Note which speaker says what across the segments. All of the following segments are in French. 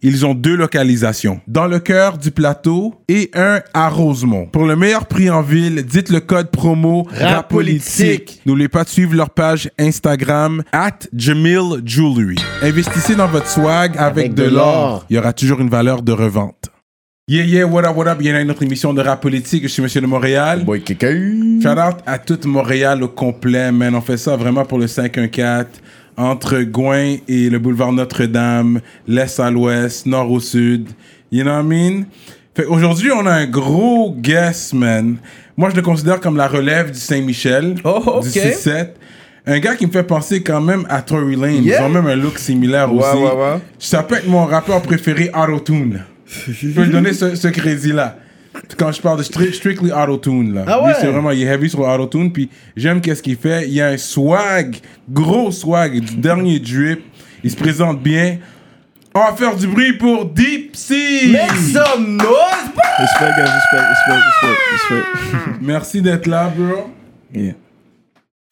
Speaker 1: ils ont deux localisations, dans le cœur du plateau et un à Rosemont. Pour le meilleur prix en ville, dites le code promo RAPOLITIQUE. N'oubliez pas de suivre leur page Instagram at Jamil Jewelry. Investissez dans votre swag avec,
Speaker 2: Avec
Speaker 1: de
Speaker 2: de
Speaker 1: l'or.
Speaker 2: l'or.
Speaker 1: Il y aura toujours une valeur de revente. Yeah, yeah, what up, what up. Il y en a une autre émission de rap politique. Je suis Monsieur de Montréal.
Speaker 2: Boy, quelqu'un.
Speaker 1: Shout out à toute Montréal au complet, man. On fait ça vraiment pour le 514. Entre Gouin et le boulevard Notre-Dame, l'Est à l'Ouest, Nord au Sud. You know what I mean? Fait aujourd'hui, on a un gros guest, man. Moi, je le considère comme la relève du Saint-Michel,
Speaker 3: Oh, ok.
Speaker 1: du 6-7. Un gars qui me fait penser quand même à Tory Lane. Ils
Speaker 2: Yeah.
Speaker 1: ont même un look similaire aussi.
Speaker 2: ouais, ouais.
Speaker 1: Ça peut être mon rappeur préféré, Autotune. Je peux lui donner ce, ce crédit-là. Quand je parle de stri- strictly Autotune, là.
Speaker 2: Ah
Speaker 1: Lui,
Speaker 2: ouais?
Speaker 1: c'est vraiment, il est heavy sur Autotune, puis j'aime qu'est-ce qu'il fait. Il a un swag, gros swag, du dernier drip. Il se présente bien. On va faire du bruit pour Deep Sea!
Speaker 2: some noise, bro!
Speaker 4: Respect, guys, respect, respect, respect, respect.
Speaker 1: Merci d'être là, bro.
Speaker 4: Yeah.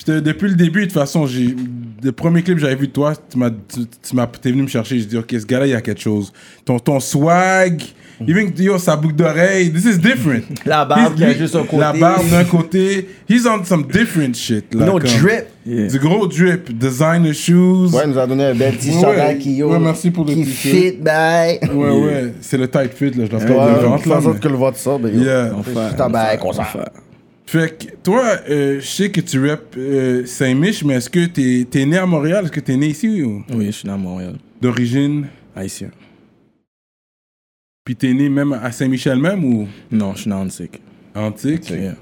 Speaker 1: J'étais- Depuis le début, de toute façon, j'ai le premier clip que j'avais vu de toi, tu m'as, tu, tu m'as- t'es venu me chercher. J'ai dit, ok, ce gars-là, il y a quelque chose. Ton, ton swag, even yo, sa boucle d'oreille, this is different.
Speaker 2: Mm. La barbe
Speaker 1: He's-
Speaker 2: qui a
Speaker 1: lui-
Speaker 2: juste un côté.
Speaker 1: La barbe d'un côté. He's on some different shit. Là,
Speaker 2: No
Speaker 1: comme-
Speaker 2: drip.
Speaker 4: Yeah.
Speaker 1: Du gros drip. Designer shoes.
Speaker 2: Ouais, il nous a donné un bel petit
Speaker 1: Ouais.
Speaker 2: chandail qui yo.
Speaker 1: Ouais, merci pour le
Speaker 2: Qui
Speaker 1: t-shirt.
Speaker 2: fit, bye. Ouais,
Speaker 1: Ouais, ouais. C'est le tight fit, là. Je lance pas de
Speaker 2: on
Speaker 1: vente,
Speaker 2: fait
Speaker 1: là.
Speaker 2: en sorte
Speaker 1: mais-
Speaker 2: que le vote sorte, ben, yo.
Speaker 1: Yeah.
Speaker 2: C'est
Speaker 4: Enfin,
Speaker 2: juste un bail qu'on sort.
Speaker 4: Enfin.
Speaker 1: Fait que toi, euh, je sais que tu rap euh, Saint-Mich, mais est-ce que t'es, t'es né à Montréal? Est-ce que t'es né ici ou
Speaker 4: Oui, je suis né à Montréal.
Speaker 1: d'origine?
Speaker 4: Haïtien.
Speaker 1: Puis t'es né même à Saint-Michel même ou
Speaker 4: Non, je suis né à Antique.
Speaker 1: Antique?
Speaker 4: Yeah.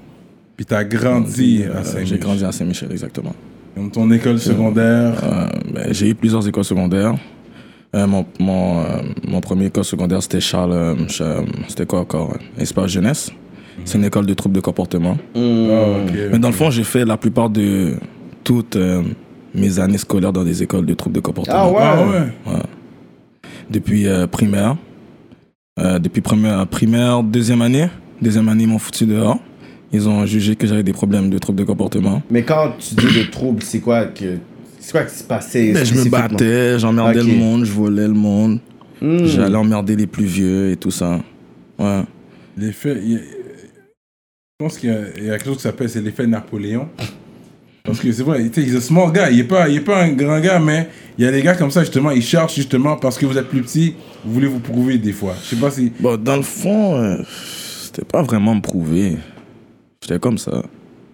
Speaker 1: Puis t'as grandi
Speaker 4: Euh,
Speaker 1: à
Speaker 4: J'ai
Speaker 1: Saint-Michel.
Speaker 4: grandi à Saint-Michel, exactement.
Speaker 1: Dans ton école secondaire.
Speaker 4: Euh, ben, j'ai eu plusieurs écoles secondaires. Euh, mon, mon, euh, mon premier école secondaire, c'était Charles. euh, Ch- euh, c'était quoi encore euh, Espace Jeunesse. C'est une école de troubles de comportement.
Speaker 1: Ah, ok.
Speaker 4: Mais dans le fond, j'ai fait la plupart de toutes euh, mes années scolaires dans des écoles de troubles de comportement.
Speaker 2: Ah ouais?
Speaker 1: Ah ouais.
Speaker 4: Depuis euh, primaire. Euh, depuis première, primaire, deuxième année. Deuxième année, ils m'ont foutu dehors. Ils ont jugé que j'avais des problèmes de troubles de comportement.
Speaker 2: Mais quand tu dis des troubles, c'est quoi que. C'est quoi qui se passait?
Speaker 4: Ben, je me
Speaker 2: spécifiquement?
Speaker 4: battais, j'emmerdais
Speaker 2: Ok.
Speaker 4: le monde, je volais le monde.
Speaker 2: Hmm.
Speaker 4: J'allais emmerder les plus vieux et tout ça. Ouais.
Speaker 1: L'effet. il y a- Je pense qu'il y, a- il y a quelque chose qui s'appelle c'est l'effet Napoléon. Parce que c'est vrai, il est un small gars, il n'est pas, il est pas un grand gars, mais il y a des gars comme ça, justement, ils cherchent justement parce que vous êtes plus petit, vous voulez vous prouver des fois. Je sais pas si.
Speaker 4: Bon, dans le fond, euh, c'était pas vraiment me prouver. J'étais comme ça.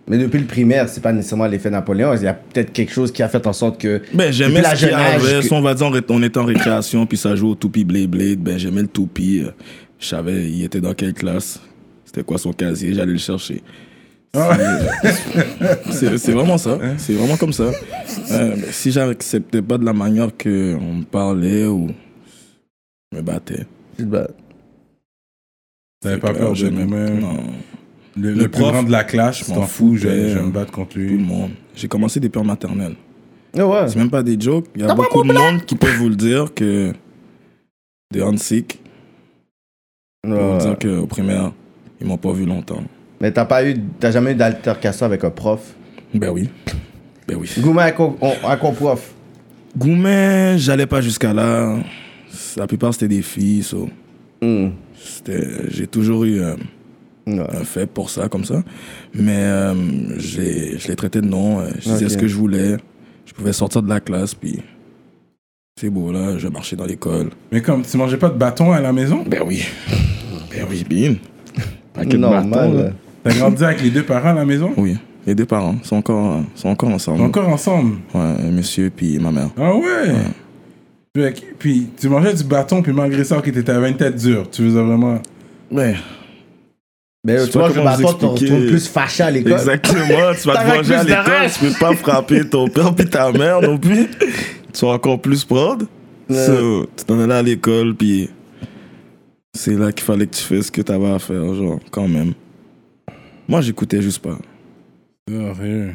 Speaker 2: Mais depuis le primaire, c'est pas nécessairement l'effet Napoléon. Il y a peut-être quelque chose qui a fait en sorte que.
Speaker 4: Ben,
Speaker 2: Depuis
Speaker 4: j'aimais
Speaker 2: la
Speaker 4: ce qui
Speaker 2: jeune âge
Speaker 4: arrivait.
Speaker 2: que-
Speaker 4: Si on va dire, on est- on était en récréation, puis ça jouait au toupie blade blade. Ben, j'aimais le toupie. euh, Je savais, il était dans quelle classe. C'était quoi son casier, j'allais le chercher.
Speaker 2: Ah
Speaker 4: C'est c'est vraiment ça. C'est vraiment comme ça. Euh, ben, si j'acceptais pas de la manière qu'on me parlait ou je me battais.
Speaker 2: Ben,
Speaker 1: T'avais pas
Speaker 4: Fait
Speaker 2: Ah,
Speaker 4: que,
Speaker 1: peur
Speaker 4: euh,
Speaker 1: de
Speaker 4: j'aimais-
Speaker 2: hein.
Speaker 1: même.
Speaker 4: Non.
Speaker 1: Le, le,
Speaker 4: Le
Speaker 1: plus
Speaker 4: prof,
Speaker 1: grand de la clash, je
Speaker 4: m'en
Speaker 1: t'en fous, je,
Speaker 4: foutais.
Speaker 1: je vais me battre contre
Speaker 4: Tout le
Speaker 1: lui.
Speaker 4: monde. J'ai commencé depuis en maternelle.
Speaker 2: Ah ouais.
Speaker 4: C'est même pas des jokes. Il y a
Speaker 2: T'as pas
Speaker 4: beaucoup de monde qui peut vous le dire que. De handsick.
Speaker 2: Ouais,
Speaker 4: Pour
Speaker 2: ouais.
Speaker 4: dire qu'au primaire, ils m'ont pas vu longtemps.
Speaker 2: Mais t'as pas eu. T'as jamais eu d'altercation avec un prof?
Speaker 4: Ben oui. Ben oui.
Speaker 2: Gouma, à quoi on- à quoi prof?
Speaker 4: Goumet, j'allais pas jusqu'à là. La plupart, c'était des filles. so,
Speaker 2: Hmm.
Speaker 4: c'était- J'ai toujours eu euh,
Speaker 2: Ouais.
Speaker 4: un fait pour ça, comme ça. Mais euh, j'ai- je les traitais de nom. euh, Je disais
Speaker 2: Ok.
Speaker 4: ce que je voulais. Je pouvais sortir de la classe, puis. C'est beau, là, je marchais dans l'école.
Speaker 1: Mais comme tu mangeais pas de bâton à la maison,
Speaker 4: Ben oui. Ben oui, bien. Paquet de bâtons, là.
Speaker 2: Normal.
Speaker 1: t'as grandi avec les deux parents à la maison,
Speaker 4: Oui. Les deux parents sont encore, sont encore ensemble.
Speaker 1: encore ensemble.
Speaker 4: Ouais, un monsieur puis ma mère.
Speaker 1: Ah ouais! Fait que- Puis tu mangeais du bâton, puis malgré ça, ok, t'étais à une tête dure. Tu faisais vraiment.
Speaker 4: Ouais.
Speaker 2: Mais
Speaker 4: Je sais
Speaker 2: euh, tu
Speaker 4: pas
Speaker 2: manges le
Speaker 4: comment vous
Speaker 2: bâton, tu te
Speaker 4: expliquer.
Speaker 2: retrouves plus fâché à l'école.
Speaker 4: Exactement, tu vas te
Speaker 2: T'arrêtes
Speaker 4: manger à
Speaker 2: plus
Speaker 4: l'école,
Speaker 2: d'arrache.
Speaker 4: tu peux pas frapper ton père puis ta mère non plus. Tu vas encore plus prendre.
Speaker 2: Ouais.
Speaker 4: So, tu t'en allais à l'école puis c'est là qu'il fallait que tu fasses ce que t'avais à faire, genre, quand même. Moi, j'écoutais juste pas.
Speaker 1: Sérieux.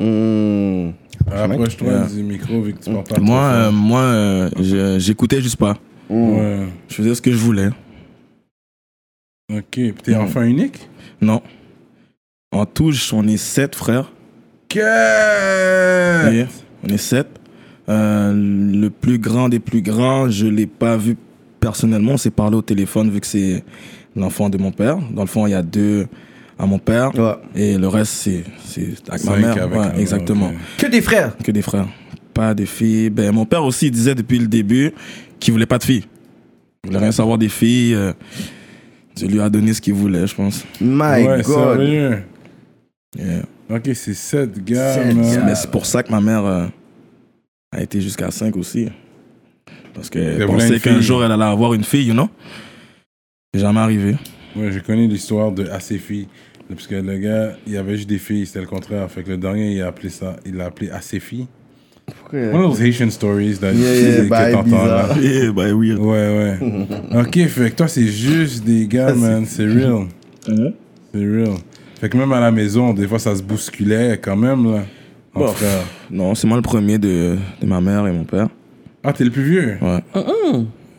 Speaker 2: Mmh.
Speaker 1: Ah, Approche-toi
Speaker 4: Yeah.
Speaker 1: du micro vu que tu parles pas.
Speaker 4: Moi,
Speaker 1: trop
Speaker 4: euh, moi euh, je- j'écoutais juste pas.
Speaker 2: Mmh.
Speaker 1: fort. Ouais.
Speaker 4: Je faisais ce que je voulais.
Speaker 1: Ok. Puis t'es enfant unique?
Speaker 4: Non. En tout, je- on est sept frères.
Speaker 1: Que!
Speaker 4: Oui, on est sept. Euh, le plus grand des plus grands, je l'ai pas vu personnellement. On s'est parlé au téléphone vu que c'est l'enfant de mon père. Dans le fond, il y a deux à mon père.
Speaker 2: Ouais.
Speaker 4: Et le reste, c'est c'est avec ma
Speaker 1: Cinq
Speaker 4: mère.
Speaker 1: avec
Speaker 4: Ouais,
Speaker 1: un-
Speaker 4: exactement.
Speaker 1: ok.
Speaker 2: Que des frères.
Speaker 4: Que des frères. Pas des filles. Ben, mon père aussi il disait depuis le début qu'il voulait pas de filles. Il voulait rien savoir des filles. euh, Dieu lui a donné ce qu'il voulait, je pense. Euh,
Speaker 2: My
Speaker 1: Ouais,
Speaker 2: God.
Speaker 1: sérieux.
Speaker 4: Yeah.
Speaker 1: Ok, c'est 7 gars,
Speaker 2: Sept
Speaker 1: man.
Speaker 2: gars.
Speaker 4: Mais c'est pour ça que ma mère euh, a été jusqu'à 5 aussi. Parce
Speaker 1: Elle
Speaker 4: qu'elle
Speaker 1: voulait une
Speaker 4: pensait qu'un
Speaker 1: fille.
Speaker 4: jour elle allait avoir une fille, you know? C'est jamais arrivé.
Speaker 1: Ouais, je connais l'histoire de à ses filles. Parce que le gars, il y avait juste des filles, c'était le contraire. Fait que le dernier, il a appelé ça, il l'a appelé à ses filles. One of those Haitian stories that
Speaker 2: Yeah, yeah,
Speaker 1: que
Speaker 2: bah,
Speaker 1: t'entends là.
Speaker 2: bizarre.
Speaker 4: Eh,
Speaker 1: bah
Speaker 4: ben oui.
Speaker 1: Ouais, ouais. ok, fait que toi, c'est juste des gars, man. C'est real. C'est real. Fait que même à la maison, des fois, ça se bousculait quand même, là. En
Speaker 4: Bon.
Speaker 1: tout cas.
Speaker 4: Non, c'est moi le premier de, de ma mère et mon père.
Speaker 1: Ah, t'es le plus vieux?
Speaker 4: Ouais.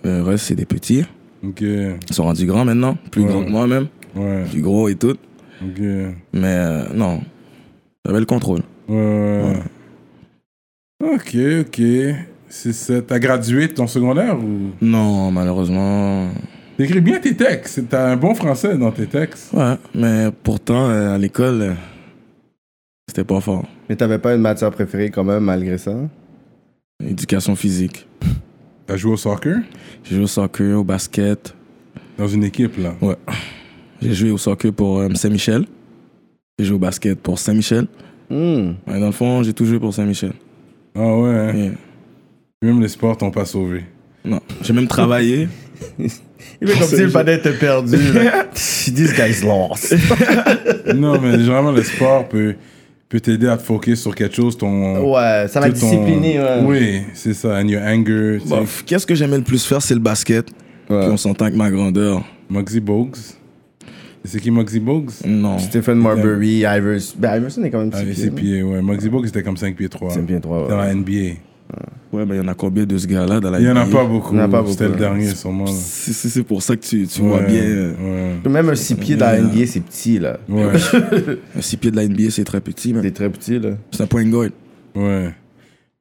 Speaker 4: Le reste, c'est des petits.
Speaker 1: Ok.
Speaker 4: Ils sont rendus grands maintenant, plus
Speaker 1: Ouais.
Speaker 4: grands que moi même,
Speaker 1: Ouais.
Speaker 4: plus gros et tout.
Speaker 1: Ok. Ouais,
Speaker 4: Mais euh, non, j'avais le contrôle.
Speaker 1: ouais. Ok, ok. C'est ça. T'as gradué de ton secondaire ou.
Speaker 4: Non, malheureusement.
Speaker 1: T'écris bien tes textes. T'as un bon français dans tes textes.
Speaker 4: Ouais, mais pourtant, euh, à l'école, euh, c'était pas fort.
Speaker 2: Mais t'avais pas une matière préférée quand même, malgré ça?
Speaker 4: Éducation physique.
Speaker 1: T'as joué au soccer
Speaker 4: J'ai joué au soccer, au basket.
Speaker 1: dans une équipe, là.
Speaker 4: Ouais. J'ai joué au soccer pour euh, Saint-Michel. J'ai joué au basket pour Saint-Michel.
Speaker 2: Mmh.
Speaker 4: Ouais, dans le fond, j'ai tout joué pour Saint-Michel.
Speaker 1: Ah ouais. hein.
Speaker 4: Yeah.
Speaker 1: Même les sports t'ont pas sauvé.
Speaker 4: Non, j'ai même travaillé.
Speaker 2: Il fait comme si le panel était perdu. là. This guy's lost.
Speaker 1: non, mais généralement, le sport peut peut t'aider à te focus sur quelque chose. Ton,
Speaker 2: Ouais, ça m'a
Speaker 1: tout ton-
Speaker 2: discipliné, ouais. Bah.
Speaker 1: Oui, c'est ça. And your anger. tu sais.
Speaker 4: Bof, qu'est-ce que j'aimais le plus faire, c'est le basket. Puis on s'entend que ma grandeur.
Speaker 1: Muggsy Bogues. C'est qui Muggsy Bogues
Speaker 4: Non.
Speaker 2: Stephen Marbury, Iverson. Ben, Iverson est quand même
Speaker 1: Ah,
Speaker 2: petit
Speaker 1: ses
Speaker 2: pied,
Speaker 1: pieds, ouais. Muggsy Bogues était comme 5 pieds 3.
Speaker 2: C'est bien trois.
Speaker 1: Dans
Speaker 2: ouais.
Speaker 1: la NBA.
Speaker 4: Ouais, ben il y en a combien de ce gars-là dans la
Speaker 1: Il y en a
Speaker 4: NBA?
Speaker 1: pas beaucoup.
Speaker 2: Il y en a pas beaucoup,
Speaker 1: C'était le
Speaker 2: hein.
Speaker 1: dernier, sûrement. là.
Speaker 4: C'est- C'est c'est pour ça que tu, tu vois
Speaker 1: Ouais,
Speaker 4: bien. euh,
Speaker 1: ouais.
Speaker 2: Même un six pieds dans la NBA, c'est petit, là.
Speaker 1: Ouais.
Speaker 4: Un six pieds de la NBA, c'est très petit, man.
Speaker 2: C'est très petit, là.
Speaker 4: C'est un point guard.
Speaker 1: Ouais.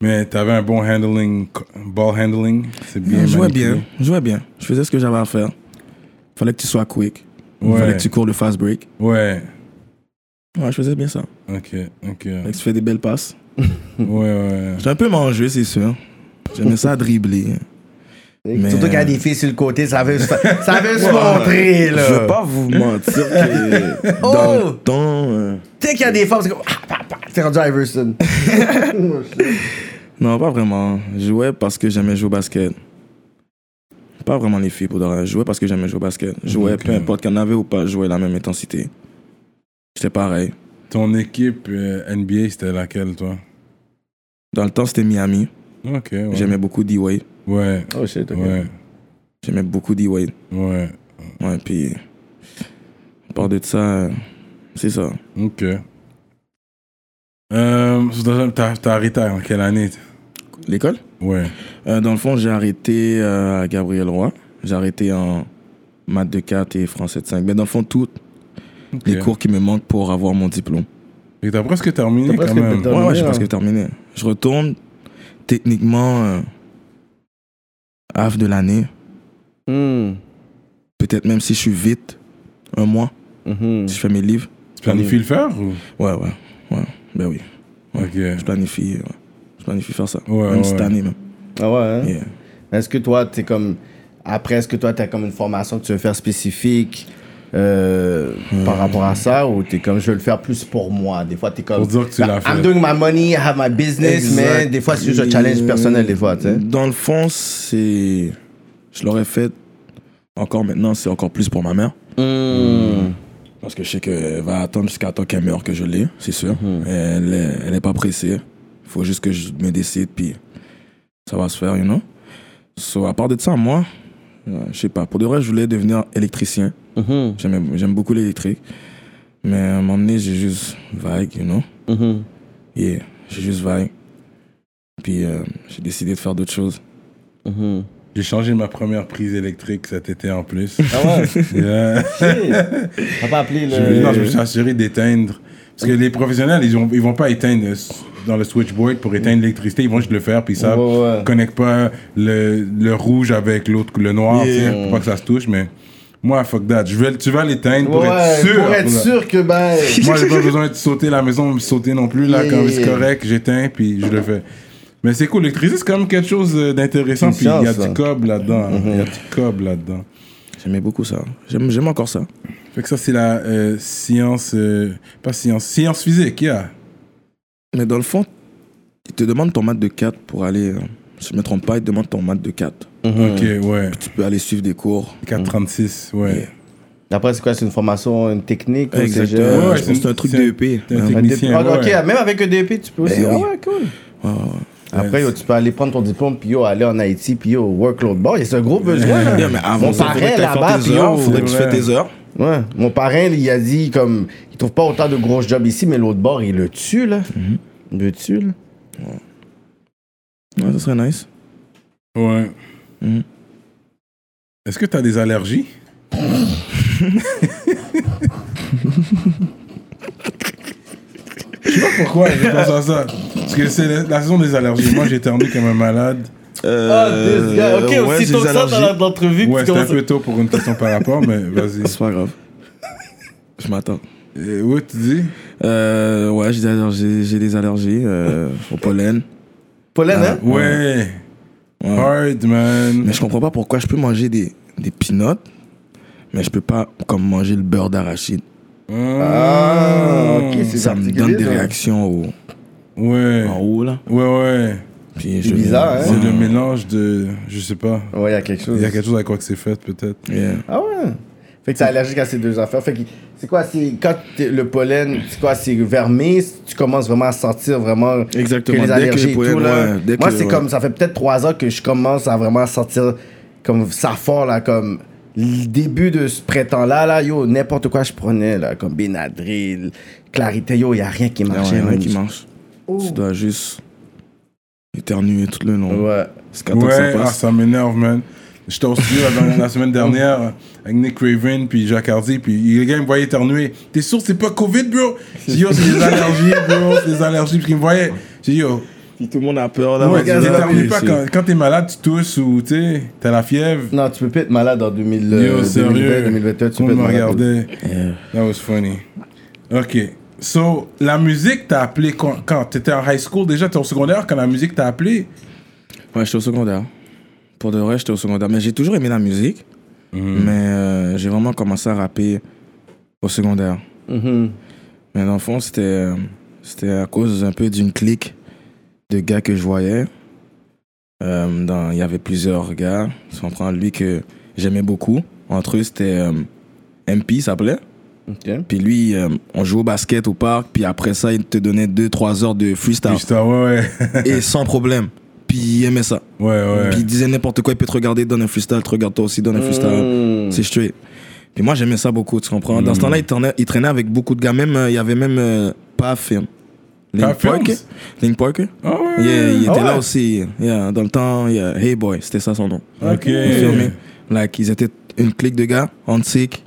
Speaker 1: Mais t'avais un bon handling, ball handling. C'est bien.
Speaker 4: Je jouais
Speaker 1: manipulé.
Speaker 4: bien, je jouais bien. Je faisais ce que j'avais à faire. Fallait que tu sois quick.
Speaker 1: Ouais.
Speaker 4: Fallait que tu cours le fast break.
Speaker 1: Ouais.
Speaker 4: Ouais, je faisais bien ça.
Speaker 1: Ok, ok.
Speaker 4: Fallait que tu fais des belles passes.
Speaker 1: Ouais, ouais.
Speaker 4: J'étais un peu mangeux, c'est sûr. J'aimais ça dribbler. Mais-
Speaker 2: Surtout quand il y a des filles sur le côté, ça veut, ça veut se montrer, là.
Speaker 4: Je veux pas vous mentir que dans
Speaker 2: Oh!
Speaker 4: le temps... euh,
Speaker 2: Tu sais qu'il y a des femmes, c'est comme. Ah, bah, bah, t'es rendu Iverson.
Speaker 4: Non, pas vraiment. Je jouais parce que j'aimais jouer au basket. Pas vraiment les filles, pour de vrai. Je jouais parce que j'aimais jouer au basket. Je jouais,
Speaker 1: Ok.
Speaker 4: peu importe qu'il y en avait ou pas, je jouais la même intensité. J'étais pareil.
Speaker 1: Ton équipe euh, NBA, c'était laquelle, toi
Speaker 4: Dans le temps, c'était Miami.
Speaker 1: Ok, ouais.
Speaker 4: J'aimais beaucoup D-Wade.
Speaker 1: Ouais,
Speaker 2: Oh shit, ok.
Speaker 1: ouais,
Speaker 4: J'aimais beaucoup D-Wade.
Speaker 1: ouais.
Speaker 4: Ouais, puis. À part de ça, euh, c'est ça.
Speaker 1: Ok. Euh, t'as, t'as arrêté en quelle année t-
Speaker 4: L'école
Speaker 1: Ouais.
Speaker 4: Euh, Dans le fond, j'ai arrêté euh, à Gabriel Roy. J'ai arrêté en maths de 4 et français de 5. Mais dans le fond, tous
Speaker 1: ok.
Speaker 4: les cours qui me manquent pour avoir mon diplôme.
Speaker 1: Et t'as presque terminé
Speaker 2: T'as
Speaker 1: quand
Speaker 2: presque
Speaker 1: même.
Speaker 2: terminé.
Speaker 4: Ouais, ouais,
Speaker 2: Terminé,
Speaker 4: j'ai
Speaker 2: hein.
Speaker 4: presque terminé. Je retourne techniquement euh, half de l'année.
Speaker 2: Hmm.
Speaker 4: Peut-être même si je suis vite, un mois,
Speaker 2: Mhm.
Speaker 4: si je fais mes livres.
Speaker 1: Tu planifies le faire ou
Speaker 4: Ouais, ouais, ouais. Ben oui,
Speaker 1: Ok.
Speaker 4: je planifie, ouais. je planifie faire ça.
Speaker 1: Ouais,
Speaker 4: même
Speaker 1: ouais,
Speaker 4: cette
Speaker 1: ouais.
Speaker 4: année même.
Speaker 2: Ah ouais, hein?
Speaker 4: Yeah.
Speaker 2: Est-ce que toi, t'es comme. Après, est-ce que toi, t'as comme une formation que tu veux faire spécifique euh, par rapport à ça ou t'es comme je veux le faire plus pour moi? Des fois, t'es comme. Bah,
Speaker 1: Pour dire que tu l'as fait.
Speaker 2: I'm doing my money, I have my business, mais des fois, c'est juste un challenge personnel, des fois, tu sais.
Speaker 4: Dans le fond, c'est. Je l'aurais fait encore maintenant, c'est encore plus pour ma mère.
Speaker 2: Hmm.
Speaker 4: Parce que je sais qu'elle va attendre jusqu'à temps qu'elle meure que je l'ai, c'est sûr.
Speaker 2: Hmm.
Speaker 4: Elle n'est elle est pas pressée. faut juste que je me décide, puis ça va se faire, you know. So, à part de ça, moi,
Speaker 2: Hmm.
Speaker 4: euh, je sais pas. Pour de vrai, je voulais devenir électricien. J'aimais- J'aime beaucoup l'électrique. Mais à un moment donné, j'ai juste vague, you know?
Speaker 2: Hmm.
Speaker 5: Mhm.
Speaker 4: Yeah, j'ai juste vague. Puis euh, j'ai décidé de faire d'autres choses.
Speaker 5: Mhm.
Speaker 1: J'ai changé ma première prise électrique cet été en plus.
Speaker 5: Ah ouais?
Speaker 1: Yeah.
Speaker 5: Shit. T'as pas appelé
Speaker 2: Euh,
Speaker 5: le.
Speaker 1: Non, je me suis assuré d'éteindre. Parce que les professionnels, ils, ont, ils vont pas éteindre euh, s- dans le switchboard pour éteindre l'électricité. Ils vont juste le faire, puis ça
Speaker 2: Ouais, ouais.
Speaker 1: connecte pas le, le rouge avec l'autre, le noir,
Speaker 4: Yeah.
Speaker 1: tu sais, pour pas que ça se touche. Mais moi, fuck that. Je vais, tu vas l'éteindre pour
Speaker 2: Ouais,
Speaker 1: être sûr.
Speaker 2: Pour être sûr que, ben.
Speaker 1: Moi, j'ai pas besoin de sauter la maison, me sauter non plus. Là,
Speaker 2: Yeah,
Speaker 1: quand
Speaker 2: yeah,
Speaker 1: c'est
Speaker 2: yeah.
Speaker 1: correct, j'éteins, puis je le fais. Mais c'est cool, l'électricité, c'est quand même quelque chose euh, d'intéressant.
Speaker 2: Une
Speaker 1: Puis il y a
Speaker 2: science, ça. Mm-hmm.
Speaker 1: du cob là-dedans. hein. Il y a du cob là-dedans.
Speaker 4: J'aimais beaucoup ça. J'aime j'aime encore ça.
Speaker 1: Fait que ça, c'est la euh, science. euh, pas science, science physique, yeah.
Speaker 4: Mais dans le fond, ils te demandent ton mat de 4 pour aller. euh, si je me trompe pas, ils te demandent ton mat de 4.
Speaker 1: Ok, ouais.
Speaker 4: Tu peux aller suivre des cours.
Speaker 1: 436, ouais.
Speaker 4: Yeah.
Speaker 2: Après, c'est quoi C'est une formation, une technique ou c'est
Speaker 4: Exactement.
Speaker 2: juste-
Speaker 1: Ouais,
Speaker 4: je pense que c'est un truc de EP.
Speaker 1: c'est un
Speaker 4: Ouais.
Speaker 2: Un
Speaker 1: technicien,
Speaker 2: DP. Ah,
Speaker 1: ouais.
Speaker 2: Ok, même avec un DP, tu peux aussi.
Speaker 4: Ben
Speaker 2: Ah
Speaker 4: oui.
Speaker 2: ouais, cool.
Speaker 4: Ouais, ouais, ouais.
Speaker 2: Après, yo, tu peux aller prendre ton diplôme, puis yo, aller en Haïti, puis yo, workload. Bon, c'est un gros besoin. là.
Speaker 4: Yeah, mais avant
Speaker 2: Mon
Speaker 4: ça, faudrait
Speaker 2: parrain
Speaker 4: que t'ailles
Speaker 2: là-bas,
Speaker 4: faire tes
Speaker 2: puis
Speaker 4: heures.
Speaker 2: yo,
Speaker 4: Faudrait que tu
Speaker 1: c'est
Speaker 4: fais
Speaker 1: vrai.
Speaker 4: tes heures.
Speaker 2: Ouais, mon parrain, il a dit comme il trouve pas autant de gros jobs ici, mais l'autre bord, il le tue là. Il le tue là.
Speaker 4: Ouais, ça serait nice.
Speaker 1: Ouais.
Speaker 4: Mhm.
Speaker 1: Est-ce que tu as des allergies Je sais pas pourquoi je pense à ça. Parce que c'est la, la saison des allergies. Moi, j'ai éternué comme un malade.
Speaker 2: Ah,
Speaker 4: Euh, ouais, j'ai des allergies.
Speaker 2: l'entrevue,
Speaker 1: Ouais, c'était un peu tôt pour une question par rapport, mais vas-y.
Speaker 4: C'est pas grave. Je m'attends.
Speaker 1: Euh, ouais, tu dis
Speaker 4: Euh, ouais, j'ai des allergies, j'ai des allergies euh, au pollen.
Speaker 2: Pollen, hein?
Speaker 1: Ouais. Hard, man.
Speaker 4: Mais je comprends pas pourquoi je peux manger des, des peanuts, mais je peux pas comme manger le beurre d'arachide.
Speaker 1: Hein?
Speaker 2: Ah, ok, c'est
Speaker 4: Ça me donne
Speaker 2: particulier,
Speaker 4: des
Speaker 2: ça.
Speaker 4: réactions au-
Speaker 1: Ouais.
Speaker 4: en haut là.
Speaker 1: Ouais, ouais.
Speaker 4: Puis
Speaker 2: C'est bizarre, hein?
Speaker 1: C'est le mélange de. Je sais pas.
Speaker 2: Ouais, il y a quelque chose.
Speaker 1: Il y a quelque chose avec quoi que c'est fait, peut-être.
Speaker 4: Yeah.
Speaker 2: Ah ouais. Fait que t'es allergique à ces deux affaires. Fait que c'est quoi, c'est quand t'es- le pollen, c'est quoi, c'est vers mai, tu commences vraiment à sentir vraiment
Speaker 4: Exactement.
Speaker 2: que les
Speaker 4: Dès que le
Speaker 2: allergies et
Speaker 4: pollen,
Speaker 2: tout là.
Speaker 4: ouais, dès
Speaker 2: Moi
Speaker 4: que-
Speaker 2: c'est
Speaker 4: ouais.
Speaker 2: comme ça fait peut-être trois ans que je commence à vraiment sentir comme ça fort là, comme le début de ce printemps là là, yo n'importe quoi je prenais là, comme Benadryl, Clarité, yo y a rien qui
Speaker 4: Ah
Speaker 2: marchait.
Speaker 4: ouais,
Speaker 2: man.
Speaker 4: ouais, qui marche.
Speaker 2: Oh.
Speaker 4: Tu dois juste éternuer tout le long.
Speaker 2: Ouais.
Speaker 4: Jusqu'à temps que ça
Speaker 1: Ouais, ah,
Speaker 4: passe.
Speaker 1: ça m'énerve, man. J'étais au studio la, dernière- la semaine dernière euh, avec Nick Raven puis Jacques Hardy, puis les gars ils me voyaient éternuer. T'es sûr que c'est pas Covid, bro? J'ai dit, yo, c'est des allergies, bro, c'est des allergies, puis ils me voyaient. J'ai dit, yo,
Speaker 4: Puis tout le monde a peur là.
Speaker 1: ouais,
Speaker 4: vas-y, là,
Speaker 1: t'éternues
Speaker 4: puis
Speaker 1: pas
Speaker 4: c'est-
Speaker 1: quand, quand t'es malade, tu tousses ou tu sais, t'as la fièvre.
Speaker 2: Non, tu peux plus être malade en 2000, euh,
Speaker 1: Yo,
Speaker 2: 2020,
Speaker 1: sérieux,
Speaker 2: 2021, tu
Speaker 1: tout
Speaker 2: peux
Speaker 1: le
Speaker 2: être
Speaker 1: monde me
Speaker 2: malade.
Speaker 1: regardait. That was funny. Ok. So, la musique t'as appelé quand, quand t'étais en high school déjà, t'es au secondaire quand la musique t'a appelé?
Speaker 4: Ouais, j'étais au secondaire. Pour de vrai, j'étais au secondaire. Mais j'ai toujours aimé la musique.
Speaker 1: Mhm.
Speaker 4: Mais euh, j'ai vraiment commencé à rapper au secondaire.
Speaker 2: Mm-hmm.
Speaker 4: Mais dans le fond, c'était, euh, c'était à cause un peu d'une clique de gars que je voyais. Euh, dans- Il y avait plusieurs gars. Si on prend lui que j'aimais beaucoup. Entre eux, c'était euh, MP, ça s'appelait.
Speaker 2: Ok.
Speaker 4: Puis lui, euh, on jouait au basket au parc. Puis après ça, il te donnait 2-3 heures de freestyle.
Speaker 1: Puis j'étais, ah ouais, ouais.
Speaker 4: Et sans problème. Puis il aimait ça.
Speaker 1: ouais, ouais.
Speaker 4: Puis il disait n'importe quoi, il peut te regarder, donne un freestyle, te regarde toi aussi, donne un freestyle.
Speaker 1: Hmm.
Speaker 2: Mm.
Speaker 4: C'est straight. Puis moi, j'aimais ça beaucoup, tu comprends. Dans ce temps-là, il traînait, il traînait avec beaucoup de gars. Même, euh, il y avait même euh, pas film.
Speaker 1: Paf Films?
Speaker 4: Parker. Link Parker.
Speaker 1: Ah ouais.
Speaker 4: Yeah, il était
Speaker 2: Ah ouais.
Speaker 4: là aussi. Yeah, dans le temps, yeah. Hey Boy, c'était ça son nom.
Speaker 1: Ok.
Speaker 4: Vous filmez? Like, ils étaient une clique de gars, antique.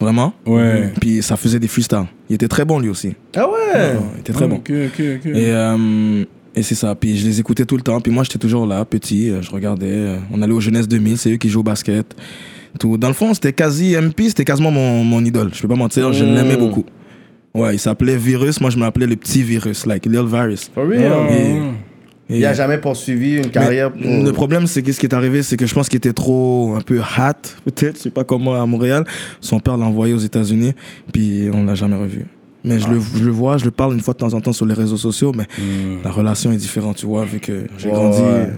Speaker 4: Vraiment.
Speaker 1: Ouais.
Speaker 4: Puis ça faisait des freestyles. Il était très bon lui aussi.
Speaker 2: Ah ouais.
Speaker 4: Il était très bon.
Speaker 1: Ok, ok, ok.
Speaker 4: Et, euh, et c'est ça. Puis je les écoutais tout le temps. Puis moi, j'étais toujours là, petit. euh, Je regardais. euh, On allait aux Jeunesse 2000. C'est eux qui jouent au basket. Tout. Dans le fond, c'était quasi MP. C'était quasiment mon, mon idole. Je peux pas mentir. Je
Speaker 2: Mm.
Speaker 4: l'aimais beaucoup. Ouais, il s'appelait Virus. Moi, je m'appelais le petit virus. Like, Lil Virus.
Speaker 2: For
Speaker 1: Ah,
Speaker 2: real.
Speaker 1: ouais.
Speaker 4: Et-
Speaker 2: Il a jamais poursuivi une
Speaker 4: mais
Speaker 2: carrière. pour- euh,
Speaker 4: Le problème, c'est que ce qui est arrivé, c'est que je pense qu'il était trop un peu hâte, peut-être, je sais pas comment, à Montréal. Son père l'a envoyé aux États-Unis, puis on l'a jamais revu. Mais je, le, je le vois, je le parle une fois de temps en temps sur les réseaux sociaux, mais la relation est différente, tu vois, vu que j'ai
Speaker 2: Ouais,
Speaker 4: grandi.
Speaker 2: ouais.
Speaker 4: euh,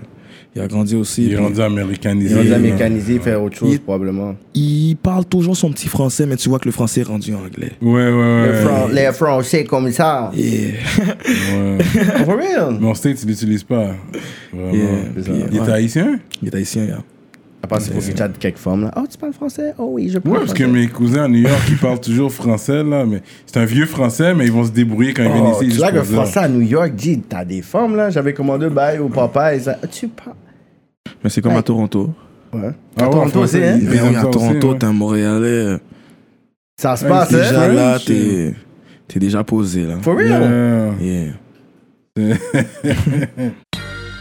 Speaker 4: Il a grandi aussi.
Speaker 1: Il est
Speaker 4: puis
Speaker 1: rendu américanisé.
Speaker 2: Il les a
Speaker 4: Et-
Speaker 2: mécanisés, faire autre chose
Speaker 4: Il-
Speaker 2: probablement.
Speaker 4: Il parle toujours son petit français, mais tu vois que le français est rendu en anglais.
Speaker 1: Ouais, ouais, ouais.
Speaker 2: les Français comme ça.
Speaker 4: Et-
Speaker 1: Ouais.
Speaker 2: Oh, For real.
Speaker 1: Mais en States, il l'utilise pas. Vraiment.
Speaker 4: Yeah,
Speaker 1: C'est
Speaker 4: puis,
Speaker 1: ça. il est
Speaker 4: ouais.
Speaker 1: haïtien
Speaker 4: Il est haïtien, gars.
Speaker 2: À part s'il faut qu'il chatte de quelque forme. Là. Oh, tu parles français? Oh oui, je parle
Speaker 1: Ouais, parce que
Speaker 2: français.
Speaker 1: mes cousins à New York, ils parlent toujours français, là, mais c'est un vieux français, mais ils vont se débrouiller quand ils viennent
Speaker 2: Oh,
Speaker 1: ici.
Speaker 2: tu
Speaker 1: juste
Speaker 2: vois que
Speaker 1: pour dire.
Speaker 2: français à New York, dit, t'as des formes là. J'avais commandé bail au papa et ça. Ah, Tu parles.
Speaker 4: Mais c'est comme
Speaker 2: Ouais.
Speaker 4: à Toronto.
Speaker 2: Ouais.
Speaker 1: Ah ouais,
Speaker 2: À
Speaker 1: en
Speaker 2: Toronto aussi,
Speaker 1: français,
Speaker 2: hein?
Speaker 1: ils-
Speaker 4: Mais
Speaker 1: aiment
Speaker 4: oui, à
Speaker 1: ça aussi,
Speaker 4: Toronto,
Speaker 1: ouais.
Speaker 4: t'es un Montréalais. euh,
Speaker 2: Ça se
Speaker 1: Ouais,
Speaker 2: passe,
Speaker 1: c'est
Speaker 2: hein?
Speaker 4: Déjà
Speaker 1: vrai,
Speaker 4: là,
Speaker 1: je-
Speaker 4: t'es t'es déjà posé, là.
Speaker 2: For real?
Speaker 1: Yeah.
Speaker 4: Yeah.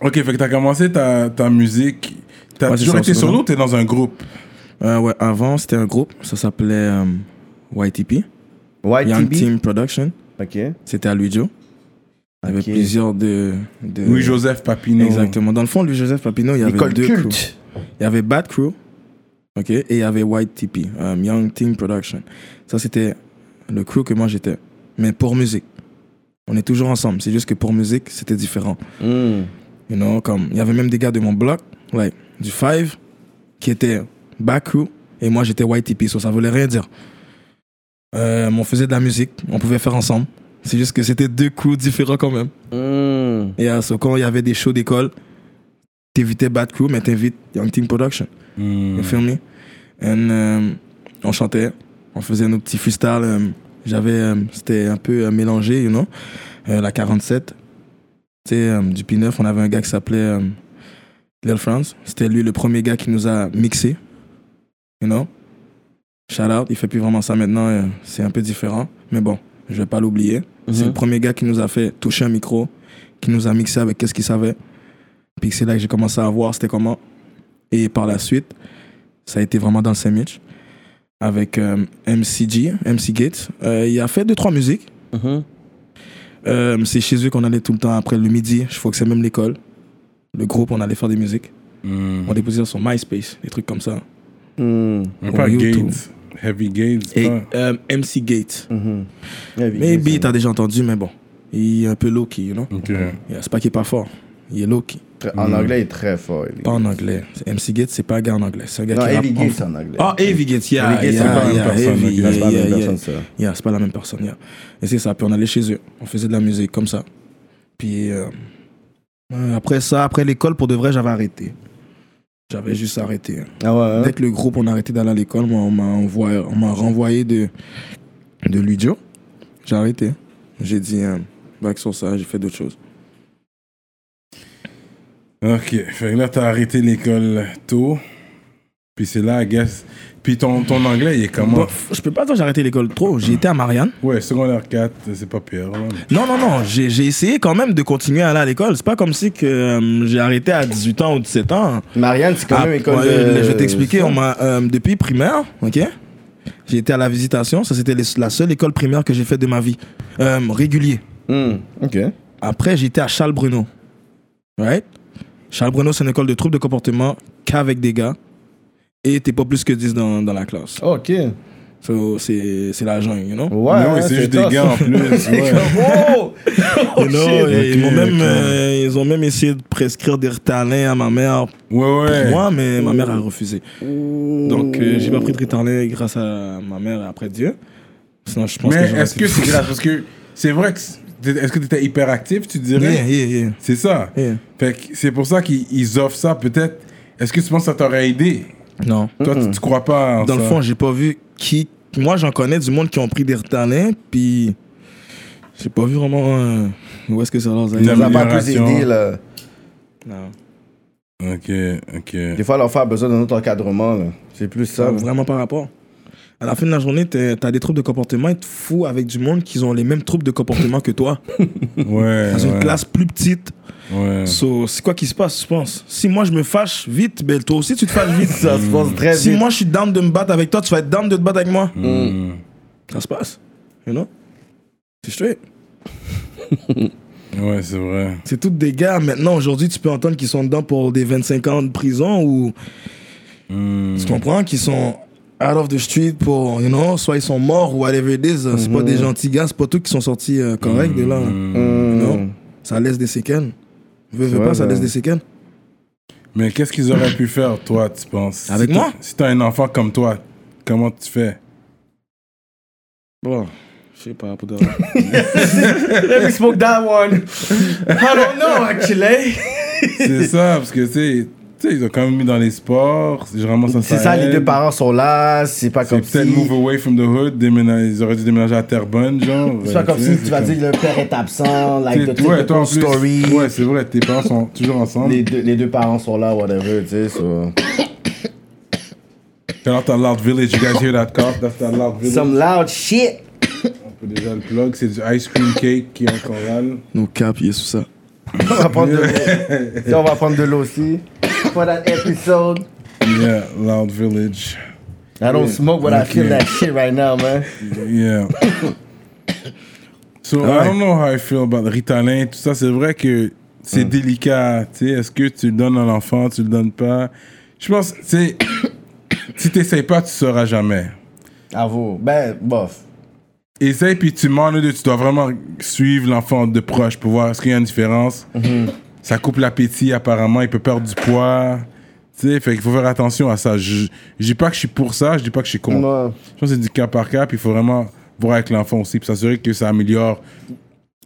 Speaker 1: Ok, fait que t'as commencé ta, ta musique. T'as
Speaker 4: Ouais, c'est
Speaker 1: toujours
Speaker 4: ça,
Speaker 1: été
Speaker 4: c'est
Speaker 1: solo
Speaker 4: vrai.
Speaker 1: ou t'es dans un groupe
Speaker 4: Euh, ouais, avant, c'était un groupe, ça s'appelait euh, YTP,
Speaker 2: White
Speaker 4: Young
Speaker 2: TB.
Speaker 4: Team Production.
Speaker 2: Ok.
Speaker 4: C'était à Luigi. Il y avait
Speaker 2: Ok.
Speaker 4: plusieurs de. de-
Speaker 1: Louis-Joseph Papineau.
Speaker 4: Euh, Exactement. Dans le fond, Louis-Joseph Papineau, il y avait
Speaker 2: École
Speaker 4: deux crews.
Speaker 2: culte.
Speaker 4: Il y avait Bad Crew, ok, et il y avait White TP, euh, Young Team Production. Ça, c'était le crew que moi j'étais. Mais pour musique. On est toujours ensemble. C'est juste que pour musique, c'était différent.
Speaker 5: Hmm.
Speaker 4: You know, comme il y avait même des gars de mon bloc, like, du Five, qui étaient Back Crew, et moi j'étais YTP, so ça voulait rien dire. Euh, mais on faisait de la musique, on pouvait faire ensemble. C'est juste que c'était deux crews différents quand même.
Speaker 5: Hmm.
Speaker 4: Et à ce quand il y avait des shows d'école, t'évitais Bad Crew, mais t'invites Young Team Production.
Speaker 1: Hmm.
Speaker 4: You feel me? And, euh, on chantait, on faisait nos petits freestyles. euh, J'avais, euh, c'était un peu euh, mélangé, you know? Euh, la 47. Tu sais, euh, du P9, on avait un gars qui s'appelait euh, Lil France. C'était lui le premier gars qui nous a mixé. You know? Shout out, il fait plus vraiment ça maintenant, euh, c'est un peu différent. Mais bon, je vais pas l'oublier. C'est le premier gars qui nous a fait toucher un micro, qui nous a mixé avec qu'est-ce qu'il savait. Puis c'est là que j'ai commencé à voir c'était comment. Et par la suite, ça a été vraiment dans le sandwich avec euh, MCG, MC Gates. Euh, il a fait deux, trois musiques.
Speaker 5: Mhm.
Speaker 4: Euh, c'est chez eux qu'on allait tout le temps après le midi. Je que c'est même l'école. Le groupe, on allait faire des musiques.
Speaker 1: Hmm.
Speaker 4: On déposait sur MySpace, des trucs comme ça.
Speaker 5: Hmm.
Speaker 1: Mais pas
Speaker 4: Ou YouTube.
Speaker 1: Gates. Heavy Gates.
Speaker 4: Et
Speaker 1: pas-
Speaker 4: euh, MC Gates.
Speaker 2: Yeah, oui,
Speaker 4: Maybe,
Speaker 2: ça.
Speaker 4: t'as déjà entendu, mais bon. Il est un peu low-key, you know?
Speaker 1: Ok.
Speaker 4: Yeah, C'est pas qu'il est pas fort. Il est low-key.
Speaker 2: Très- En anglais, il est très fort. il est-
Speaker 4: Pas en anglais. MC Gates, c'est pas un gars en anglais. C'est un gars
Speaker 2: Non,
Speaker 4: qui rappe
Speaker 2: Heavy
Speaker 4: en-
Speaker 2: Gates en anglais.
Speaker 4: Ah, Heavy Gates, yeah,
Speaker 2: Heavy
Speaker 4: yeah,
Speaker 2: Gates, c'est pas la même
Speaker 4: yeah,
Speaker 1: personne,
Speaker 4: Heavy,
Speaker 1: ok.
Speaker 4: yeah,
Speaker 2: C'est pas la même
Speaker 4: yeah,
Speaker 2: personne,
Speaker 4: yeah.
Speaker 2: ça.
Speaker 4: Yeah, c'est pas la même personne, yeah. Et c'est ça, puis on allait chez eux, on faisait de la musique comme ça. Puis euh, euh, après ça, après l'école, pour de vrai, j'avais arrêté. J'avais juste arrêté. hein.
Speaker 2: Ah ouais, hein?
Speaker 4: Dès que le groupe, on a arrêté d'aller à l'école, moi, on m'a envoyé- on m'a renvoyé de, de Ludio. J'ai arrêté. J'ai dit, euh, back sur ça, j'ai fait d'autres choses.
Speaker 1: Ok, fait que là, t'as arrêté l'école tôt. Puis c'est là, I guess. Puis ton, ton anglais, il est comment
Speaker 4: Bon, je peux pas dire que j'ai arrêté l'école trop. J'ai été à Marianne.
Speaker 1: Ouais, secondaire 4, c'est pas pire. là.
Speaker 4: Non, non, non, j'ai j'ai essayé quand même de continuer à aller à l'école. C'est pas comme si que euh, j'ai arrêté à 18 ans ou 17 ans.
Speaker 2: Marianne, c'est quand
Speaker 4: Ah,
Speaker 2: même école
Speaker 4: ouais,
Speaker 2: de...
Speaker 4: Je vais t'expliquer, on m'a, euh, depuis primaire, ok J'ai été à la visitation, ça c'était les- la seule école primaire que j'ai faite de ma vie, euh, régulier.
Speaker 2: Hmm, Ok.
Speaker 4: Après, j'étais à Charles Bruno. Right? Charles Bruno, c'est une école de troubles de comportement qu'avec des gars. Et t'es pas plus que 10 dans, dans la classe.
Speaker 1: Oh.
Speaker 2: Ok. Ouais,
Speaker 4: So, c'est c'est la jungle, you know?
Speaker 1: Mais oui,
Speaker 2: ouais,
Speaker 1: c'est juste des
Speaker 2: tough,
Speaker 1: gars en
Speaker 2: ça.
Speaker 1: plus. ouais.
Speaker 2: Oh! Oh,
Speaker 4: You know,
Speaker 2: shit.
Speaker 4: et ils, m'ont
Speaker 1: Ok,
Speaker 4: même,
Speaker 1: ok.
Speaker 4: euh, ils ont même essayé de prescrire des ritalins à ma mère
Speaker 1: Ouais,
Speaker 4: pour
Speaker 1: ouais.
Speaker 4: moi, mais ma mère a refusé. Donc, euh, j'ai pas pris de ritalin grâce à ma mère et après Dieu. Sinon, je pense
Speaker 1: mais
Speaker 4: que j'aurais
Speaker 1: est-ce
Speaker 4: été-
Speaker 1: que c'est grave Parce que c'est vrai que. c'est- Est-ce que t'étais hyperactif, tu dirais
Speaker 4: Yeah, yeah, yeah.
Speaker 1: C'est ça.
Speaker 4: Yeah.
Speaker 1: Fait que c'est pour ça qu'ils ils offrent ça, peut-être. Est-ce que tu penses que ça t'aurait aidé
Speaker 4: Non.
Speaker 1: Toi, tu, tu crois pas en
Speaker 4: Dans le
Speaker 1: ça.
Speaker 4: fond, j'ai pas vu qui. Moi, j'en connais du monde qui ont pris des ritalins, puis. J'ai pas vu vraiment euh, où est-ce que ça leur a
Speaker 1: Non,
Speaker 2: Ça
Speaker 4: aidé.
Speaker 2: va pas plus
Speaker 1: Amélioration.
Speaker 2: aider, là.
Speaker 4: Non.
Speaker 1: Ok, ok.
Speaker 2: Des fois, l'enfant a besoin d'un autre encadrement, là. C'est plus
Speaker 4: Ça
Speaker 2: ça.
Speaker 4: a vraiment pas rapport. À la fin de la journée, t'es- t'as des troubles de comportement et te fous avec du monde qui ont les mêmes troubles de comportement que toi.
Speaker 1: Ouais.
Speaker 4: Dans une
Speaker 1: ouais,
Speaker 4: classe plus petite,
Speaker 1: Ouais.
Speaker 4: So, c'est quoi qui se passe, je pense Si moi, je me fâche vite, ben, toi aussi, tu te fâches vite.
Speaker 2: Ça se passe très
Speaker 4: si
Speaker 2: vite.
Speaker 4: moi, je suis down de me battre avec toi, tu vas être down de te battre avec moi.
Speaker 1: Hmm.
Speaker 4: Ça se passe. You know C'est straight.
Speaker 1: Ouais, c'est vrai.
Speaker 4: C'est tous des gars, maintenant, aujourd'hui, tu peux entendre qu'ils sont dedans pour des 25 ans de prison ou Tu comprends Qui sont out of the street pour, you know, soit ils sont morts ou whatever it is. C'est pas des gentils gars, c'est pas tous qui sont sortis euh, corrects de là.
Speaker 1: Hmm. Mm.
Speaker 4: You know? Ça laisse des séquelles. Veux, veux
Speaker 2: Hmm. Ouais,
Speaker 4: pas, ça
Speaker 2: ben.
Speaker 4: laisse des séquelles.
Speaker 1: Mais qu'est-ce qu'ils auraient pu faire, toi, tu penses
Speaker 4: Avec
Speaker 1: Si t'as-
Speaker 4: moi
Speaker 1: Si t'as un enfant comme toi, comment tu fais
Speaker 4: Bon, je sais pas, pour de
Speaker 2: Let me smoke that one. I don't know, actually.
Speaker 1: C'est ça, parce que tu sais, tu sais, ils ont quand même mis dans les sports. Généralement, ça
Speaker 2: C'est ça, les
Speaker 1: aide.
Speaker 2: deux parents sont là. C'est pas
Speaker 1: C'est
Speaker 2: comme si.
Speaker 1: peut-être move away from the hood. déménage- ils auraient dû déménager à Terrebonne, genre.
Speaker 2: C'est pas comme si tu vas dire le père est absent, like the
Speaker 1: T'es- Ouais, toi en
Speaker 2: typical
Speaker 1: plus.
Speaker 2: story.
Speaker 1: Ouais, c'est vrai, tes parents sont toujours ensemble.
Speaker 2: Les deux, les deux parents sont là, whatever, tu sais. so-
Speaker 1: Shout out to Loud Village, you guys hear that cough? That's that Loud Village.
Speaker 2: Some loud shit.
Speaker 1: On peut déjà le plug, c'est du ice cream cake qui est en chorale.
Speaker 4: Nos caps, il est sous ça.
Speaker 2: On va prendre de l'eau. Tiens, on va prendre de l'eau aussi. For that episode.
Speaker 1: Yeah, Loud Village.
Speaker 2: I don't smoke, but I feel that shit right now, man.
Speaker 1: Yeah. So, I don't know how I feel about Ritalin, tout ça. C'est vrai que
Speaker 2: Mm.
Speaker 1: c'est délicat. Tu sais, est-ce que tu le donnes à l'enfant, tu le donnes pas? Je pense, tu sais, si t'essayes pas, tu sauras jamais.
Speaker 2: Avoue. Ben, bof.
Speaker 1: Essaye, puis tu m'en deux. Tu dois vraiment suivre l'enfant de proche pour voir est-ce qu'il y a une différence.
Speaker 2: Mhm.
Speaker 1: Ça coupe l'appétit, apparemment. Il peut perdre du poids. Tu sais, fait qu'il faut faire attention à ça. Je, je dis pas que je suis pour ça, je dis pas que je suis contre.
Speaker 2: Ouais.
Speaker 1: Je pense que c'est du cas par cas, puis il faut vraiment voir avec l'enfant aussi, puis s'assurer que ça améliore.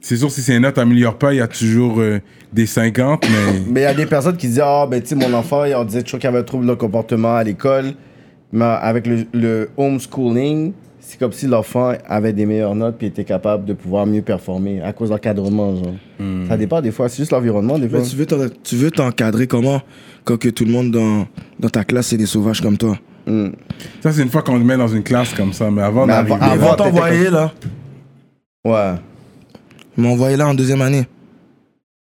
Speaker 1: C'est sûr, si c'est notes améliore pas, il y a toujours euh, des 50, mais.
Speaker 2: Mais il y a des personnes qui disent Ah, ben, tu sais, mon enfant, on disait toujours qu'il avait un trouble de comportement à l'école. Mais avec le, le homeschooling, c'est comme si l'enfant avait des meilleures notes puis était capable de pouvoir mieux performer à cause de l'encadrement, genre.
Speaker 1: Hmm.
Speaker 2: Ça dépend des fois, c'est juste l'environnement, des fois.
Speaker 4: Mais tu veux t'en- tu veux t'encadrer comment quand que tout le monde dans, dans ta classe, c'est des sauvages comme toi
Speaker 1: Ça, c'est une fois qu'on le met dans une classe comme ça, mais avant
Speaker 2: Mais avant-
Speaker 1: d'arriver.
Speaker 4: Ils
Speaker 2: avant-
Speaker 1: là-
Speaker 4: vont
Speaker 2: t'étais
Speaker 4: t'envoyer là.
Speaker 2: Ouais.
Speaker 4: Ils m'ont envoyé là en deuxième année.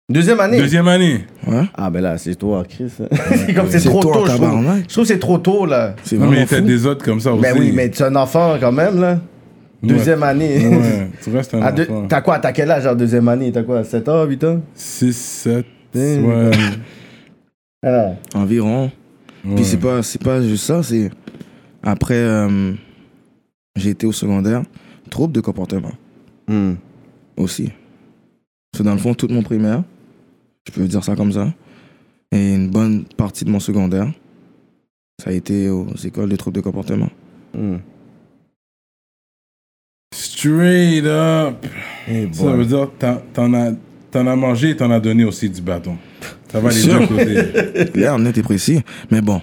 Speaker 2: Deuxième année.
Speaker 1: Deuxième année.
Speaker 4: Ouais.
Speaker 2: Ah, ben là, c'est toi, Chris. c'est comme c'est
Speaker 4: C'est
Speaker 2: trop
Speaker 4: toi,
Speaker 2: tôt, je trouve.
Speaker 4: tabarnak.
Speaker 2: Je trouve que c'est trop tôt, là.
Speaker 4: C'est
Speaker 1: Non, mais il y
Speaker 4: vraiment
Speaker 1: a peut-être
Speaker 4: fou.
Speaker 1: des autres comme ça aussi.
Speaker 2: Ben oui, mais tu es un enfant quand même, là.
Speaker 1: Ouais.
Speaker 2: Deuxième année.
Speaker 1: Ouais, tu restes un
Speaker 2: À deux-
Speaker 1: enfant.
Speaker 2: T'as quoi, t'as quel âge en deuxième année T'as quoi, 7 ans, 8 ans
Speaker 1: 6, 7. Ouais.
Speaker 2: Damn. Alors,
Speaker 4: Environ.
Speaker 1: ouais.
Speaker 4: Puis
Speaker 2: Mm.
Speaker 4: c'est pas, c'est pas juste ça, c'est. Après, euh, j'ai été au secondaire. Trouble de comportement
Speaker 1: Hmm.
Speaker 4: aussi. Parce que dans le fond, toute mon primaire, je peux dire ça comme ça, et une bonne partie de mon secondaire, ça a été aux écoles de troubles de comportement.
Speaker 2: Hmm.
Speaker 1: Straight up. ça veut dire t'en- t'en as, t'en as mangé et t'en as donné aussi du bâton. Ça va les
Speaker 4: Sûr.
Speaker 1: deux côtés.
Speaker 4: Clair, net et précis. Mais bon,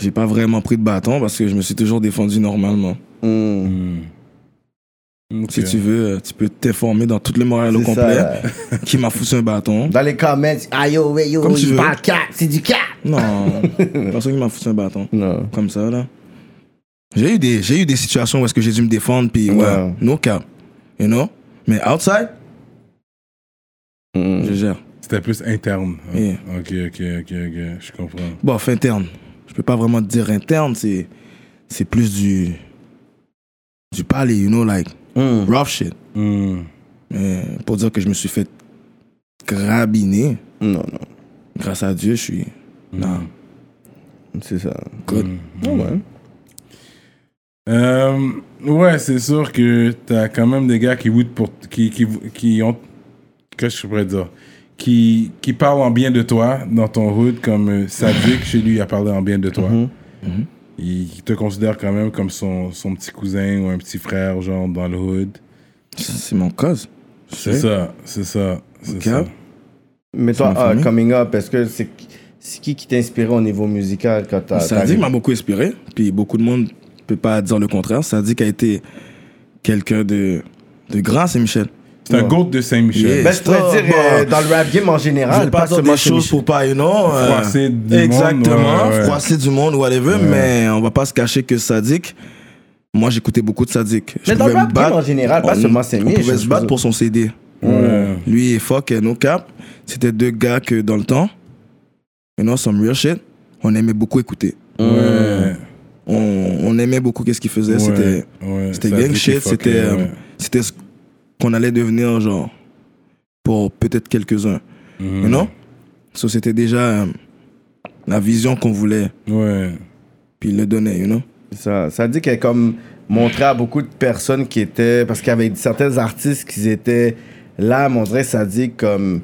Speaker 4: j'ai pas vraiment pris de bâton parce que je me suis toujours défendu normalement.
Speaker 2: Hmm.
Speaker 1: Hmm. Ok.
Speaker 4: Si tu veux, euh, tu peux t'informer dans toute le moral au
Speaker 2: C'est
Speaker 4: complet
Speaker 2: ça.
Speaker 4: qui m'a foutu un bâton.
Speaker 2: Dans les comments, ah yo, ouais, yo,
Speaker 4: Comme tu
Speaker 2: il
Speaker 4: veux.
Speaker 2: parle cap, c'est du cap.
Speaker 4: Non, personne qui m'a foutu un bâton.
Speaker 2: Non.
Speaker 4: Comme ça, là. J'ai eu des, j'ai eu des situations où est-ce que j'ai dû me défendre, puis ouais,
Speaker 2: Ouais.
Speaker 4: no cap. You know? Mais outside,
Speaker 2: Hmm.
Speaker 4: je gère.
Speaker 1: C'était plus interne.
Speaker 4: Yeah.
Speaker 1: Ok, ok, ok, ok. Je comprends.
Speaker 4: Bof, interne. Je peux pas vraiment te dire interne, c'est, c'est plus du, du palais, you know, like, rough shit.
Speaker 1: Hmm.
Speaker 4: Mais pour dire que je me suis fait grabiner,
Speaker 2: Non,
Speaker 4: grâce à Dieu, je suis.
Speaker 1: Mm.
Speaker 4: Non.
Speaker 2: non, c'est ça.
Speaker 4: Good.
Speaker 2: ouais.
Speaker 1: Euh, ouais, c'est sûr que t'as quand même des gars qui would pour qui qui qui ont qu'est-ce que je pourrais dire qui qui parlent en bien de toi dans ton hood comme euh, Sadik chez lui il a parlé en bien de toi.
Speaker 4: Mm-hmm.
Speaker 1: Il te considère quand même comme son, son petit cousin ou un petit frère genre dans le hood.
Speaker 4: C'est, c'est mon cause.
Speaker 1: C'est ça, c'est ça, c'est
Speaker 4: Ok.
Speaker 1: ça.
Speaker 2: Mais
Speaker 4: C'est
Speaker 2: toi,
Speaker 4: ma
Speaker 2: ah,
Speaker 4: famille.
Speaker 2: coming up, est-ce que c'est c'est qui qui t'inspirait au niveau musical quand Euh, t'as.
Speaker 4: Ça dit m'a beaucoup inspiré, puis beaucoup de monde peut pas dire le contraire. Ça dit a été quelqu'un de, de grand, c'est Michel.
Speaker 1: C'est un goat de Saint-Michel.
Speaker 4: Yeah.
Speaker 2: Ben, je pourrais dire
Speaker 4: Bon.
Speaker 2: euh, dans le rap game en
Speaker 4: bah. Je
Speaker 2: général,
Speaker 4: veux pas
Speaker 2: pas
Speaker 4: dire
Speaker 2: seulement
Speaker 4: des
Speaker 2: chez
Speaker 4: choses
Speaker 2: Michel.
Speaker 4: pour pas, you know. euh,
Speaker 1: Froisser du
Speaker 4: exactement,
Speaker 1: monde, ouais, ouais.
Speaker 4: froisser du monde, whatever, mais on va pas se cacher que Sadik, moi j'écoutais beaucoup de Sadik. Je
Speaker 2: Mais dans
Speaker 4: pouvais
Speaker 2: le
Speaker 4: me
Speaker 2: rap game
Speaker 4: battre.
Speaker 2: en général, pas
Speaker 4: On-
Speaker 2: seulement c'est
Speaker 4: On
Speaker 2: mieux, je-
Speaker 4: pouvait se
Speaker 2: je-
Speaker 4: battre pour son CD.
Speaker 1: Ouais.
Speaker 4: Lui et Fuck et No Cap, c'était deux gars que dans le temps, you know, some real shit, on aimait beaucoup écouter.
Speaker 1: Ouais.
Speaker 4: On, on aimait beaucoup qu'est-ce qu'ils faisaient,
Speaker 1: Ouais,
Speaker 4: c'était
Speaker 1: ouais,
Speaker 4: c'était
Speaker 1: ça
Speaker 4: gang
Speaker 1: dit
Speaker 4: shit,
Speaker 1: qu'il fuckait,
Speaker 4: c'était euh,
Speaker 1: ouais.
Speaker 4: c'était ce qu'on allait devenir genre pour peut-être quelques-uns,
Speaker 1: Mhm.
Speaker 4: you know? So, c'était déjà euh, la vision qu'on voulait
Speaker 1: Ouais.
Speaker 4: Puis il le donnait, you know.
Speaker 2: Ça, ça dit qu'elle comme montrait à beaucoup de personnes qui étaient. Parce qu'il y avait certains artistes qui étaient là, mais on dirait que ça dit comme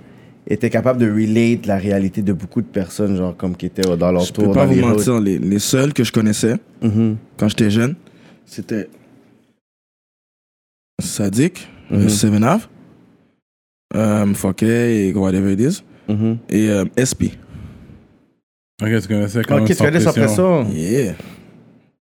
Speaker 2: était capable de relate la réalité de beaucoup de personnes, genre comme qui étaient euh, dans leur
Speaker 4: Je
Speaker 2: tour,
Speaker 4: peux pas
Speaker 2: dans
Speaker 4: vous
Speaker 2: les routes.
Speaker 4: mentir, les, les seuls que je connaissais
Speaker 2: Mhm.
Speaker 4: quand j'étais jeune, c'était Sadik, euh,
Speaker 1: Mhm.
Speaker 4: Seven Ave, euh, Foké et whatever it is,
Speaker 2: Mhm.
Speaker 4: et euh, SP.
Speaker 1: Ok, tu connaissais quand
Speaker 2: Ok, tu connais sa pression.
Speaker 1: Mhm.
Speaker 4: Yeah.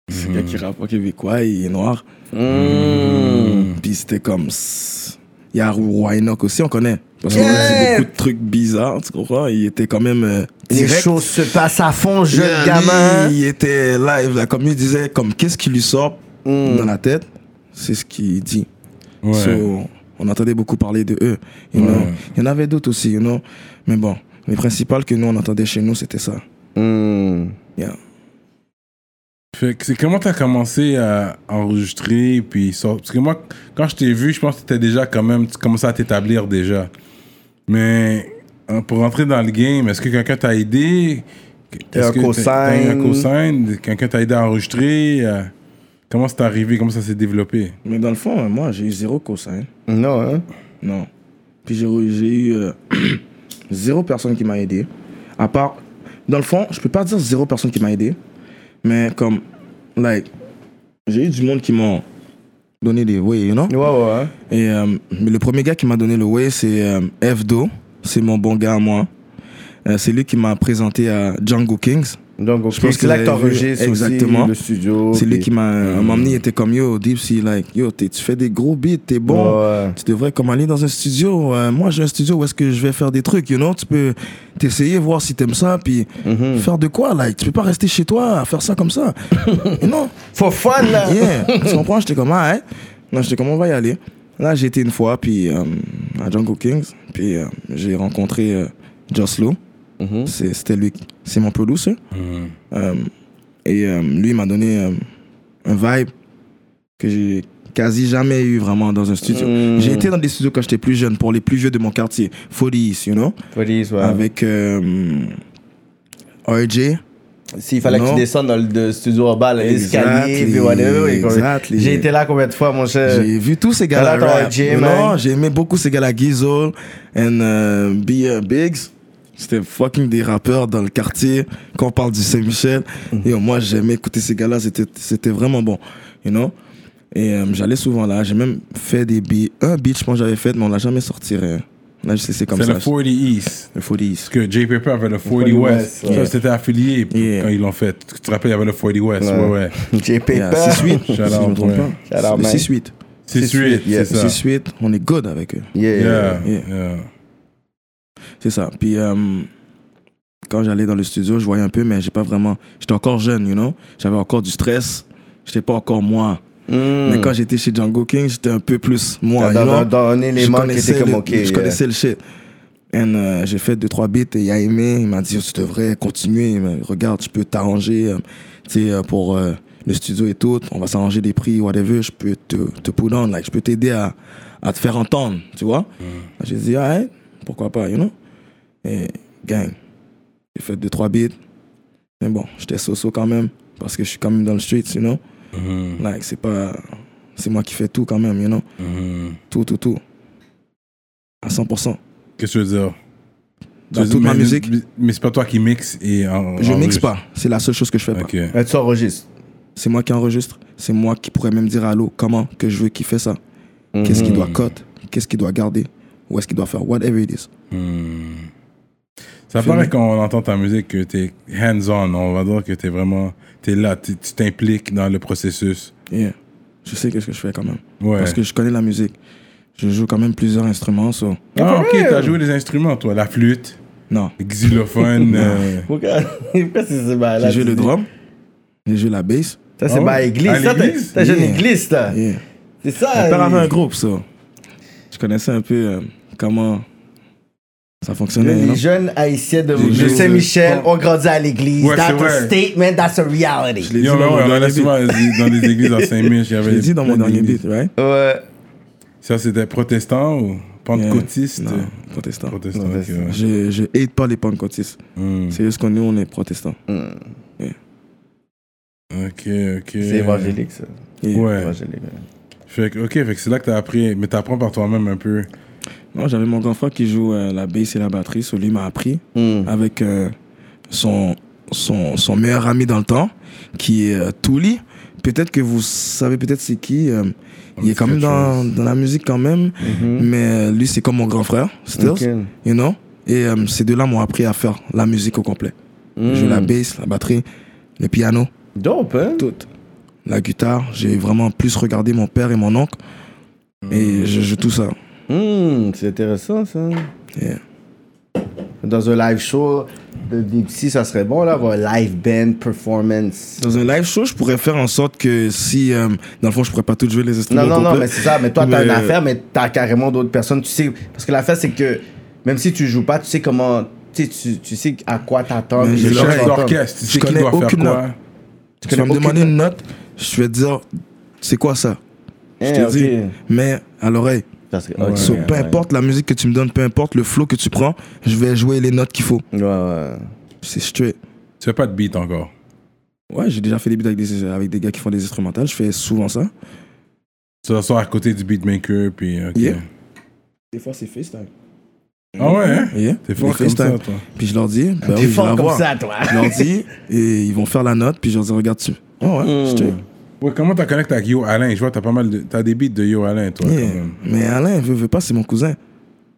Speaker 4: C'est quelqu'un qui rappe pas québécois, il est noir.
Speaker 2: Mhm.
Speaker 1: Mm.
Speaker 4: Puis c'était comme. s- Il y a Roynock aussi, on connaît. Parce qu'on a dit
Speaker 2: Yeah.
Speaker 4: beaucoup de trucs bizarres, tu comprends? Il était quand même. euh,
Speaker 2: Les
Speaker 4: direct.
Speaker 2: choses se passent à fond, jeune
Speaker 4: Yeah, lui,
Speaker 2: gamin.
Speaker 4: il était live, là, comme il disait, comme qu'est-ce qui lui sort
Speaker 2: Mm.
Speaker 4: dans la tête, c'est ce qu'il dit.
Speaker 1: Ouais.
Speaker 4: So, on entendait beaucoup parler de eux. you
Speaker 1: Ouais.
Speaker 4: know. Il y en avait d'autres aussi, you know. mais bon, les principales que nous on entendait chez nous, c'était ça.
Speaker 2: Mm.
Speaker 4: Yeah.
Speaker 1: Fait que c'est comment t'as commencé à enregistrer puis sort- parce que moi quand je t'ai vu je pense que t'étais déjà quand même tu commençais à t'établir déjà mais hein, pour rentrer dans le game est-ce que quelqu'un t'a aidé
Speaker 2: T'as
Speaker 1: Est-ce
Speaker 2: un
Speaker 1: que t'as- t'as eu un
Speaker 2: cosign?
Speaker 1: cosign quelqu'un t'a aidé à enregistrer euh, comment c'est arrivé comment ça s'est développé
Speaker 4: Mais dans le fond, euh, moi, j'ai eu zéro cosign.
Speaker 2: Non, hein?
Speaker 4: Non. Puis j'ai re- j'ai eu euh, zéro personne qui m'a aidé. À part, dans le fond, je peux pas dire zéro personne qui m'a aidé, mais comme, like, j'ai eu du monde qui m'ont donné des ways, you know?
Speaker 2: Ouais, ouais. hein.
Speaker 4: Et euh, mais le premier gars qui m'a donné le way, c'est euh, Fdo. C'est mon bon gars à moi. Euh, c'est lui qui m'a présenté à Django Kings.
Speaker 2: Donc, ok,
Speaker 4: Je pense que
Speaker 2: c'est là que
Speaker 4: vous avez vu
Speaker 2: t'enregistres aussi
Speaker 4: exactement.
Speaker 2: le studio.
Speaker 4: c'est lui
Speaker 2: puis- Mm.
Speaker 4: qui m'a à un moment donné, il était comme yo, Deep, si like yo, t'es- tu fais des gros beats, t'es bon.
Speaker 2: Ouais.
Speaker 4: Tu devrais comme aller dans un studio. Euh, moi, j'ai un studio où est-ce que je vais faire des trucs, you know. Tu peux t'essayer, voir si t'aimes ça, puis faire de quoi, like. Tu peux pas rester chez toi à faire ça comme ça. Et non.
Speaker 2: Faut fun, là!
Speaker 4: Yeah, tu comprends? J'étais comme, ah, hein? Non, j'étais comme, on va y aller. Là, j'ai été une fois, puis euh, à Django Kings, puis euh, j'ai rencontré euh, Joss Lou. C'est- C'était lui, c'est mon producer. Euh, et euh, lui, il m'a donné euh, un vibe que j'ai quasi jamais eu vraiment dans un studio. J'ai été dans des studios quand j'étais plus jeune, pour les plus vieux de mon quartier. 40 you know?
Speaker 2: Police, ouais.
Speaker 4: Avec euh, RJ.
Speaker 2: S'il fallait que
Speaker 4: Non.
Speaker 2: tu descendes dans le de- studio en bas, là, l'escalier,
Speaker 4: Exactly,
Speaker 2: puis whatever. oui, comme-
Speaker 4: exactly.
Speaker 2: J'ai été là combien de fois, mon cher?
Speaker 4: J'ai vu tous ces
Speaker 2: Shout
Speaker 4: gars-là.
Speaker 2: out to
Speaker 4: rap.
Speaker 2: RJ, Euh, man.
Speaker 4: Non, j'ai aimé beaucoup ces gars-là, Gizzle and euh, B- euh, Biggs. C'était fucking des rappeurs dans le quartier. Quand on parle du Saint-Michel,
Speaker 2: Mm.
Speaker 4: et moi j'aimais écouter ces gars-là, c'était c'était vraiment bon, you know. Et euh, j'allais souvent là. J'ai même fait des beats. Un beat, je pense, que j'avais fait, mais on l'a jamais sorti. rien. On a juste laissé comme
Speaker 1: c'est
Speaker 4: ça.
Speaker 1: le 40 East
Speaker 4: Le 40 East.
Speaker 1: parce que J Pepper avait le 40
Speaker 2: 40
Speaker 1: West,
Speaker 2: West, ouais.
Speaker 1: Ça, c'était affilié p-
Speaker 4: Yeah.
Speaker 1: quand ils l'ont fait tu te rappelles il y avait le 40 West ouais
Speaker 2: Ouais.
Speaker 1: ouais
Speaker 2: J'ai payé
Speaker 4: Yeah, 6-8. si je
Speaker 1: Shout
Speaker 4: me
Speaker 1: out,
Speaker 4: trompe
Speaker 1: ouais.
Speaker 2: Shout out,
Speaker 4: pas.
Speaker 2: man.
Speaker 4: 6-8.
Speaker 1: c'est
Speaker 2: Six
Speaker 1: suite
Speaker 2: Street, yeah.
Speaker 1: c'est ça
Speaker 4: 6-8, on est good avec eux.
Speaker 1: yeah
Speaker 4: Yeah.
Speaker 1: yeah
Speaker 4: C'est ça. Puis euh, quand j'allais dans le studio, je voyais un peu, mais j'ai pas vraiment. J'étais encore jeune, you know. J'avais encore du stress. J'étais pas encore moi.
Speaker 2: Mm. Hmm.
Speaker 4: Mais quand j'étais chez Django King, j'étais un peu plus moi. you
Speaker 2: Dans-
Speaker 4: know?
Speaker 2: dans- dans un élément
Speaker 4: je
Speaker 2: qui
Speaker 4: connaissais
Speaker 2: était comme,
Speaker 4: le,
Speaker 2: ok, euh,
Speaker 4: Je
Speaker 2: yeah.
Speaker 4: connaissais le shit. And, euh, j'ai fait deux trois beats et il a aimé. Il m'a dit tu devrais continuer. mais Regarde, tu peux t'arranger, euh, tu sais, euh, pour euh, le studio et tout. On va s'arranger des prix, whatever. Je peux te te put on, like, je peux t'aider à, à te faire entendre, tu vois.
Speaker 2: Mm.
Speaker 4: J'ai dit ah pourquoi pas, you know. Et gang, j'ai fait deux trois beats. Mais bon, j'étais so-so quand même parce que je suis quand même dans le street, you know.
Speaker 1: Mm-hmm.
Speaker 2: Mm.
Speaker 4: Like, c'est pas, c'est moi qui fais tout quand même, you know.
Speaker 1: Mhm.
Speaker 4: Tout, tout, tout. À 100%.
Speaker 1: qu'est-ce que tu veux dire
Speaker 4: Dans
Speaker 1: Tu-
Speaker 4: toute ma
Speaker 1: mais-
Speaker 4: musique,
Speaker 1: mais- Mais c'est pas toi qui mixe et en-
Speaker 4: je
Speaker 1: en-
Speaker 4: mixe pas. C'est la seule chose que je fais pas.
Speaker 1: Ok.
Speaker 2: Mais tu enregistres.
Speaker 4: C'est moi qui enregistre. C'est moi qui pourrais même dire à l'eau comment que je veux qu'il fait ça. Qu'est-ce qu'il
Speaker 1: Mhm.
Speaker 4: doit cut Qu'est-ce qu'il doit garder Où est-ce qu'il doit faire Whatever it is.
Speaker 1: Hmm. Ça paraît quand on entend ta musique que t'es hands-on. On va dire que t'es vraiment. T'es là, t'es- tu t'impliques dans le processus.
Speaker 4: Yeah. Je sais qu'est-ce que je fais quand même.
Speaker 1: Ouais.
Speaker 4: Parce que je connais la musique. Je joue quand même plusieurs instruments. so-
Speaker 1: Ah, ok, t'as joué les instruments, toi. La flûte,
Speaker 4: Non.
Speaker 1: le xylophone. euh,
Speaker 2: Pourquoi pourquoi c'est ce bail là
Speaker 4: J'ai joué le drum. J'ai joué la bass.
Speaker 2: Ça,
Speaker 1: Ah
Speaker 2: c'est
Speaker 1: ouais?
Speaker 2: ma
Speaker 1: À
Speaker 2: église. Ça, t'as-
Speaker 1: l'église?
Speaker 2: t'as jeune
Speaker 4: Yeah.
Speaker 2: église,
Speaker 1: Ah.
Speaker 2: là.
Speaker 4: Yeah.
Speaker 2: C'est ça.
Speaker 4: Mon père
Speaker 2: il-
Speaker 4: avait un groupe, so. Je connaissais un peu euh, comment ça fonctionnait.
Speaker 2: Les
Speaker 4: non?
Speaker 2: jeunes haïtiens de,
Speaker 4: J'ai
Speaker 2: de
Speaker 4: joué-
Speaker 2: Saint-Michel ont grandi à l'église.
Speaker 1: Ouais, c'est
Speaker 2: that's a
Speaker 1: vrai.
Speaker 2: statement, that's a reality.
Speaker 4: Je l'ai dit
Speaker 1: Yo,
Speaker 4: dans
Speaker 1: ouais,
Speaker 4: mon
Speaker 1: ouais, on
Speaker 4: dernier
Speaker 1: allait
Speaker 4: beat.
Speaker 1: souvent dans les églises à Saint-Mich. il y
Speaker 4: Je
Speaker 1: avait
Speaker 4: l'ai dit dans mon
Speaker 1: plein
Speaker 4: dernier
Speaker 1: d'églises.
Speaker 4: beat, right
Speaker 2: Ouais.
Speaker 1: Ça, c'était protestant ou
Speaker 4: Yeah.
Speaker 1: pentecôtiste
Speaker 4: Non, protestant.
Speaker 1: Protestant, ok,
Speaker 2: Protestant.
Speaker 1: ouais.
Speaker 4: Je, je hate pas les pentecôtistes.
Speaker 1: Hmm.
Speaker 4: C'est juste que nous, on est protestants.
Speaker 1: Ok, ok.
Speaker 2: C'est évangélique, ça.
Speaker 1: Ouais.
Speaker 2: Évangélique, ouais.
Speaker 1: Fait que, ok, fait que c'est là que t'as appris, mais t'apprends par toi-même un peu.
Speaker 4: Non, j'avais mon grand frère qui joue euh, la bass et la batterie. So, lui m'a appris
Speaker 5: Mm.
Speaker 4: avec euh, son, son, son meilleur ami dans le temps, qui est euh, Touli. Peut-être que vous savez peut-être c'est qui. euh, il est quand même
Speaker 1: quelque
Speaker 4: dans, dans la musique quand même.
Speaker 2: Mm-hmm.
Speaker 4: Mais euh, lui, c'est comme mon grand frère, Stills,
Speaker 5: Ok.
Speaker 4: you know. Et euh, ces deux-là m'ont appris à faire la musique au complet. Je joue la bass, la batterie, le piano,
Speaker 5: Dope, hein?
Speaker 4: tout. La guitare, j'ai vraiment plus regardé mon père et mon oncle. Et je joue tout ça.
Speaker 5: Mm, c'est intéressant, ça.
Speaker 4: Yeah.
Speaker 2: Dans un live show de Deep Sea, ça serait bon, là, avoir un live band performance.
Speaker 4: Dans un live show, je pourrais faire en sorte que si, euh, dans le fond, je pourrais pas tout jouer les instruments.
Speaker 2: Non, non,
Speaker 4: au
Speaker 2: non,
Speaker 4: complet.
Speaker 2: mais c'est ça. Mais toi, t'as
Speaker 4: Mais,
Speaker 2: une
Speaker 4: euh,
Speaker 2: affaire, mais t'as carrément d'autres personnes. Tu sais, parce que l'affaire, c'est que même si tu joues pas, tu sais comment. Tu sais, tu, tu sais à quoi t'attendre.
Speaker 4: Mais
Speaker 2: puis
Speaker 4: je
Speaker 1: Le
Speaker 2: les gens
Speaker 4: connais
Speaker 1: chef
Speaker 2: t'entendent.
Speaker 1: d'orchestre, tu
Speaker 4: Je
Speaker 1: sais qui
Speaker 4: connais
Speaker 1: doit faire
Speaker 4: aucune
Speaker 1: quoi.
Speaker 4: note. Tu vas me
Speaker 2: aucune
Speaker 4: demander une note, je vais te dire, c'est quoi ça Je
Speaker 2: Eh,
Speaker 4: te
Speaker 2: ok.
Speaker 4: dis, mais à l'oreille.
Speaker 2: Parce que,
Speaker 5: Ouais.
Speaker 4: So, peu
Speaker 2: ouais.
Speaker 4: importe la musique que tu me donnes, peu importe le flow que tu prends, je vais jouer les notes qu'il faut.
Speaker 2: Ouais,
Speaker 4: Bah
Speaker 2: ouais.
Speaker 4: C'est straight.
Speaker 1: Tu fais pas de beat encore.
Speaker 4: Ouais, j'ai déjà fait des beats avec des, avec des gars qui font des instrumentales, je fais souvent ça.
Speaker 1: Tu t'assois à côté du beatmaker, puis ok.
Speaker 4: Yeah. Des fois, c'est FaceTime.
Speaker 1: Ah ouais, hein?
Speaker 4: Yeah.
Speaker 1: T'es fort
Speaker 4: Des
Speaker 1: comme ça,
Speaker 4: FaceTime.
Speaker 1: toi.
Speaker 4: Puis je leur dis, bah
Speaker 2: T'es
Speaker 4: oui, je vais
Speaker 2: fort
Speaker 4: la
Speaker 2: comme
Speaker 4: voir.
Speaker 2: ça, toi.
Speaker 4: Je leur dis, et ils vont faire la note, puis je leur dis, regarde tu. Oh ouais, straight.
Speaker 1: Ouais, comment t'as connecté avec Yo Alain? Je vois, t'as pas mal de. T'as des beats de Yo Alain, toi,
Speaker 4: Yeah.
Speaker 1: quand même.
Speaker 4: Mais Alain, veut, veut pas, c'est mon cousin.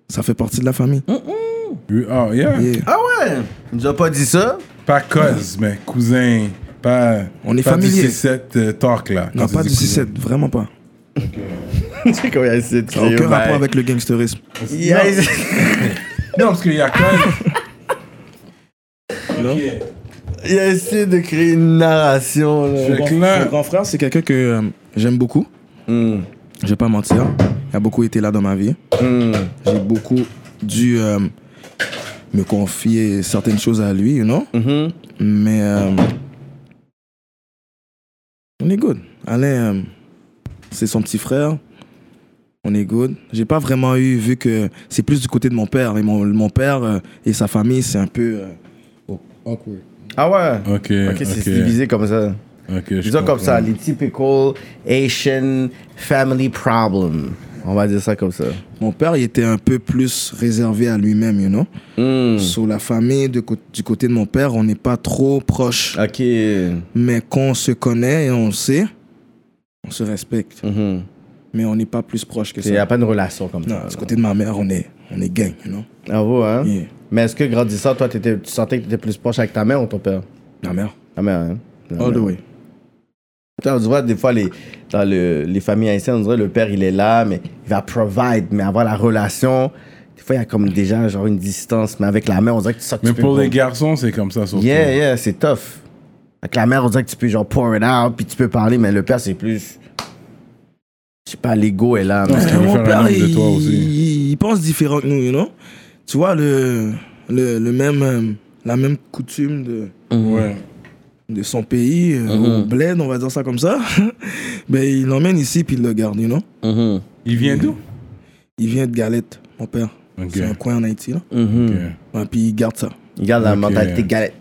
Speaker 4: Ça fait partie de la famille.
Speaker 1: Oui, Ah, yeah.
Speaker 4: Yeah.
Speaker 2: Ah ouais? Tu nous as pas dit ça?
Speaker 1: Pas cause, mais cousin. Pas.
Speaker 4: On est
Speaker 1: pas
Speaker 4: familier.
Speaker 1: du C7 euh, talk, là.
Speaker 4: Non,
Speaker 1: quand tu
Speaker 4: pas
Speaker 1: dis
Speaker 4: du
Speaker 1: cousin.
Speaker 4: 6-7, vraiment pas.
Speaker 2: tu sais comment il a essayé de
Speaker 4: Ça n'a
Speaker 2: créer,
Speaker 4: aucun
Speaker 2: ben,
Speaker 4: rapport avec le gangsterisme.
Speaker 2: il a essayé-
Speaker 1: Non, parce qu'il y a quand même.
Speaker 2: il a essayé de créer une narration, là.
Speaker 1: Fait que là-
Speaker 4: Mon grand frère, c'est quelqu'un que euh, j'aime beaucoup.
Speaker 2: Mm.
Speaker 4: Je vais pas mentir. Il a beaucoup été là dans ma vie. J'ai beaucoup dû euh, me confier certaines choses à lui, you know?
Speaker 2: Mhm.
Speaker 4: Mais euh, on est good. Alain, euh, c'est son petit frère. On est good. J'ai pas vraiment eu, vu que c'est plus du côté de mon père. Et mon, mon père euh, et sa famille, c'est un peu. euh, awkward.
Speaker 2: Ah ouais?
Speaker 1: Ok, ok.
Speaker 2: Ok, c'est divisé comme ça.
Speaker 1: Ok, je
Speaker 2: Disons comme
Speaker 1: comprends.
Speaker 2: ça, les typical Asian family problem. On va dire ça comme ça.
Speaker 4: Mon père, il était un peu plus réservé à lui-même, you know?
Speaker 2: Hmm.
Speaker 4: Sur la famille, de cô- du côté de mon père, on n'est pas trop proche.
Speaker 2: Ok.
Speaker 4: Mais qu'on se connaît et on sait, on se respecte. Mais on n'est pas plus proche que
Speaker 2: Mhm. Il n'y a
Speaker 4: ça.
Speaker 2: pas de relation comme ça.
Speaker 4: Non, du côté de ma mère, on est, on est gang, you know?
Speaker 2: Ah ouais, hein?
Speaker 4: Yeah.
Speaker 2: Mais est-ce que grandissant, toi, t'étais- tu sentais que tu étais plus proche avec ta mère ou ton père?
Speaker 4: Ma mère.
Speaker 2: Ta mère, hein? Ta
Speaker 4: All the
Speaker 2: mère.
Speaker 4: way.
Speaker 2: Putain, on dirait des fois, les, dans le- les familles haïtiennes, on dirait le père, il est là, mais il va provide, mais avoir la relation. Des fois, il y a comme déjà genre une distance, mais avec la mère, on dirait que tu sens que
Speaker 1: Mais
Speaker 2: tu
Speaker 1: pour
Speaker 2: peux.
Speaker 1: les garçons, c'est comme ça, surtout.
Speaker 2: Yeah, yeah, c'est tough. Avec la mère, on dirait que tu peux genre pour it out, puis tu peux parler, mais le père, c'est plus. Je sais pas, l'ego est là. mais-
Speaker 1: Tu veux
Speaker 4: mon
Speaker 1: faire un
Speaker 4: père,
Speaker 1: homme de
Speaker 4: il,
Speaker 1: toi aussi.
Speaker 4: il- il pense différent que nous, you know? Tu vois, le, le, le même, euh, la même coutume de,
Speaker 1: Ouais.
Speaker 4: de son pays, euh, au bled, on va dire ça comme ça, ben, il l'emmène ici puis il le garde, you know? Mhm.
Speaker 1: Il vient d'où?
Speaker 4: Il vient de Galette, mon père.
Speaker 1: Ok.
Speaker 4: C'est un coin en Haïti, là.
Speaker 2: Mm.
Speaker 1: Ok.
Speaker 4: Ouais, puis il garde ça.
Speaker 2: Il garde la
Speaker 1: Ok.
Speaker 2: mentalité galette.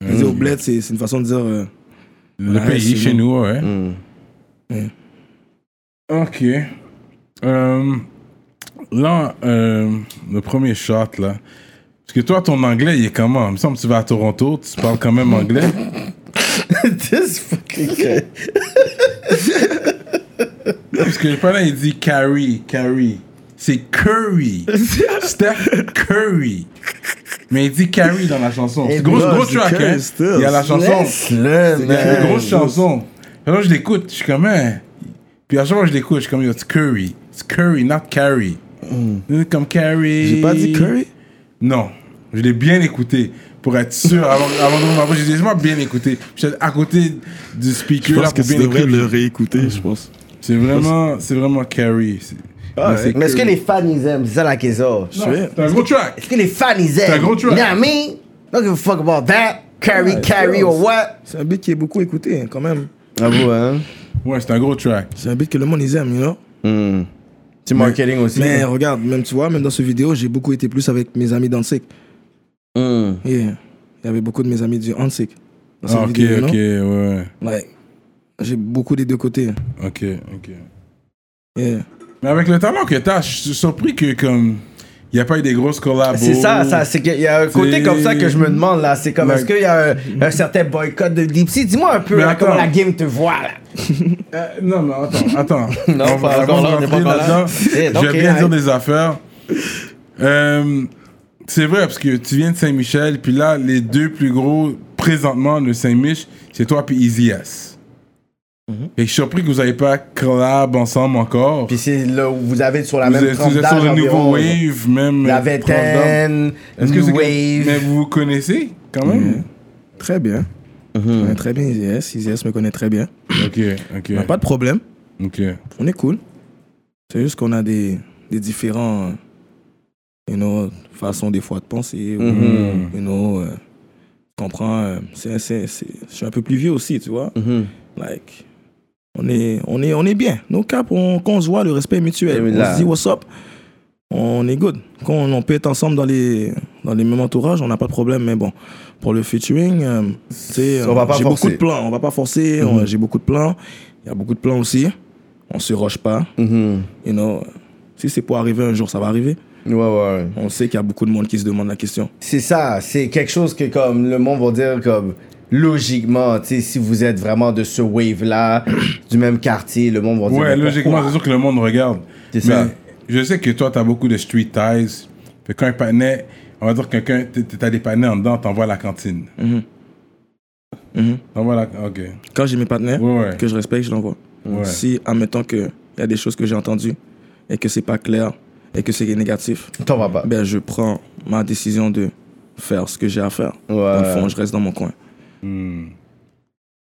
Speaker 4: Il dit au
Speaker 1: Mm.
Speaker 4: bled, c'est c'est une façon de dire... euh,
Speaker 1: Le
Speaker 4: Ouais,
Speaker 1: pays,
Speaker 4: c'est
Speaker 1: chez nous, ouais.
Speaker 2: Mm.
Speaker 1: Ok. Euh, là, euh, le premier shot, là. Parce que toi, ton anglais, il est comment Il me semble que tu vas à Toronto, tu parles quand même anglais.
Speaker 2: This fucking guy.
Speaker 1: Parce que le parent, il dit carry, carry. C'est curry. Steph Curry. Mais il dit carry dans la chanson. C'est gros,
Speaker 2: bro,
Speaker 1: gros
Speaker 2: c'est
Speaker 1: track, hein.
Speaker 4: Curry,
Speaker 1: Il y a la chanson.
Speaker 2: Laisse-le,
Speaker 1: Il y a une
Speaker 2: man.
Speaker 1: grosse chanson. Alors je l'écoute, je suis comme hein. Puis à chaque fois que je l'écoute, je suis comme yo, it's curry. It's curry, not carry. Comme carry.
Speaker 4: Mm. J'ai pas dit curry?
Speaker 1: Non. Je l'ai bien écouté. Pour être sûr, avant, avant de vous envoyer, j'ai déjà bien écouté. J'étais à côté du speaker là pour bien écouter.
Speaker 4: réécouter, je pense.
Speaker 1: C'est vraiment, c'est vraiment carry. C'est-
Speaker 2: Ah,
Speaker 1: mais c'est
Speaker 2: Mais est-ce que
Speaker 1: curry.
Speaker 2: les fans, ils aiment? C'est ça la question.
Speaker 1: Non, C'est un gros track.
Speaker 2: Est-ce que les fans, ils aiment?
Speaker 1: un gros truc.
Speaker 2: You know what I mean? Don't give a fuck about that. Carry, carry, or what?
Speaker 4: C'est un beat qui est beaucoup écouté, hein, quand même.
Speaker 2: J'avoue, hein.
Speaker 1: Ouais, c'est un gros track.
Speaker 4: C'est un beat que le monde, ils aiment, you know?
Speaker 2: C'est marketing aussi.
Speaker 4: Mais regarde, même tu vois, même dans ce vidéo, j'ai beaucoup été plus avec mes amis d'Antic. Yeah. Il y avait beaucoup de mes amis du Antic. dans cette
Speaker 1: Hmm. Ah, ok,
Speaker 4: vidéo,
Speaker 1: ok, ouais.
Speaker 4: non? Like, j'ai beaucoup des deux côtés.
Speaker 1: Ok, ok.
Speaker 4: Yeah.
Speaker 1: Mais avec le talent que t'as, je suis surpris que, comme, il n'y a pas eu des grosses collabs.
Speaker 2: C'est ça, ça c'est qu'il y a un côté
Speaker 1: C'est-
Speaker 2: comme ça que je me demande là. C'est comme,
Speaker 1: Ouais.
Speaker 2: est-ce qu'il y a un, un certain boycott de Dipsy Dis-moi un peu
Speaker 1: Mais
Speaker 2: là,
Speaker 1: attends.
Speaker 2: comment la game te voit là.
Speaker 1: Euh, non, non, attends, attends.
Speaker 2: Non,
Speaker 1: On va-
Speaker 2: pas encore
Speaker 1: avant de
Speaker 2: là, Eh, on n'est pas
Speaker 1: rentrer
Speaker 2: encore là.
Speaker 1: là-dedans,
Speaker 2: C'est-
Speaker 1: Je
Speaker 2: ok,
Speaker 1: vais bien
Speaker 2: aye.
Speaker 1: dire des affaires. Euh, c'est vrai, parce que tu viens de Saint-Michel, puis là, les deux plus gros présentement de Saint-Mich, c'est toi puis Easy S. Et je suis surpris que vous n'avez pas collab ensemble encore.
Speaker 2: Mhm. Puis c'est là où vous avez sur la
Speaker 1: vous
Speaker 2: même
Speaker 1: êtes,
Speaker 2: trempe
Speaker 1: vous êtes sur
Speaker 2: d'âge
Speaker 1: le nouveau
Speaker 2: environ,
Speaker 1: wave, même.
Speaker 2: La
Speaker 1: euh, trempe
Speaker 2: vingtaine,
Speaker 1: d'âge. Est-ce que
Speaker 2: new
Speaker 1: c'est que- Mais
Speaker 2: wave. Mhm.
Speaker 1: vous vous connaissez quand même
Speaker 4: Très bien.
Speaker 1: Hmm.
Speaker 4: Je connais très bien IZS. IZS me connaît très bien.
Speaker 1: Ok, ok.
Speaker 4: On n'a pas de problème.
Speaker 1: Ok.
Speaker 4: On est cool. C'est juste qu'on a des, des différents. euh, you know, façons des fois de penser. ou,
Speaker 1: Mhm.
Speaker 4: you know, euh, tu comprends. euh, c'est- c'est- c'est- je suis un peu plus vieux aussi, tu vois.
Speaker 2: Mm-hmm,
Speaker 4: Like, on est, on est, on est bien. Nos caps, on, quand on se voit, le respect est mutuel.
Speaker 2: Et
Speaker 4: on
Speaker 2: là-
Speaker 4: se dit what's up. On est good. Quand on, on peut être ensemble dans les, dans les mêmes entourages, on n'a pas de problème. Mais bon, pour le featuring, euh, tu sais,
Speaker 2: On va
Speaker 4: euh,
Speaker 2: pas
Speaker 4: j'ai beaucoup
Speaker 2: forcer. Mhm.
Speaker 4: de plans. On va pas forcer. on- J'ai beaucoup de plans. Il y a beaucoup de plans aussi. On se roche pas.
Speaker 2: Mhm.
Speaker 4: You know, si c'est pour arriver un jour, ça va arriver.
Speaker 2: Ouais, ouais, ouais.
Speaker 4: On sait qu'il y a beaucoup de monde qui se demande la question.
Speaker 2: C'est ça, c'est quelque chose que comme le monde va dire comme logiquement, tu sais, si vous êtes vraiment de ce wave là, du même quartier, le monde va dire.
Speaker 1: Ouais,
Speaker 2: mais
Speaker 1: logiquement, c'est
Speaker 2: pourquoi?
Speaker 1: sûr que le monde regarde.
Speaker 2: C'est ça.
Speaker 1: Mais je sais que toi, t'as beaucoup de street ties. Fait quand un panais, on va dire que quelqu'un, t- t'as des panais en dedans, t'envoies à la cantine.
Speaker 2: Mm-hmm.
Speaker 4: Mhm. Mhm.
Speaker 1: T'envoies à la. Ok.
Speaker 4: Quand j'ai mes partenaires,
Speaker 1: Ouais, ouais.
Speaker 4: que je respecte, je l'envoie.
Speaker 1: Ouais.
Speaker 4: Si, admettons qu'il y a des choses que j'ai entendues et que c'est pas clair et que c'est négatif,
Speaker 2: T'en vas pas.
Speaker 1: Ah.
Speaker 4: ben je prends ma décision de faire ce que j'ai à faire.
Speaker 2: Ouais.
Speaker 4: Dans le fond, je reste dans mon coin.
Speaker 2: Mm-hmm.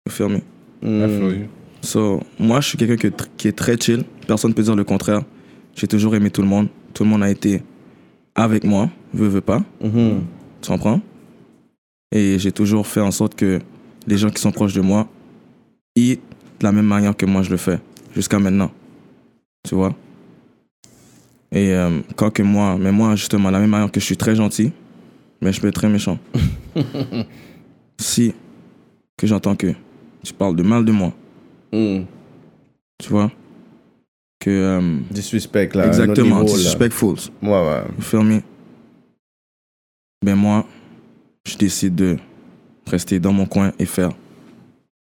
Speaker 1: Hmm.
Speaker 4: Fermé.
Speaker 2: Mm,
Speaker 1: I feel you.
Speaker 4: So, moi, je suis quelqu'un que tr- qui est très chill. Personne ne peut dire le contraire. J'ai toujours aimé tout le monde. Tout le monde a été avec moi, veut, veut pas.
Speaker 2: mm-hmm.
Speaker 4: Tu comprends Et j'ai toujours fait en sorte que les gens qui sont proches de moi y de la même manière que moi je le fais, jusqu'à maintenant. Tu vois Et euh, quand que moi, mais moi, justement, de la même manière que je suis très gentil, mais je peux être très méchant. si que j'entends que tu parles de mal de moi,
Speaker 2: Mhm.
Speaker 4: tu vois que euh,
Speaker 2: Du suspect là. un autre
Speaker 4: exactement
Speaker 2: niveau, là.
Speaker 4: disrespectful
Speaker 2: Ouais, ouais.
Speaker 4: vous fermez ben moi je décide de rester dans mon coin et faire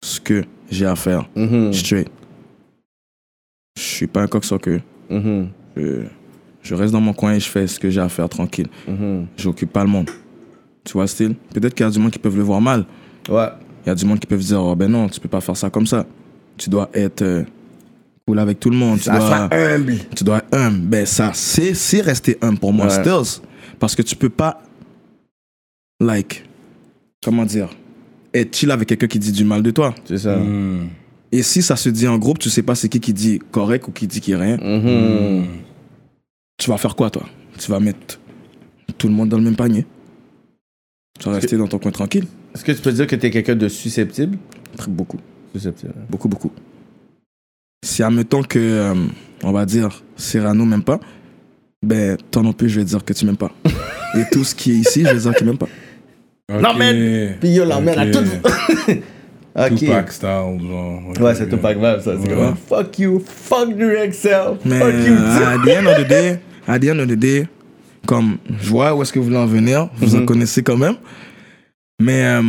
Speaker 4: ce que j'ai à faire
Speaker 2: Mhm,
Speaker 4: straight je suis pas un coq sur queue
Speaker 2: mhm,
Speaker 4: je, je reste dans mon coin et je fais ce que j'ai à faire tranquille
Speaker 2: mhm.
Speaker 4: j'occupe pas le monde tu vois le style peut-être qu'il y a du monde qui peuvent le voir mal
Speaker 2: Ouais.
Speaker 4: il y a du monde qui peuvent dire oh ben non tu peux pas faire ça comme ça tu dois être euh, cool avec tout le monde tu
Speaker 2: Ça,
Speaker 4: dois-
Speaker 2: ça humble.
Speaker 4: tu dois être humble. Ben ça, c'est, c'est rester humble pour moi,
Speaker 2: Ouais.
Speaker 4: Stills. Parce que tu peux pas, like, comment dire, être chill avec quelqu'un qui dit du mal de toi.
Speaker 2: C'est ça.
Speaker 1: Hmm.
Speaker 4: Et si ça se dit en groupe, tu sais pas c'est qui qui dit correct ou qui dit qui rien,
Speaker 2: Mhm.
Speaker 4: tu vas faire quoi, toi Tu vas mettre tout le monde dans le même panier. Tu vas rester dans ton coin tranquille.
Speaker 2: Est-ce que tu peux dire que t'es quelqu'un de susceptible
Speaker 4: Très- Beaucoup,
Speaker 2: Susceptible.
Speaker 4: beaucoup, beaucoup. Si, admettons que, euh, on va dire, Cyrano m'aime pas, ben, toi non plus, je vais dire que tu m'aimes pas. Et tout ce qui est ici, je vais dire qu'il m'aime pas.
Speaker 1: Ok.
Speaker 2: Non, mais- Puis yo, l'emmène à
Speaker 1: Ok.
Speaker 2: tout. Ok.
Speaker 1: Tupac style, genre. Ok,
Speaker 2: Ouais, c'est
Speaker 1: ok.
Speaker 2: Tupac Vibe, ça. C'est comme fuck you, fuck New XL,
Speaker 4: Mais euh,
Speaker 2: fuck you.
Speaker 4: à the end of the day, à the end of the day, comme je vois où est-ce que vous voulez en venir, vous en connaissez quand même. Mais euh,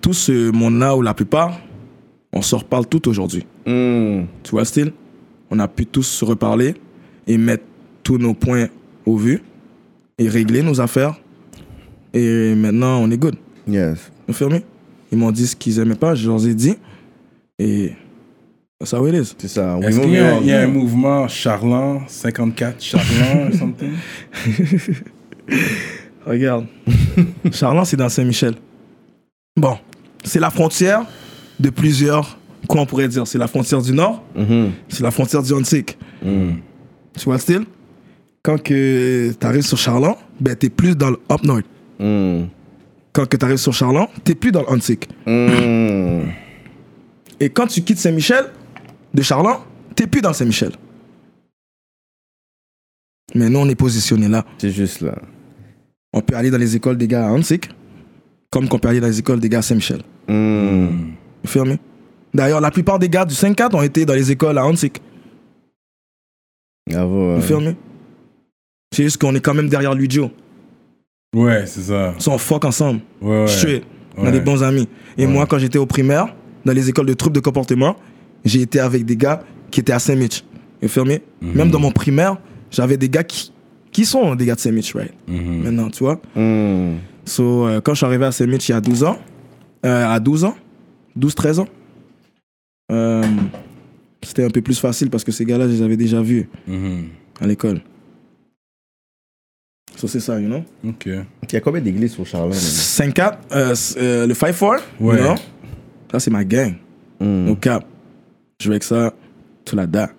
Speaker 4: tout ce monde-là, ou la plupart, on se reparle tout aujourd'hui.
Speaker 2: Mhm.
Speaker 4: Tu vois le style On a pu tous se reparler et mettre tous nos points au vu et régler nos affaires. Et maintenant, on est good.
Speaker 2: Yes.
Speaker 4: Vous fermez Ils m'ont dit ce qu'ils aimaient pas, je leur ai dit. Et ça, how it is.
Speaker 2: C'est ça.
Speaker 1: Est-ce qu'il y a, il y a un mouvement Charlant, 54 Charlant, or something
Speaker 4: Regarde. Charlan, c'est dans Saint-Michel. Bon, c'est la frontière de plusieurs. Quoi on pourrait dire C'est la frontière du Nord,
Speaker 2: Mm-hmm.
Speaker 4: c'est la frontière du Antique. Tu vois le style Quand que t'arrives sur Charlan, ben t'es plus dans le Up North.
Speaker 2: Mm.
Speaker 4: Quand que t'arrives sur Charlan, t'es plus dans le Antique.
Speaker 2: Mm.
Speaker 4: Et quand tu quittes Saint-Michel, de Charlan, t'es plus dans Saint-Michel. Mais nous, on est positionné là.
Speaker 2: C'est juste là.
Speaker 4: On peut aller dans les écoles des gars à Hansik. comme compagnie dans les écoles des gars à Saint-Michel.
Speaker 2: Mm.
Speaker 5: Hmm.
Speaker 4: Vous fermez. D'ailleurs, la plupart des gars du 5-4 ont été dans les écoles à Hansik.
Speaker 2: Bravo. euh.
Speaker 4: Vous fermez. C'est juste qu'on est quand même derrière Luigi.
Speaker 1: Ouais, c'est ça.
Speaker 4: On fuck ensemble.
Speaker 1: Ouais, ouais.
Speaker 4: Straight. On a
Speaker 1: Ouais.
Speaker 4: des bons amis. Et moi, quand j'étais au primaire, dans les écoles de troubles de comportement, j'ai été avec des gars qui étaient à Saint-Mitch. Vous fermez.
Speaker 1: Mhm.
Speaker 4: Même dans mon primaire, j'avais des gars qui, qui sont des gars de Saint-Mitch, right?
Speaker 1: Mhm.
Speaker 4: Maintenant, tu vois.
Speaker 2: Hmm.
Speaker 4: So, euh, quand je suis arrivé à Saint-Mitch il y a 12 ans, euh, à 12 ans, 12-13 ans, euh, c'était un peu plus facile parce que ces gars-là, je les avais déjà vus
Speaker 1: Mhm.
Speaker 4: à l'école. So, c'est ça, you know?
Speaker 1: Ok.
Speaker 2: Il y a combien d'églises au Charlot
Speaker 4: 5-4, euh, c- euh, le 5-4,
Speaker 1: Ouais.
Speaker 4: you know? Ça, c'est ma gang.
Speaker 2: Mm.
Speaker 4: Au cap. Je vais avec ça, tout la date.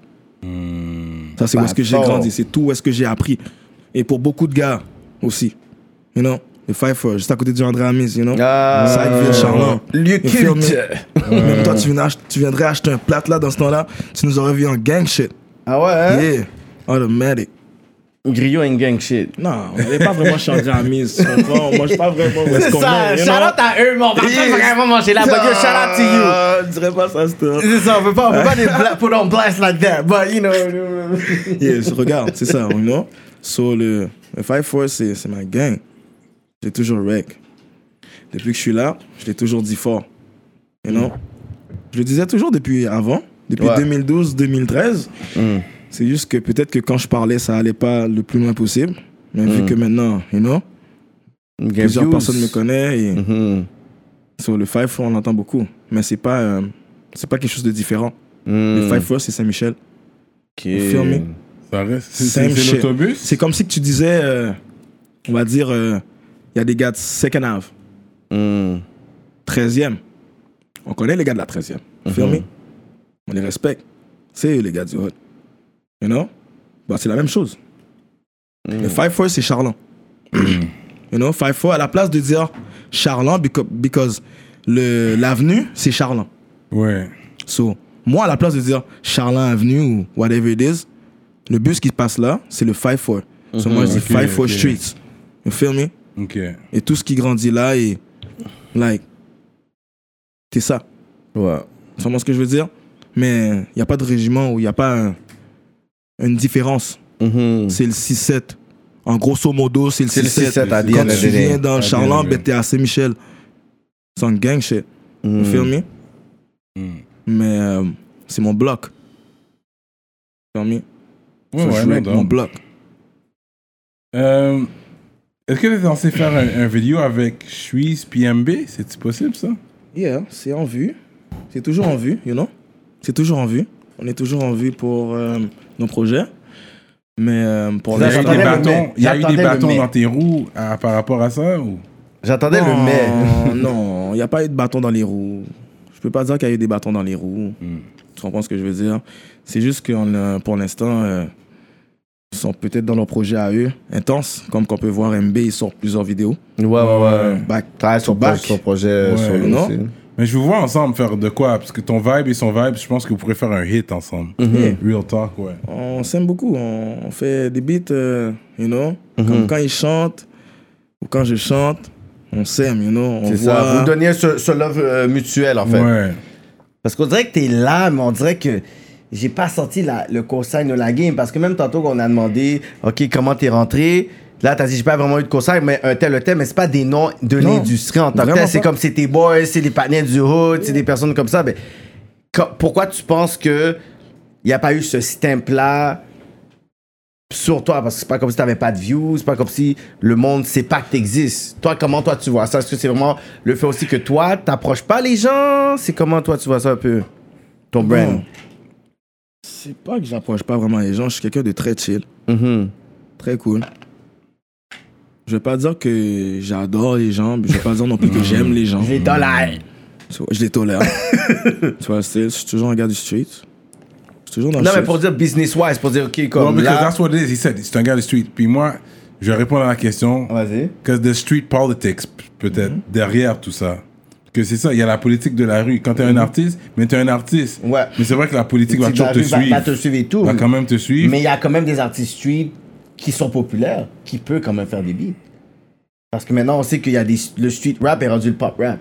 Speaker 4: Ça, c'est où est-ce que j'ai
Speaker 2: Pas fort.
Speaker 4: grandi. C'est tout où est-ce que j'ai appris. Et pour beaucoup de gars aussi. You know? Le 5-4, juste à côté du André Amis, you know?
Speaker 2: Ah,
Speaker 4: Sykesville, Charlot.
Speaker 2: Lieu
Speaker 4: You feel me?
Speaker 2: culte.
Speaker 4: Même toi, Euh, tu, viens ach- tu viendrais acheter un plat là dans ce temps-là, tu nous aurais vu en gang shit.
Speaker 2: Ah ouais, hein?
Speaker 4: Yeah, automatic.
Speaker 2: Griot and gang shit.
Speaker 4: Non, on n'est pas vraiment changé à mise. tu comprends? On mange pas vraiment où est-ce qu'on est. you know?
Speaker 2: à eux, mais on va
Speaker 4: Yes.
Speaker 2: manger là but yo,
Speaker 4: Ah, Je dirais pas ça, c'était.
Speaker 2: C'est ça, on peut pas, on peut pas des bla- put on blast like that, but you know.
Speaker 4: Yes, regarde, c'est ça, you know? So, le, le 5-4, c'est c'est ma gang. J'ai toujours rec. Depuis que je suis là, je l'ai toujours dit fort. You know? Je le disais toujours depuis avant, depuis
Speaker 2: Ouais.
Speaker 4: 2012-2013. C'est juste que peut-être que quand je parlais, ça allait pas le plus loin possible. Mais vu que maintenant, you know, plusieurs personnes me connaissent et
Speaker 2: Mhm.
Speaker 4: sur le 5-4, on l'entend beaucoup. Mais c'est pas, euh, c'est pas quelque chose de différent.
Speaker 2: Mm.
Speaker 4: Le 5-4, c'est Saint-Michel.
Speaker 2: Mm-hmm.
Speaker 4: Fermé.
Speaker 1: Ça reste. c'est-
Speaker 4: Same
Speaker 1: C'est c'est
Speaker 4: shit.
Speaker 1: l'autobus
Speaker 4: C'est comme si que tu disais, euh, on va dire, euh, il y a des gars de Second Ave,
Speaker 2: Mm-hmm.
Speaker 4: 13e. On connaît les gars de la 13e.
Speaker 1: Mhm.
Speaker 4: Fermé. On les respecte. C'est eux, les gars du Hot. You know? Bah, c'est la même chose.
Speaker 1: Mhm.
Speaker 4: Le 5-4, c'est Charlant. you know? 5-4, à la place de dire Charlant, because, because le- l'avenue, c'est Charlant.
Speaker 1: Ouais.
Speaker 4: So, moi, à la place de dire Charlant Avenue ou whatever it is, le bus qui passe là, c'est le 5-4. So,
Speaker 2: Mhm,
Speaker 4: moi, je dis
Speaker 1: Ok,
Speaker 4: 5-4
Speaker 1: ok.
Speaker 4: Streets. You feel me?
Speaker 1: Ok.
Speaker 4: Et tout ce qui grandit là, et like, c'est ça.
Speaker 2: Ouais.
Speaker 4: C'est vraiment ce que je veux dire. Mais il n'y a pas de régiment où il n'y a pas un- une différence.
Speaker 2: Mm-hmm.
Speaker 4: C'est le 6-7. En grosso modo, c'est le
Speaker 2: C'est le
Speaker 4: 6-7.
Speaker 2: 6-7 à
Speaker 4: Quand
Speaker 2: DNA.
Speaker 4: tu viens dans
Speaker 1: Ah,
Speaker 4: Charlant,
Speaker 1: bien,
Speaker 4: ben, t'es à Saint-Michel. C'est un gang shit. You feel
Speaker 2: Mhm.
Speaker 4: me? Mais euh, c'est mon bloc. You feel me?
Speaker 1: Ouais,
Speaker 4: So,
Speaker 1: ouais,
Speaker 4: je
Speaker 1: non,
Speaker 4: rec
Speaker 1: non.
Speaker 4: mon bloc.
Speaker 1: Euh, Est-ce que t'es censé faire un, un vidéo avec Suisse PMB C'est-tu possible, ça
Speaker 4: Yeah, c'est en vue. C'est toujours en vue, you know? C'est toujours en vue. On est toujours en vue pour euh, nos projets. Mais euh, pour
Speaker 1: Il y
Speaker 2: Ça,
Speaker 4: les
Speaker 1: a eu
Speaker 2: j'attendais
Speaker 1: des
Speaker 2: le
Speaker 1: bâtons,
Speaker 2: mai.
Speaker 1: il y a eu des
Speaker 2: J'attendais le
Speaker 1: bâtons
Speaker 2: mai.
Speaker 1: dans tes roues à- par rapport à ça ou...
Speaker 2: J'attendais
Speaker 1: euh,
Speaker 2: le mais.
Speaker 4: Non, non, il n'y a pas eu de bâton dans les roues. Je peux pas dire qu'il y a eu des bâtons dans les roues.
Speaker 1: Hmm.
Speaker 4: Tu comprends ce que je veux dire? C'est juste que pour l'instant, euh, ils sont peut-être dans leur projet à eux, intense. Comme qu'on peut voir, MB, ils sortent plusieurs vidéos.
Speaker 2: Ouais, ouais, ouais.
Speaker 4: Back
Speaker 2: Travaille sur
Speaker 4: to back.
Speaker 2: son projet euh,
Speaker 1: Ouais.
Speaker 2: sur lui
Speaker 4: Non.
Speaker 2: aussi.
Speaker 1: Mais je vous vois ensemble faire de quoi Parce que ton vibe et son vibe, je pense que vous pourrez faire un hit ensemble.
Speaker 2: Mm-hmm.
Speaker 1: Real talk, ouais.
Speaker 4: On s'aime beaucoup. On, on fait des beats, euh, you know.
Speaker 2: Mhm.
Speaker 4: Comme quand ils chantent ou quand je chante, on s'aime, you know. On
Speaker 2: C'est
Speaker 4: voit.
Speaker 2: ça. Vous donniez ce, ce love euh, mutuel, en fait.
Speaker 1: Ouais.
Speaker 2: Parce qu'on dirait que t'es là, mais on dirait que j'ai pas senti la- le consigne de la game. Parce que même tantôt qu'on a demandé, OK, comment t'es rentré? Là, t'as dit, j'ai pas vraiment eu de consigne, mais un tel, un tel, mais c'est pas des noms de
Speaker 4: Non,
Speaker 2: l'industrie en tant que
Speaker 4: vraiment
Speaker 2: tel. C'est
Speaker 4: pas.
Speaker 2: comme c'est tes boys, c'est des partenaires du hood, c'est des personnes comme ça. Mais quand- pourquoi tu penses que y a pas eu ce stamp-là sur toi? Parce que c'est pas comme si t'avais pas de views, c'est pas comme si le monde sait pas que t'existes. Toi, comment toi tu vois ça? Est-ce que c'est vraiment le fait aussi que toi, t'approches pas les gens? C'est comment toi tu vois ça un peu? Ton brand.
Speaker 4: Non. C'est pas que j'approche pas vraiment les gens. Je suis quelqu'un de très chill,
Speaker 2: Mhm.
Speaker 4: très cool. Je vais pas dire que j'adore les gens, mais je vais pas dire non plus que j'aime les gens.
Speaker 2: Je les tolère.
Speaker 4: Tu vois, Je les tolère. tu vois, c'est- je suis toujours un gars du street. Je suis toujours dans le
Speaker 2: Non, mais
Speaker 4: street.
Speaker 2: pour dire business-wise, pour dire, OK,
Speaker 1: Well,
Speaker 2: comme
Speaker 1: because
Speaker 2: là...
Speaker 1: that's what it is. He said, c'est un gars de street. Puis moi, je vais répondre à la question.
Speaker 2: Vas-y. Mm-hmm.
Speaker 1: Because the street politics, p- peut-être, derrière tout ça. Que c'est ça, il y a la politique de la rue. Quand t'es un artiste, mais t'es un artiste.
Speaker 2: Mm-hmm. Ouais.
Speaker 1: Mais c'est vrai que la politique va
Speaker 2: Tu-
Speaker 1: toujours
Speaker 2: la
Speaker 1: te
Speaker 2: rue va-
Speaker 1: suivre.
Speaker 2: va te suivre et tout.
Speaker 1: Va quand même te suivre.
Speaker 2: Mais il y a quand même des artistes street qui sont populaires, qui peuvent quand même faire des beats. Parce que maintenant, on sait qu'il y a des. Le street rap est rendu le pop rap.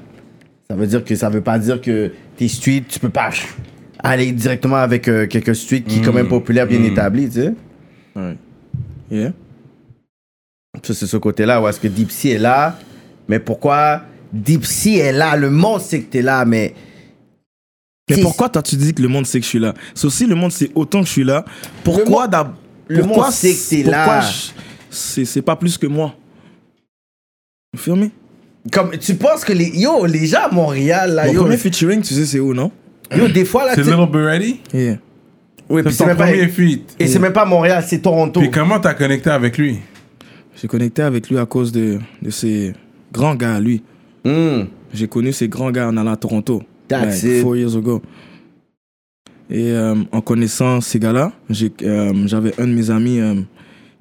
Speaker 2: Ça veut dire que ça veut pas dire que t'es street, tu peux pas aller directement avec euh, quelques street qui est
Speaker 4: Hmm.
Speaker 2: quand même populaire, bien établi, tu sais.
Speaker 4: Yeah.
Speaker 2: Ça, c'est ce côté-là où est-ce que Dipsy est là. Mais pourquoi Dipsy est là Le monde sait que t'es là, mais.
Speaker 4: Mais
Speaker 2: Si-
Speaker 4: pourquoi t'as-tu dit que le monde sait que je suis là Sauf si le monde sait autant que je suis là, pourquoi
Speaker 2: monde-
Speaker 4: d'ab-
Speaker 2: le
Speaker 4: pourquoi
Speaker 2: monde sait que
Speaker 4: c'est-
Speaker 2: t'es là.
Speaker 4: pourquoi je- C'est c'est pas plus que moi. Vous fermez
Speaker 2: Comme, tu penses que les. Yo, les gens à Montréal, là,
Speaker 4: Mon
Speaker 2: yo,
Speaker 4: premier featuring, tu sais c'est où, non
Speaker 2: yo, des fois, là,
Speaker 1: C'est
Speaker 2: tu sais-
Speaker 1: Little Birdie?
Speaker 4: Yeah.
Speaker 2: Oui, puis
Speaker 1: C'est
Speaker 2: c'est
Speaker 1: ton
Speaker 2: même pas.
Speaker 1: premier feat.
Speaker 2: Et c'est même pas Montréal, c'est Toronto.
Speaker 1: Puis comment t'as connecté avec lui?
Speaker 4: J'ai connecté avec lui à cause de, de ces grands gars, lui.
Speaker 2: Hmm.
Speaker 4: J'ai connu ces grands gars en allant à Toronto.
Speaker 2: That's
Speaker 4: like
Speaker 2: it.
Speaker 4: four years ago. Et euh, en connaissant ces gars-là, j'ai, euh, j'avais un de mes amis euh,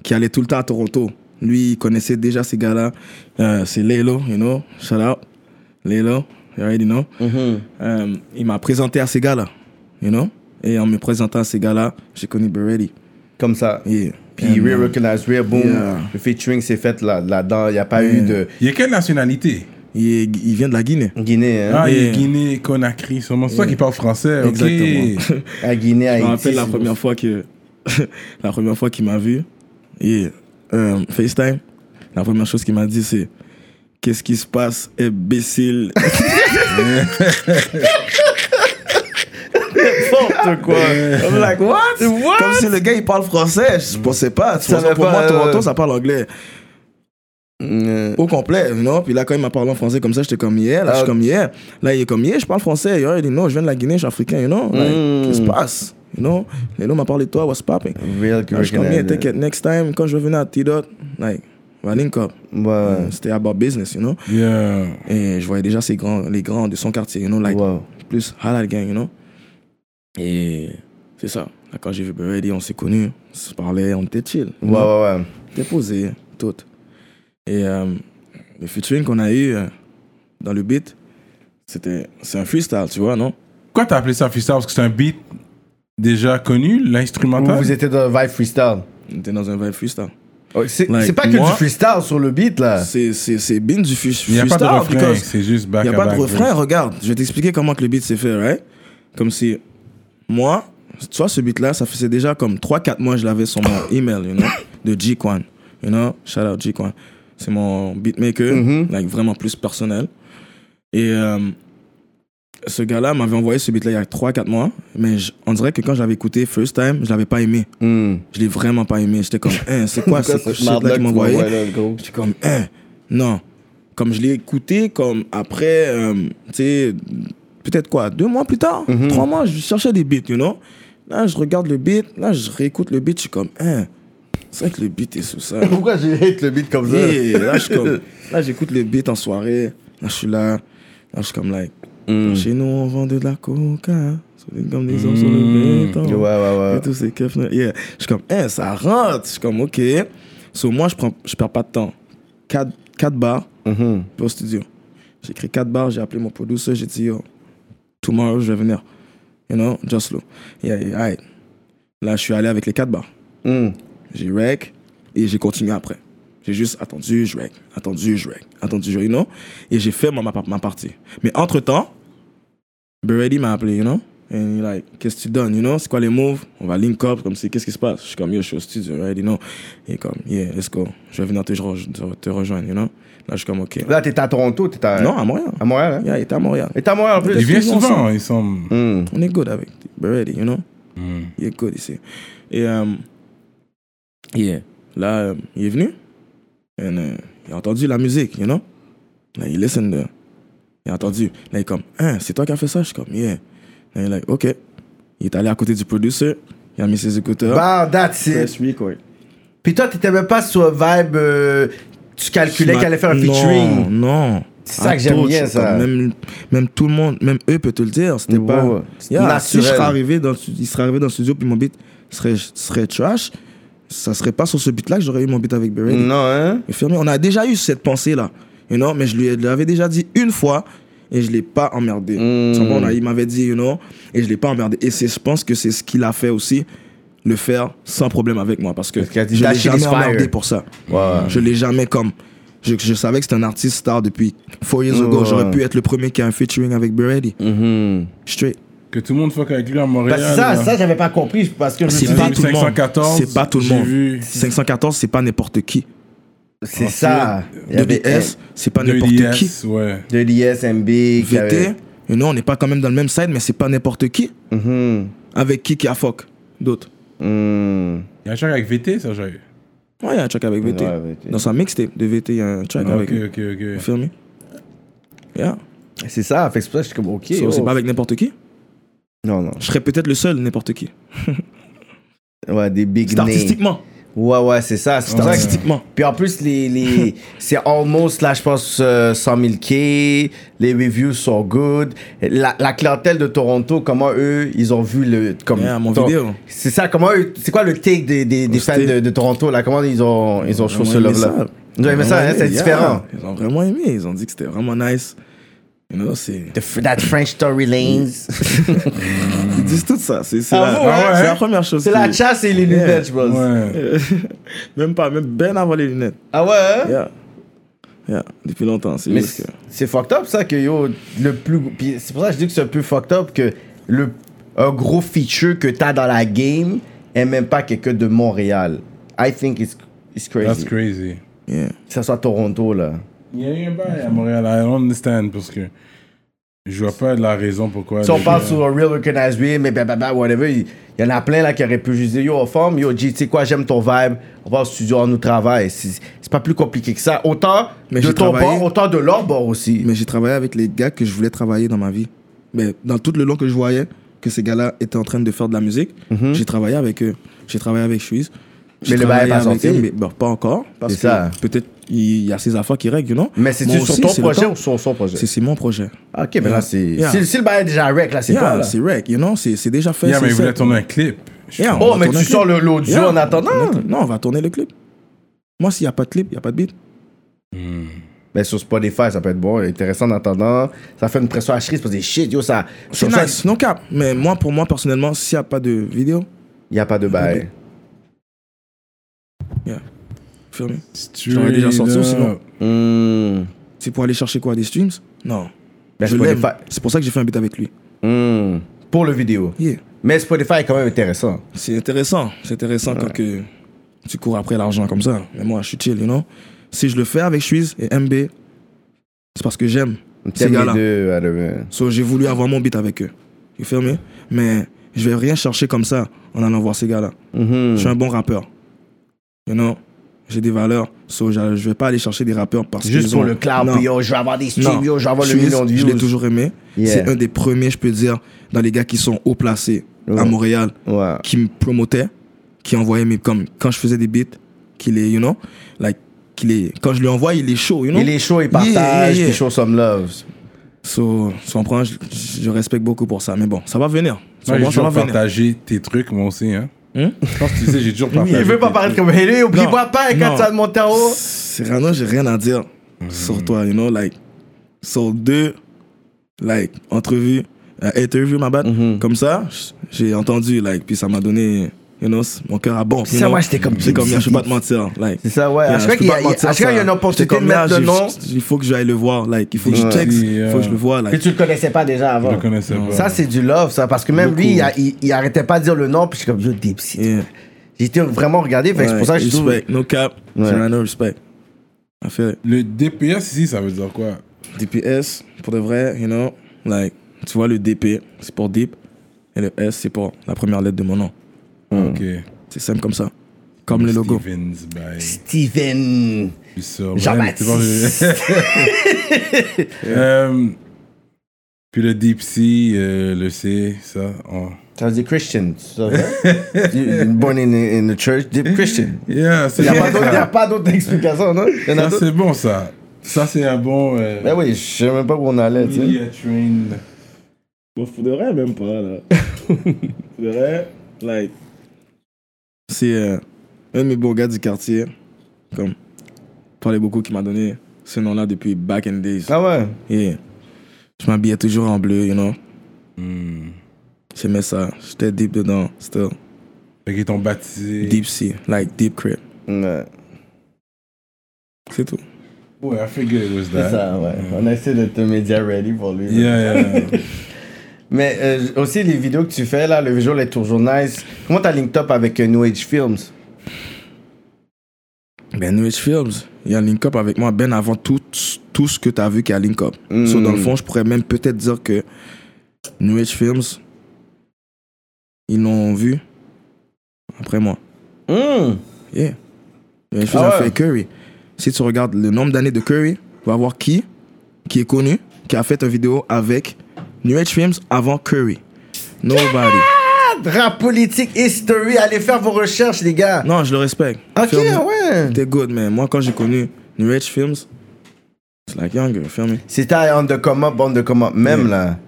Speaker 4: qui allait tout le temps à Toronto. Lui, il connaissait déjà ces gars-là. Euh, c'est Lelo, you know. Shout out. Lelo, you already know.
Speaker 2: Mm-hmm.
Speaker 4: Euh, il m'a présenté à ces gars-là, you know. Et en me présentant à ces gars-là, j'ai connu Beretti.
Speaker 2: Comme ça.
Speaker 4: Yeah.
Speaker 2: Puis
Speaker 4: And,
Speaker 2: Real
Speaker 4: euh,
Speaker 2: Recognize Real, boom.
Speaker 4: Yeah.
Speaker 2: Le featuring s'est fait là- là-dedans. Il n'y a pas eu de
Speaker 1: Il est quelle nationalité?
Speaker 4: il, est- il vient de la Guinée.
Speaker 2: Guinée. Hein.
Speaker 1: Ah, il est
Speaker 4: Yeah.
Speaker 1: Guinée, Conakry, sûrement. C'est toi qui parle français, ok?
Speaker 4: Exactement.
Speaker 2: À Guinée,
Speaker 4: Je
Speaker 2: Haïti.
Speaker 4: me rappelle la
Speaker 2: c'est-
Speaker 4: première fois que la première fois qu'il m'a vu et euh, FaceTime, la première chose qu'il m'a dit c'est qu'est-ce qui se passe Eh, imbécile.
Speaker 2: N'importe quoi. I'm like, what?
Speaker 4: Comme si le gars il parle français, je pensais pas. Tu
Speaker 2: Ça
Speaker 4: pensais,
Speaker 2: va
Speaker 4: pour
Speaker 2: pas,
Speaker 4: moi
Speaker 2: euh,
Speaker 4: Toronto ça parle anglais
Speaker 2: Euh,
Speaker 4: au complet, non Puis là quand il m'a parlé en français comme ça, j'étais comme hier, là je
Speaker 2: Ah.
Speaker 4: suis comme hier. Là il est comme hier, je parle français. Yo, il dit non, je viens de la Guinée, je suis africain, you know. Like,
Speaker 2: Mm.
Speaker 4: Qu'est-ce qui se passe? You know, Lélo m'a parlé de toi, what's popping? Là,
Speaker 2: Real
Speaker 4: Ah, je suis comme
Speaker 2: Recognize
Speaker 4: yeah,
Speaker 2: Real.
Speaker 4: t'inquiète, next time, quand je revenais à T-Dot, like, on va link up.
Speaker 2: Ouais.
Speaker 4: C'était about business, you know.
Speaker 1: Yeah.
Speaker 4: Et je voyais déjà ces grands, les grands de son quartier, you know, like,
Speaker 2: Wow.
Speaker 4: plus Halal Gang, you know. Et c'est ça. Là, quand j'ai vu Brady, on s'est connus, on se parlait, on était chill.
Speaker 2: Ouais, ouais, ouais.
Speaker 4: On était posés, tout. Et euh, le featuring qu'on a eu euh, dans le beat, c'était, c'est un freestyle, tu vois, non
Speaker 1: Pourquoi t'as appelé ça freestyle? Parce que c'est un beat déjà connu,
Speaker 2: Vous,
Speaker 1: l'instrumental?
Speaker 2: vous étiez dans le vibe freestyle.
Speaker 4: On était dans un vrai freestyle.
Speaker 2: Oh, C'est
Speaker 4: Like,
Speaker 2: c'est pas que
Speaker 1: moi-
Speaker 2: du freestyle sur le beat, là.
Speaker 4: C'est, c'est, c'est bien du fre- freestyle.
Speaker 1: Il n'y a pas de refrain,
Speaker 4: because-
Speaker 1: c'est juste back
Speaker 4: Il n'y a pas de refrain,
Speaker 1: refrain.
Speaker 4: regarde. Je vais t'expliquer comment que le beat s'est fait, right? Comme si, moi, tu vois, ce beat-là, ça faisait déjà comme 3-4 mois je l'avais sur mon email, you know, de G-Quan. You know, shout out G-Quan. C'est mon beatmaker, like, vraiment plus personnel. Et euh, ce gars-là m'avait envoyé ce beat-là il y a 3-4 mois, mais je- on dirait que quand je l'avais écouté first time, je l'avais pas aimé.
Speaker 2: Hmm.
Speaker 4: Je l'ai vraiment pas aimé. J'étais comme, Hein, c'est quoi ce shit-là qu'il m'a envoyé? J'étais comme, hein, non. Comme je l'ai écouté, comme après, euh, tu sais, peut-être quoi, deux mois plus tard,
Speaker 2: Mhm.
Speaker 4: trois mois, je cherchais des beats, you know. Là, je regarde le beat, là, je réécoute le beat, je suis comme, hein, c'est vrai que le beat est sous ça.
Speaker 2: Pourquoi j'ai hate le beat comme ça?
Speaker 4: Yeah, là, je suis comme, là, j'écoute le beat en soirée, là, je suis là, là, je suis comme, like,
Speaker 2: Mm.
Speaker 4: chez nous, on vend de la coca, comme des hommes sur le béton.
Speaker 2: Mm. Ouais, ouais, ouais.
Speaker 4: Et tous ces keufs, là. Yeah. Je suis comme, eh, ça rentre. Je suis comme, ok. So, moi, je prends, je perds pas de temps. 4 bars,
Speaker 2: Mhm.
Speaker 4: puis au studio. J'ai écrit 4 bars, j'ai appelé mon producer, j'ai dit, yo, tomorrow, je vais venir. You know, just low. Yeah, yeah, alright. Là, je suis allé avec les 4 bars.
Speaker 2: Mm.
Speaker 4: J'ai rec et j'ai continué après. J'ai juste attendu, je rec, attendu, je rec, attendu, je rec, you know. Et j'ai fait ma, ma, ma partie. Mais entre-temps, Beredy m'a appelé, you know. And he like, qu'est-ce que tu donnes, you know? C'est quoi les moves? On va link up, comme si, qu'est-ce qui se passe? Je suis comme, yo, je suis au studio, right, you know. Et comme, yeah, let's go. Je vais venir te, re- te rejoindre, you know. Là, je suis comme, ok.
Speaker 2: Là, t'es à Toronto, t'es à.
Speaker 4: Non, à Montréal.
Speaker 2: À Montréal, hein?
Speaker 4: Yeah, il était à Montréal.
Speaker 2: Et t'es à Montréal en plus?
Speaker 1: Il vient
Speaker 4: Ils sont
Speaker 1: souvent,
Speaker 4: ensemble.
Speaker 1: il semble.
Speaker 2: Mm.
Speaker 4: On est good avec Beredy, you know?
Speaker 1: Mm.
Speaker 4: Il est good ici. Et euh, yeah. là, euh, il est venu. And, euh, il a entendu la musique, you know? Là, il listen. euh, il a entendu. Là, il est comme, hein, c'est toi qui as fait ça? Je suis comme, yeah. Là, il est like, OK. Il est allé à côté du producer. Il a mis ses écouteurs.
Speaker 2: Bah, that's it.
Speaker 4: Press record.
Speaker 2: Puis toi, t'étais même pas sur le vibe. euh, tu calculais qu'il allait faire un
Speaker 4: Non,
Speaker 2: featuring.
Speaker 4: Non.
Speaker 2: C'est ça
Speaker 4: À
Speaker 2: que j'aime
Speaker 4: tout,
Speaker 2: bien,
Speaker 4: je suis
Speaker 2: ça.
Speaker 4: comme, Même, même tout le monde, même eux peut te le dire. C'était
Speaker 2: Ouais,
Speaker 4: pas.
Speaker 2: ouais.
Speaker 4: Yeah, si
Speaker 2: Naturel.
Speaker 4: je serais arrivé dans, le stu- il serait arrivé dans le studio puis mon beat serait, serait trash, ça serait pas sur ce beat-là que j'aurais eu mon beat avec Berry.
Speaker 2: Non, hein?
Speaker 4: Et fermé, on a déjà eu cette pensée-là. You know, mais je lui ai- l'avais déjà dit une fois et je l'ai pas emmerdé.
Speaker 2: Hmm.
Speaker 4: Tu comprends, on a- il m'avait dit, you know, et je l'ai pas emmerdé. Et c'est- je pense que c'est ce qu'il a fait aussi, le faire sans problème avec moi. Parce que
Speaker 2: qu'il a dit,
Speaker 4: je
Speaker 2: that
Speaker 4: l'ai
Speaker 2: shit
Speaker 4: jamais
Speaker 2: is fire.
Speaker 4: emmerdé pour ça.
Speaker 2: Ouais.
Speaker 4: Je l'ai jamais comme. Je, je savais que c'était un artiste star depuis four years
Speaker 5: Ouais.
Speaker 2: Hmm.
Speaker 4: ago. J'aurais pu être le premier qui a un featuring avec Beretti.
Speaker 2: Mm-hmm.
Speaker 5: Mhm.
Speaker 4: Straight.
Speaker 1: Que tout le monde fuck avec lui
Speaker 4: Bah,
Speaker 1: à Montréal.
Speaker 2: Parce que ça,
Speaker 1: là.
Speaker 2: ça j'avais pas compris. Parce que je
Speaker 4: C'est
Speaker 2: me
Speaker 4: pas
Speaker 2: dis,
Speaker 4: tout le monde.
Speaker 1: 514,
Speaker 4: C'est pas tout le
Speaker 1: j'ai
Speaker 4: monde.
Speaker 1: vu.
Speaker 4: 514, c'est pas n'importe qui.
Speaker 2: C'est ça. Il y avait
Speaker 4: DBS, c'est pas
Speaker 1: De
Speaker 4: n'importe qui.
Speaker 1: l'IS, ouais.
Speaker 2: De l'ISMB. qui
Speaker 4: VT,
Speaker 2: avait-
Speaker 4: you know, on n'est pas quand même dans le même side, mais c'est pas n'importe qui.
Speaker 2: Mm-hmm.
Speaker 5: Mhm.
Speaker 4: Avec qui qui a fuck D'autres.
Speaker 2: Mm.
Speaker 5: Mhm.
Speaker 1: Il y a un track avec VT, ça, j'ai eu.
Speaker 4: Ouais, il y a un track avec VT.
Speaker 2: Ouais, VT.
Speaker 4: Dans sa mixtape de VT, il y a un track
Speaker 1: Ok,
Speaker 4: avec.
Speaker 1: ok,
Speaker 4: Vous
Speaker 1: ok.
Speaker 4: filmez Yeah.
Speaker 2: C'est ça. Fait que c'est pour ça que je suis comme, ok.
Speaker 4: So,
Speaker 2: oh.
Speaker 4: c'est pas avec n'importe qui.
Speaker 2: Non, non.
Speaker 4: Je serais peut-être le seul, n'importe qui.
Speaker 2: Ouais, des big
Speaker 4: C'est
Speaker 2: names.
Speaker 4: artistiquement.
Speaker 2: Ouais, ouais, c'est ça. C'est pour ça que-
Speaker 4: Artistiquement.
Speaker 2: Puis en plus, les, les, c'est almost, là, je pense, euh, 100 000 K. Les reviews sont good. La, la clientèle de Toronto, comment eux, ils ont vu le. Comme,
Speaker 4: Yeah, mon
Speaker 2: ton-
Speaker 4: vidéo.
Speaker 2: C'est ça, comment eux. C'est quoi le take des, des, des fans
Speaker 4: C'était-
Speaker 2: de, de Toronto, là? Comment ils ont, ils ont chaud
Speaker 4: vraiment
Speaker 2: ce
Speaker 4: aimé
Speaker 2: love-là?
Speaker 4: ça.
Speaker 2: Ils ont aimé ça, hein,
Speaker 4: Vraiment
Speaker 2: c'est
Speaker 4: aimé, yeah.
Speaker 2: différent.
Speaker 4: Ils ont vraiment aimé. Ils ont dit que c'était vraiment nice. You know, c'est.
Speaker 2: The f- that French Tory Lanes.
Speaker 4: Ils disent tout ça. C'est c'est
Speaker 2: Ah
Speaker 4: la,
Speaker 2: bon, ouais?
Speaker 4: c'est la première chose.
Speaker 2: c'est
Speaker 4: qui-
Speaker 2: la chasse et les
Speaker 4: Yeah.
Speaker 2: lunettes, bro.
Speaker 4: Eh,
Speaker 1: Ouais.
Speaker 4: Même pas, même bien avant les lunettes.
Speaker 2: Ah ouais? hein?
Speaker 4: Yeah. Yeah. Depuis longtemps. C'est
Speaker 2: Mais
Speaker 4: juste
Speaker 2: c'est
Speaker 4: que.
Speaker 2: c'est fucked up ça que yo, le plus. Puis c'est pour ça que je dis que c'est un peu fucked up que le, un gros feature que t'as dans la game est même pas quelqu'un de Montréal. I think it's, it's
Speaker 1: That's
Speaker 2: crazy.
Speaker 1: crazy.
Speaker 4: Yeah.
Speaker 2: Que ça soit Toronto là.
Speaker 1: Il y a eu un bail à Montréal. I don't understand parce que je vois pas la raison pourquoi.
Speaker 2: Si on
Speaker 1: les
Speaker 2: parle
Speaker 1: gars-
Speaker 2: sur un real recognized way, mais blablabla, whatever, il il y en a plein là qui auraient pu juste dire yo, en forme, yo, G, tu sais quoi, j'aime ton vibe, on va au studio, on nous travaille. C'est c'est pas plus compliqué que ça. Autant
Speaker 4: Mais
Speaker 2: de
Speaker 4: j'ai
Speaker 2: ton
Speaker 4: travaillé.
Speaker 2: bord, autant de leur bord aussi.
Speaker 4: Mais j'ai travaillé avec les gars que je voulais travailler dans ma vie. Mais dans tout le long que je voyais que ces gars-là étaient en train de faire de la musique, j'ai travaillé avec eux. J'ai travaillé avec Suisse.
Speaker 2: Mhm. Mais le bail est pas sorti.
Speaker 4: Mais bon, pas encore. Parce
Speaker 2: C'est ça.
Speaker 4: que peut-être il y a ces affaires qui règlent, you know.
Speaker 2: Mais c'est-tu
Speaker 4: Moi
Speaker 2: sur
Speaker 4: aussi,
Speaker 2: ton
Speaker 4: c'est le
Speaker 2: projet
Speaker 4: temps.
Speaker 2: ou sur son projet?
Speaker 4: C'est c'est mon projet.
Speaker 2: Ah, Ok, mais là, c'est.
Speaker 4: Yeah.
Speaker 2: Si, si le bail est déjà rec, là, c'est
Speaker 4: Yeah,
Speaker 2: toi, là.
Speaker 4: c'est rec, you know. C'est c'est déjà fait.
Speaker 1: Yeah,
Speaker 4: c'est
Speaker 1: mais ils voulaient
Speaker 4: fait.
Speaker 1: tourner un clip. Je
Speaker 4: Yeah, on
Speaker 2: Oh,
Speaker 4: va
Speaker 2: mais
Speaker 4: tourner
Speaker 2: tu
Speaker 4: un clip.
Speaker 2: sors le- l'audio
Speaker 4: Yeah, Mm-hmm.
Speaker 2: en
Speaker 4: on va tourner
Speaker 2: attendant.
Speaker 4: un clip. Non, on va tourner le clip. Moi, s'il n'y a pas de clip, il n'y a pas de beat.
Speaker 2: Mais sur Spotify, ça peut être bon, intéressant en attendant. Ça fait une pression à cherise parce que shit, yo, ça.
Speaker 4: C'est
Speaker 2: comme ça,
Speaker 4: nice, non cap. Mais moi, pour moi, personnellement, s'il n'y a pas de vidéo,
Speaker 2: Il n'y a pas de bail.
Speaker 4: fermé.
Speaker 1: Tu
Speaker 4: J'aurais déjà sorti ou sinon? Mm-hmm.
Speaker 2: Mm-hmm.
Speaker 5: Mhm.
Speaker 4: C'est pour aller chercher quoi Des streams Non.
Speaker 2: Mais
Speaker 4: je l'aime.
Speaker 2: Spotify-
Speaker 4: C'est pour ça que j'ai fait un beat avec lui.
Speaker 5: Mhm.
Speaker 2: Mm-hmm. Pour le vidéo.
Speaker 4: Yeah.
Speaker 2: Mais Spotify est quand même intéressant.
Speaker 4: C'est intéressant. C'est intéressant quand que tu cours après l'argent comme ça. Mais moi, je suis chill, you know. Si je le fais avec Suisse et MB, c'est parce que j'aime ces
Speaker 2: T'aimes les
Speaker 4: gars-là.
Speaker 2: deux, euh, whatever.
Speaker 4: So, j'ai voulu avoir mon beat avec eux. Tu fermé Mais je vais rien chercher comme ça en allant voir ces gars-là.
Speaker 5: Mhm.
Speaker 4: Je
Speaker 2: Hmm.
Speaker 4: suis un bon rappeur. You know J'ai des valeurs. So, j'a- je vais pas aller chercher des rappeurs parce que.
Speaker 2: Juste pour le cloud, puis yo, je vais avoir des
Speaker 4: Non.
Speaker 2: streams, yo, je vais avoir le
Speaker 4: Suisse,
Speaker 2: million de
Speaker 4: Je l'ai
Speaker 2: views.
Speaker 4: toujours aimé.
Speaker 2: Yeah.
Speaker 4: C'est un des premiers, je peux dire, dans les gars qui sont haut placés
Speaker 2: Ouais.
Speaker 4: à Montréal,
Speaker 2: Ouais.
Speaker 4: qui me promotaient, qui envoyaient mes. Comme quand je faisais des beats, qu'il est, you know, like, qu'il est, quand je lui envoie, il est chaud, you know.
Speaker 2: Il est chaud, il
Speaker 4: Yeah,
Speaker 2: partage,
Speaker 4: yeah, yeah.
Speaker 2: puis show some love.
Speaker 4: So, tu comprends, je, je respecte beaucoup pour ça. Mais bon, ça va venir. Tu
Speaker 1: Moi, j'ai
Speaker 4: comprends, ça
Speaker 1: toujours
Speaker 4: va venir.
Speaker 1: partagé tes trucs, moi aussi. Hein.
Speaker 4: Hein
Speaker 1: Je pense que tu sais, j'ai toujours partagé.
Speaker 2: Il veut pas
Speaker 1: tes
Speaker 2: paraître
Speaker 1: trucs.
Speaker 2: comme Hello, oublie-moi
Speaker 4: Non.
Speaker 2: pas, quand
Speaker 4: Non.
Speaker 2: ça de mon tarot.
Speaker 4: Cyrano, j'ai rien à dire
Speaker 2: Mm.
Speaker 4: sur toi, you know, like, sur deux, like, entrevues, euh, interview, ma bad,
Speaker 2: Mm-hmm.
Speaker 4: comme ça, j- j'ai entendu, like, puis ça m'a donné, you know, c- mon cœur à bon.
Speaker 2: Ça, moi, j'étais comme-
Speaker 4: C'est comme, je peux pas te mentir, like.
Speaker 2: C'est ça, ouais.
Speaker 4: yeah,
Speaker 2: À
Speaker 4: je
Speaker 2: chaque
Speaker 4: peux
Speaker 2: fois qu'il y
Speaker 4: pas
Speaker 2: a-
Speaker 4: te mentir,
Speaker 2: à chaque fois, il y a
Speaker 4: ça.
Speaker 2: une opportunité
Speaker 4: J'étais
Speaker 2: de
Speaker 4: comme,
Speaker 2: mettre
Speaker 4: yeah,
Speaker 2: le
Speaker 4: j'ai-
Speaker 2: nom.
Speaker 4: Il faut que j'aille le voir, like, il faut que je
Speaker 1: Ouais.
Speaker 4: check,
Speaker 1: Puis,
Speaker 4: il faut que je
Speaker 1: euh,
Speaker 4: le vois,
Speaker 2: Puis
Speaker 4: like.
Speaker 2: tu le connaissais pas déjà
Speaker 1: Je
Speaker 2: avant.
Speaker 1: le connaissais pas.
Speaker 2: Ça, c'est du love, ça. Parce que même lui, il, a- il- il arrêtait pas de dire le nom. Puis je suis comme, yo, deep
Speaker 4: Yeah.
Speaker 2: J'étais vraiment regardé. Fait que c'est pour ça que je trouve.
Speaker 4: respect, no cap, Cyrano, respect. I feel it.
Speaker 1: Le DPS ici, ça veut dire quoi
Speaker 4: DPS, pour de vrai, you know, like, tu vois, le DP, c'est pour deep, et le S, c'est pour la première lettre de mon nom.
Speaker 1: Ok.
Speaker 4: C'est simple comme ça. Comme le logo.
Speaker 1: Stevens, by.
Speaker 2: Steven.
Speaker 1: Puis ça, ouais, c'est
Speaker 2: Jean-Baptiste.
Speaker 1: bon, je- Euh, Puis le Deep Sea, euh, le C, ça. oh. on-
Speaker 2: Ça veut dire Christian. ça, ouais. You- you're Born in, in the church. Deep Christian.
Speaker 1: Yeah, c'est
Speaker 2: Il
Speaker 1: bon,
Speaker 2: n'y a
Speaker 1: ça.
Speaker 2: pas d'autre explication, non? Il y en a
Speaker 1: Ça,
Speaker 2: d'autres.
Speaker 1: c'est bon, ça. Ça, c'est un bon. euh,
Speaker 2: Ben oui, je sais même pas où on allait, tu sais.
Speaker 1: media train.
Speaker 4: C'est euh, un de mes bons gars du quartier, comme parlait beaucoup, qui m'a donné ce nom-là depuis back in the days.
Speaker 2: Ah ouais?
Speaker 4: Et je m'habillais toujours en bleu, you know.
Speaker 1: Hmm.
Speaker 4: J'aimais ça. J'étais deep dedans, still.
Speaker 1: Fait qu'ils t'ont baptisé.
Speaker 4: Deep sea, like deep crib.
Speaker 2: Ouais.
Speaker 4: C'est tout.
Speaker 1: Ouais, I figured it was
Speaker 2: C'est
Speaker 1: that.
Speaker 2: ça, ouais. On a essayé d'être média ready pour lui. là.
Speaker 1: Yeah, yeah, yeah.
Speaker 2: Mais euh, aussi, les vidéos que tu fais, là, le visual est toujours nice. Comment t'as linked up avec euh, New Age Films
Speaker 4: Ben, New Age Films, il y a Link Up avec moi, ben avant tout, tout ce que tu as vu qu'il y a Link Up.
Speaker 2: Mm.
Speaker 4: So, dans le fond, je pourrais même peut-être dire que New Age Films, ils l'ont vu après moi.
Speaker 5: Hmm.
Speaker 4: Yeah. New Age Films
Speaker 2: Ah
Speaker 4: a
Speaker 2: ouais.
Speaker 4: fait Curry. Si tu regardes le nombre d'années de Curry, tu vas voir qui, qui est connu, qui a fait une vidéo avec New Age Films avant Curry. Nobody.
Speaker 2: Rap politique, history, allez faire vos recherches, les gars.
Speaker 4: Non, je le respecte.
Speaker 2: Ok,
Speaker 4: Films,
Speaker 2: Ah, ouais.
Speaker 4: T'es good, man. Moi, quand j'ai connu New Age Films, it's like younger, feel me?
Speaker 2: C'était on the come up, on the come up, même là.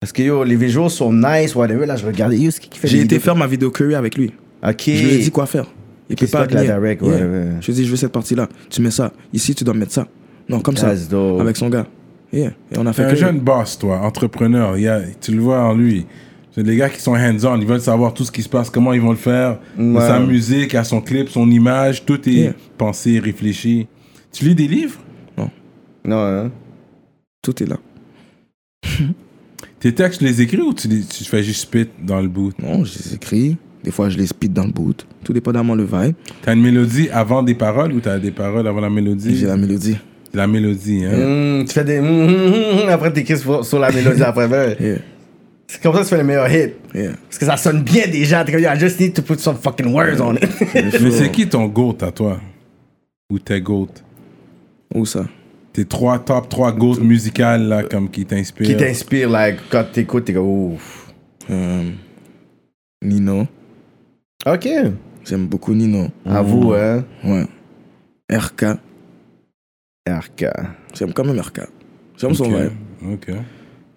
Speaker 2: Parce que yo, les visuals sont nice, whatever. Là, je regardais, yo, ce qui fait
Speaker 4: J'ai
Speaker 2: des
Speaker 4: été
Speaker 2: vidéos.
Speaker 4: faire ma vidéo curry avec lui.
Speaker 2: Ok.
Speaker 4: Je lui ai dit quoi faire. Il peut
Speaker 2: Qu'est-ce
Speaker 4: pas
Speaker 2: que la
Speaker 4: venir.
Speaker 2: direct, ouais, ouais.
Speaker 4: Je lui ai dit, je veux cette partie-là. Tu mets ça. Ici, tu dois mettre ça. Non, comme ça.
Speaker 2: That's dope.
Speaker 4: Avec son gars. Yeah. Et on a
Speaker 1: T'es
Speaker 4: fait
Speaker 1: un
Speaker 4: que-
Speaker 1: jeune boss, toi, entrepreneur. Il y a- tu le vois en lui. C'est des gars qui sont hands-on. Ils veulent savoir tout ce qui se passe, comment ils vont le faire. De
Speaker 2: Ouais.
Speaker 1: Sa musique, à son clip, son image, tout est
Speaker 4: Yeah.
Speaker 1: pensé, réfléchi. Tu lis des livres
Speaker 2: Non, hein.
Speaker 4: Tout est là.
Speaker 1: Tes textes, tu les écris ou tu, les- tu fais juste spit dans le bout
Speaker 4: Non, je les écris. Des fois, je les speed dans le boot. Tout dépendamment le vibe.
Speaker 1: T'as une mélodie avant des paroles ou t'as des paroles avant la mélodie
Speaker 2: Mm.
Speaker 4: J'ai la Mm. mélodie.
Speaker 1: La mélodie, hein.
Speaker 2: Hmm, tu fais des. hmm, hmm, hmm, hmm, après, t'écris sur, sur la mélodie après. ouais.
Speaker 4: Yeah.
Speaker 2: C'est comme ça que tu fais les meilleurs hits.
Speaker 4: Yeah.
Speaker 2: Parce que ça sonne bien déjà. T'es comme, yo, I just need to put some fucking words on it.
Speaker 1: Mais c'est qui ton GOAT à toi Ou tes GOAT
Speaker 4: Où ça
Speaker 1: Tes trois top 3 GOAT musicales là, comme qui t'inspirent
Speaker 2: Qui t'inspire, like, quand t'écoutes, t'es comme, ouf.
Speaker 4: Euh, Nino.
Speaker 2: Ok.
Speaker 1: Mm.
Speaker 4: J'aime beaucoup Nino.
Speaker 2: À vous, hein.
Speaker 4: Ouais. RK.
Speaker 2: RK.
Speaker 4: J'aime quand même RK. J'aime son
Speaker 1: Ok,
Speaker 4: vibe.
Speaker 1: ok.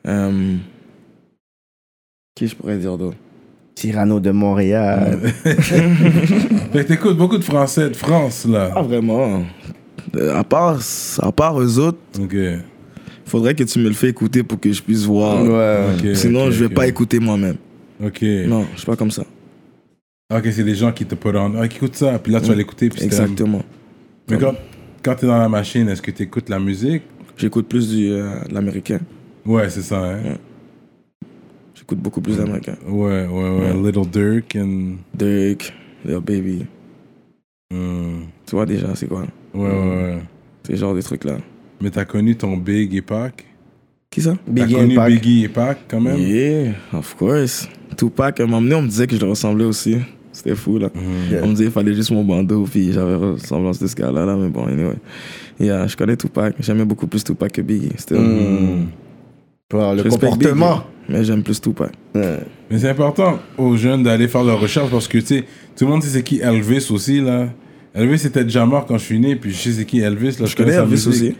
Speaker 4: Euh, qui je pourrais dire d'autre
Speaker 2: Cyrano de Montréal.
Speaker 1: Fait que t'écoutes beaucoup de français de France là.
Speaker 4: Pas vraiment. Euh, À part, à part eux autres,
Speaker 1: Ok.
Speaker 4: faudrait que tu me le fais écouter pour que je puisse voir.
Speaker 2: Ouais.
Speaker 1: ok,
Speaker 4: Sinon,
Speaker 1: ok,
Speaker 4: je vais
Speaker 1: ok.
Speaker 4: pas écouter moi-même.
Speaker 1: Ok.
Speaker 4: Non, je suis pas comme ça.
Speaker 1: Ok, c'est des gens qui te put on. Ah, qui écoutent ça, puis là tu vas l'écouter. puis c'est-
Speaker 4: Mm. Exactement.
Speaker 1: Mais quand, quand t'es dans la machine, est-ce que t'écoutes la musique
Speaker 4: J'écoute plus du, euh, de l'américain.
Speaker 1: Ouais, c'est ça, hein.
Speaker 4: J'écoute beaucoup plus d'américain.
Speaker 1: Ouais, ouais, ouais. Little Dirk and.
Speaker 4: Drake, Lil Baby.
Speaker 1: Hmm.
Speaker 4: Tu vois déjà, c'est quoi hein?
Speaker 1: Ouais, ouais, ouais.
Speaker 4: C'est genre des trucs là.
Speaker 1: Mais t'as connu ton Big et Pac
Speaker 4: Qui ça
Speaker 1: T'as
Speaker 2: Biggie
Speaker 1: connu
Speaker 2: Impact.
Speaker 1: Biggie et Pac quand même
Speaker 4: Yeah, of course. Tupac, à un moment donné, on me disait que je le ressemblais aussi. C'était fou,
Speaker 1: Mm,
Speaker 4: là. On me disait qu'il fallait juste mon bandeau, puis j'avais ressemblance de ce gars-là, là, mais bon, anyway. Yeah, je connais Tupac. J'aimais beaucoup plus Tupac que Biggie. C'était
Speaker 1: Mm.
Speaker 2: Pour le
Speaker 4: Je respecte
Speaker 2: comportement.
Speaker 4: Biggie, mais j'aime plus Tupac.
Speaker 1: Mais c'est important aux jeunes d'aller faire leur recherche parce que, tu sais, tout le monde sait c'est qui Elvis aussi, là. Elvis était déjà mort quand je suis né, puis je sais c'est qui Elvis, là. Je,
Speaker 4: connais
Speaker 1: sa
Speaker 4: Elvis
Speaker 1: musique.
Speaker 4: aussi.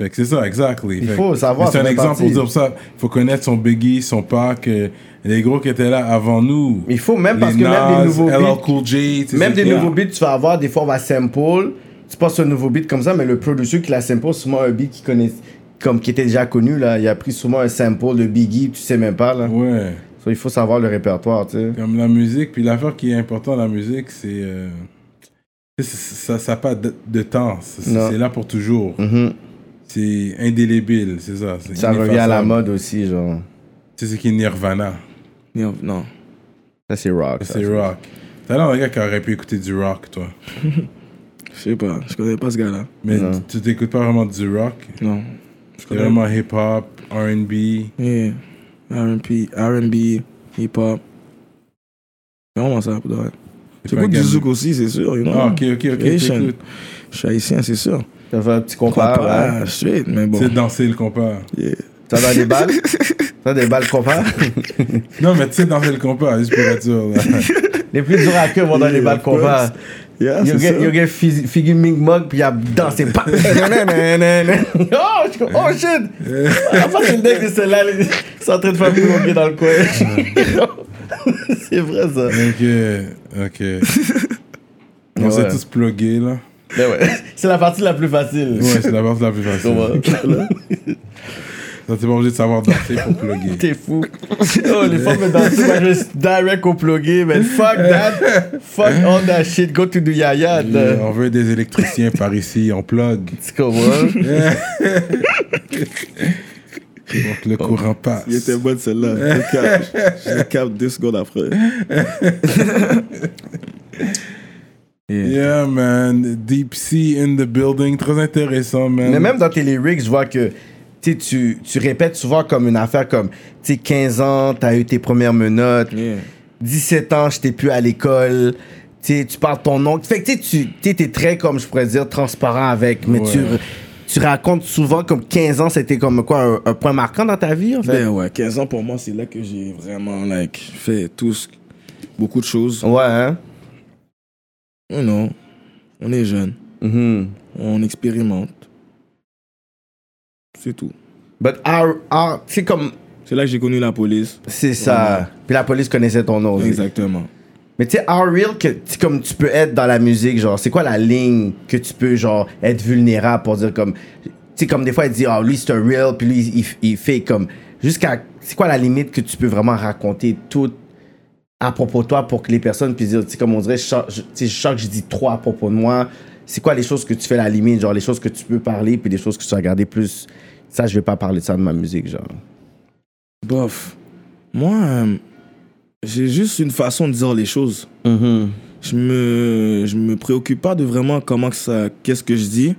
Speaker 1: Fait que c'est ça, exactly.
Speaker 2: Il
Speaker 1: Fait
Speaker 2: faut
Speaker 1: que-
Speaker 2: savoir,
Speaker 1: mais C'est
Speaker 2: ça
Speaker 1: un
Speaker 2: fait
Speaker 1: exemple pour
Speaker 2: partie.
Speaker 1: dire ça. Il faut connaître son Biggie, son Pac, euh, les gros qui étaient là avant nous.
Speaker 2: Il faut, même
Speaker 1: Les
Speaker 2: parce que même
Speaker 1: Nas,
Speaker 2: des nouveaux
Speaker 1: LL
Speaker 2: beats-
Speaker 1: Cool J, tu sais,
Speaker 2: Même
Speaker 1: c'est
Speaker 2: des
Speaker 1: qui, là.
Speaker 2: nouveaux beats, tu vas avoir des fois on va sample. Tu passes un nouveau beat comme ça, mais le producer qui l'a sample, souvent un beat qui connaît, comme qui était déjà connu là, il a pris souvent un sample de Biggie, tu sais même pas là.
Speaker 1: Ouais.
Speaker 2: So, il faut savoir le répertoire, tu sais.
Speaker 1: Comme la musique, puis l'affaire qui est importante, la musique, c'est. euh, c'est- c'est- ça n'a pas de, de temps. C'est
Speaker 2: Non.
Speaker 1: c'est là pour toujours.
Speaker 2: Mhm.
Speaker 1: C'est indélébile, c'est ça. c'est
Speaker 2: Ça revient à la
Speaker 1: ineffaçable.
Speaker 2: mode aussi, genre.
Speaker 1: C'est ce qui est Nirvana.
Speaker 4: Non, non.
Speaker 2: Ça c'est rock. ça.
Speaker 1: C'est rock. T'as l'air d'un gars qui aurait pu écouter du rock, toi.
Speaker 4: je sais pas. Je connais pas ce gars-là.
Speaker 1: Mais tu- tu t'écoutes pas vraiment du rock.
Speaker 4: Non.
Speaker 1: C'est vraiment hip-hop, R&B.
Speaker 4: Yeah. R&B, R&B, hip-hop. C'est Vraiment ça, pour de vrai.
Speaker 1: pas
Speaker 4: J'écoute
Speaker 1: un
Speaker 4: du
Speaker 1: gars-
Speaker 4: zouk aussi, c'est sûr. you know.
Speaker 1: Ah, ok, ok, ok.
Speaker 4: Haïtien.
Speaker 1: t'écoutes. Ah,
Speaker 4: Je suis haïtien, c'est sûr.
Speaker 2: Ça fait un petit
Speaker 4: Compas,
Speaker 2: compas. hein.
Speaker 4: shit, mais bon.
Speaker 1: C'est danser le compas.
Speaker 4: Yeah.
Speaker 2: Ça va des balles. Ça des balles compas.
Speaker 1: Non, mais tu sais danser le compas, juste pour être sûr. là.
Speaker 2: Les plus durs à queue vont dans les balles compas.
Speaker 4: Yeah,
Speaker 2: You
Speaker 4: Ah, c'est
Speaker 2: get,
Speaker 4: ça.
Speaker 2: you get figu- figure Ming Mug, puis il a dansé. Pa- Nananana. oh, je suis comme, oh shit! À part le deck de celle-là, les- c'est en train de faire bloquer dans le coin. c'est vrai ça.
Speaker 1: ok, ok. On s'est
Speaker 2: Ouais.
Speaker 1: tous plugués, là.
Speaker 2: Mais ouais, c'est la partie la plus facile.
Speaker 1: Ouais, c'est la partie la plus facile.
Speaker 2: Comment?
Speaker 1: Non, t'es pas obligé de savoir danser pour plugger.
Speaker 2: T'es fou. oh, les femmes dansent, moi je suis direct au plugué, man. Fuck that. Fuck all that shit. Go to the yaya.
Speaker 1: Euh,
Speaker 2: Tu
Speaker 1: On veut des électriciens par ici, on plug.
Speaker 2: comprends?
Speaker 1: Donc le courant passe.
Speaker 6: Il était bonne celle-là. Je le capte. Je le capte deux secondes après.
Speaker 1: Yeah, man. Deep Sea in the building. Très intéressant, man.
Speaker 2: Mais même dans tes lyrics, je vois que tu sais, tu, tu répètes souvent comme une affaire comme tu sais, 15 ans, t'as eu tes premières menottes, 17 ans, j'étais plus à l'école. Tu sais, tu parles ton nom. Fait que tu sais, tu- tu sais, t'es très, comme je pourrais dire, transparent avec, mais tu, tu racontes souvent comme 15 ans, c'était comme quoi, un, un point marquant dans ta vie, en fait.
Speaker 4: Ben ouais, 15 ans pour moi, c'est là que j'ai vraiment like, fait tout ce- beaucoup de choses.
Speaker 2: Ouais, hein?
Speaker 4: Oh non, on est jeune,
Speaker 2: Mhm.
Speaker 4: on expérimente. C'est tout.
Speaker 2: But our, our- tu sais, comme,
Speaker 4: C'est là que j'ai connu la police.
Speaker 2: c'est ça. Puis la police connaissait ton nom. aussi.
Speaker 4: Exactement.
Speaker 2: Mais tu sais, how real que tu- comme tu peux être dans la musique, genre, c'est quoi la ligne que tu peux, genre, être vulnérable pour dire comme. Tu sais, comme des fois, elle dit, ah, lui, c'est un real, puis lui, il, f- il fait comme. Jusqu'à. C'est quoi la limite que tu peux vraiment raconter tout à propos de toi pour que les personnes puissent dire, tu sais, comme on dirait, chaque, je- tu sais, chaque je dis trois à propos de moi. C'est quoi les choses que tu fais la limite, genre, les choses que tu peux parler, puis les choses que tu vas garder plus. Ça, je vais pas parler de ça de ma musique, genre.
Speaker 4: Bof, moi, euh, j'ai juste une façon de dire les choses. Je me, je me préoccupe pas de vraiment comment que ça, qu'est-ce que je dis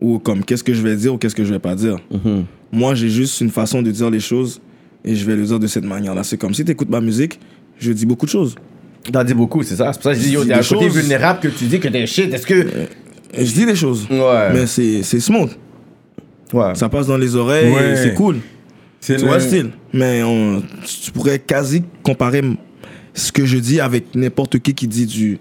Speaker 4: ou comme qu'est-ce que je vais dire ou qu'est-ce que je vais pas dire. Moi, j'ai juste une façon de dire les choses et je vais le dire de cette manière-là. C'est comme si tu écoutes ma musique, je dis beaucoup de choses.
Speaker 2: T'en dis beaucoup, c'est ça? C'est pour ça que je dis, yo,
Speaker 4: Je dis
Speaker 2: t'as un
Speaker 4: des
Speaker 2: côté
Speaker 4: choses.
Speaker 2: vulnérable que tu dis que t'es shit. Est-ce que.
Speaker 4: Et je dis des choses,
Speaker 2: Ouais.
Speaker 4: mais c'est, c'est smooth.
Speaker 2: Ouais.
Speaker 4: Ça passe dans les oreilles, et
Speaker 1: Ouais.
Speaker 4: c'est cool.
Speaker 1: C'est
Speaker 4: Tu
Speaker 1: le-
Speaker 4: vois le style. Mais on- tu tu pourrais quasi comparer m- ce que je dis avec n'importe qui qui dit du,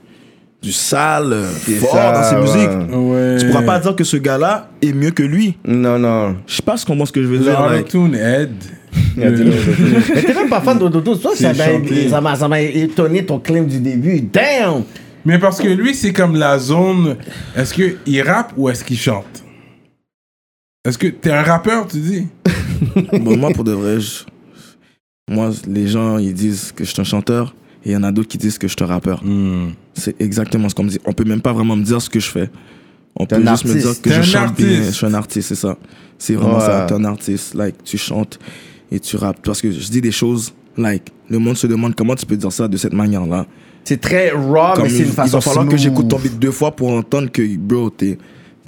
Speaker 4: du sale, euh, fort
Speaker 2: ça,
Speaker 4: dans ses
Speaker 2: ouais.
Speaker 4: musiques.
Speaker 1: Ouais.
Speaker 4: Tu pourras pas dire que ce gars-là est mieux que lui.
Speaker 2: Non, non.
Speaker 4: Je sais pas ce qu'on pense que je veux
Speaker 1: Le
Speaker 4: dire. like.
Speaker 1: autotune aide.
Speaker 2: Mais t'es même pas fan de Dodo, toi, ça
Speaker 1: C'est
Speaker 2: m'a-
Speaker 1: chanté.
Speaker 2: ça m'a ça m'a étonné ton claim du début. Damn!
Speaker 1: Mais parce que lui, c'est comme la zone. Est-ce qu'il rappe ou est-ce qu'il chante Est-ce que t'es un rappeur, tu dis
Speaker 4: Bon, moi, pour de vrai, je- moi, les gens, ils disent que je suis un chanteur. Et il y en a d'autres qui disent que je suis un rappeur. C'est exactement ce qu'on me dit. On peut même pas vraiment me dire ce que je fais. On peut
Speaker 2: un
Speaker 4: juste me
Speaker 2: artiste.
Speaker 4: dire que
Speaker 1: T'es
Speaker 4: je
Speaker 1: un
Speaker 4: chante bien.
Speaker 1: artiste.
Speaker 4: Je suis un artiste, c'est ça. C'est vraiment
Speaker 2: Ouais.
Speaker 4: ça. T'es un artiste. Like, tu chantes et tu rappes. Parce que je dis des choses, like, le monde se demande comment tu peux dire ça de cette manière-là.
Speaker 2: C'est très raw, Ah, mais
Speaker 4: Comme
Speaker 2: c'est
Speaker 4: il-
Speaker 2: une façon
Speaker 4: Il va falloir que
Speaker 2: smooth.
Speaker 4: j'écoute ton beat deux fois pour entendre que, bro, t'es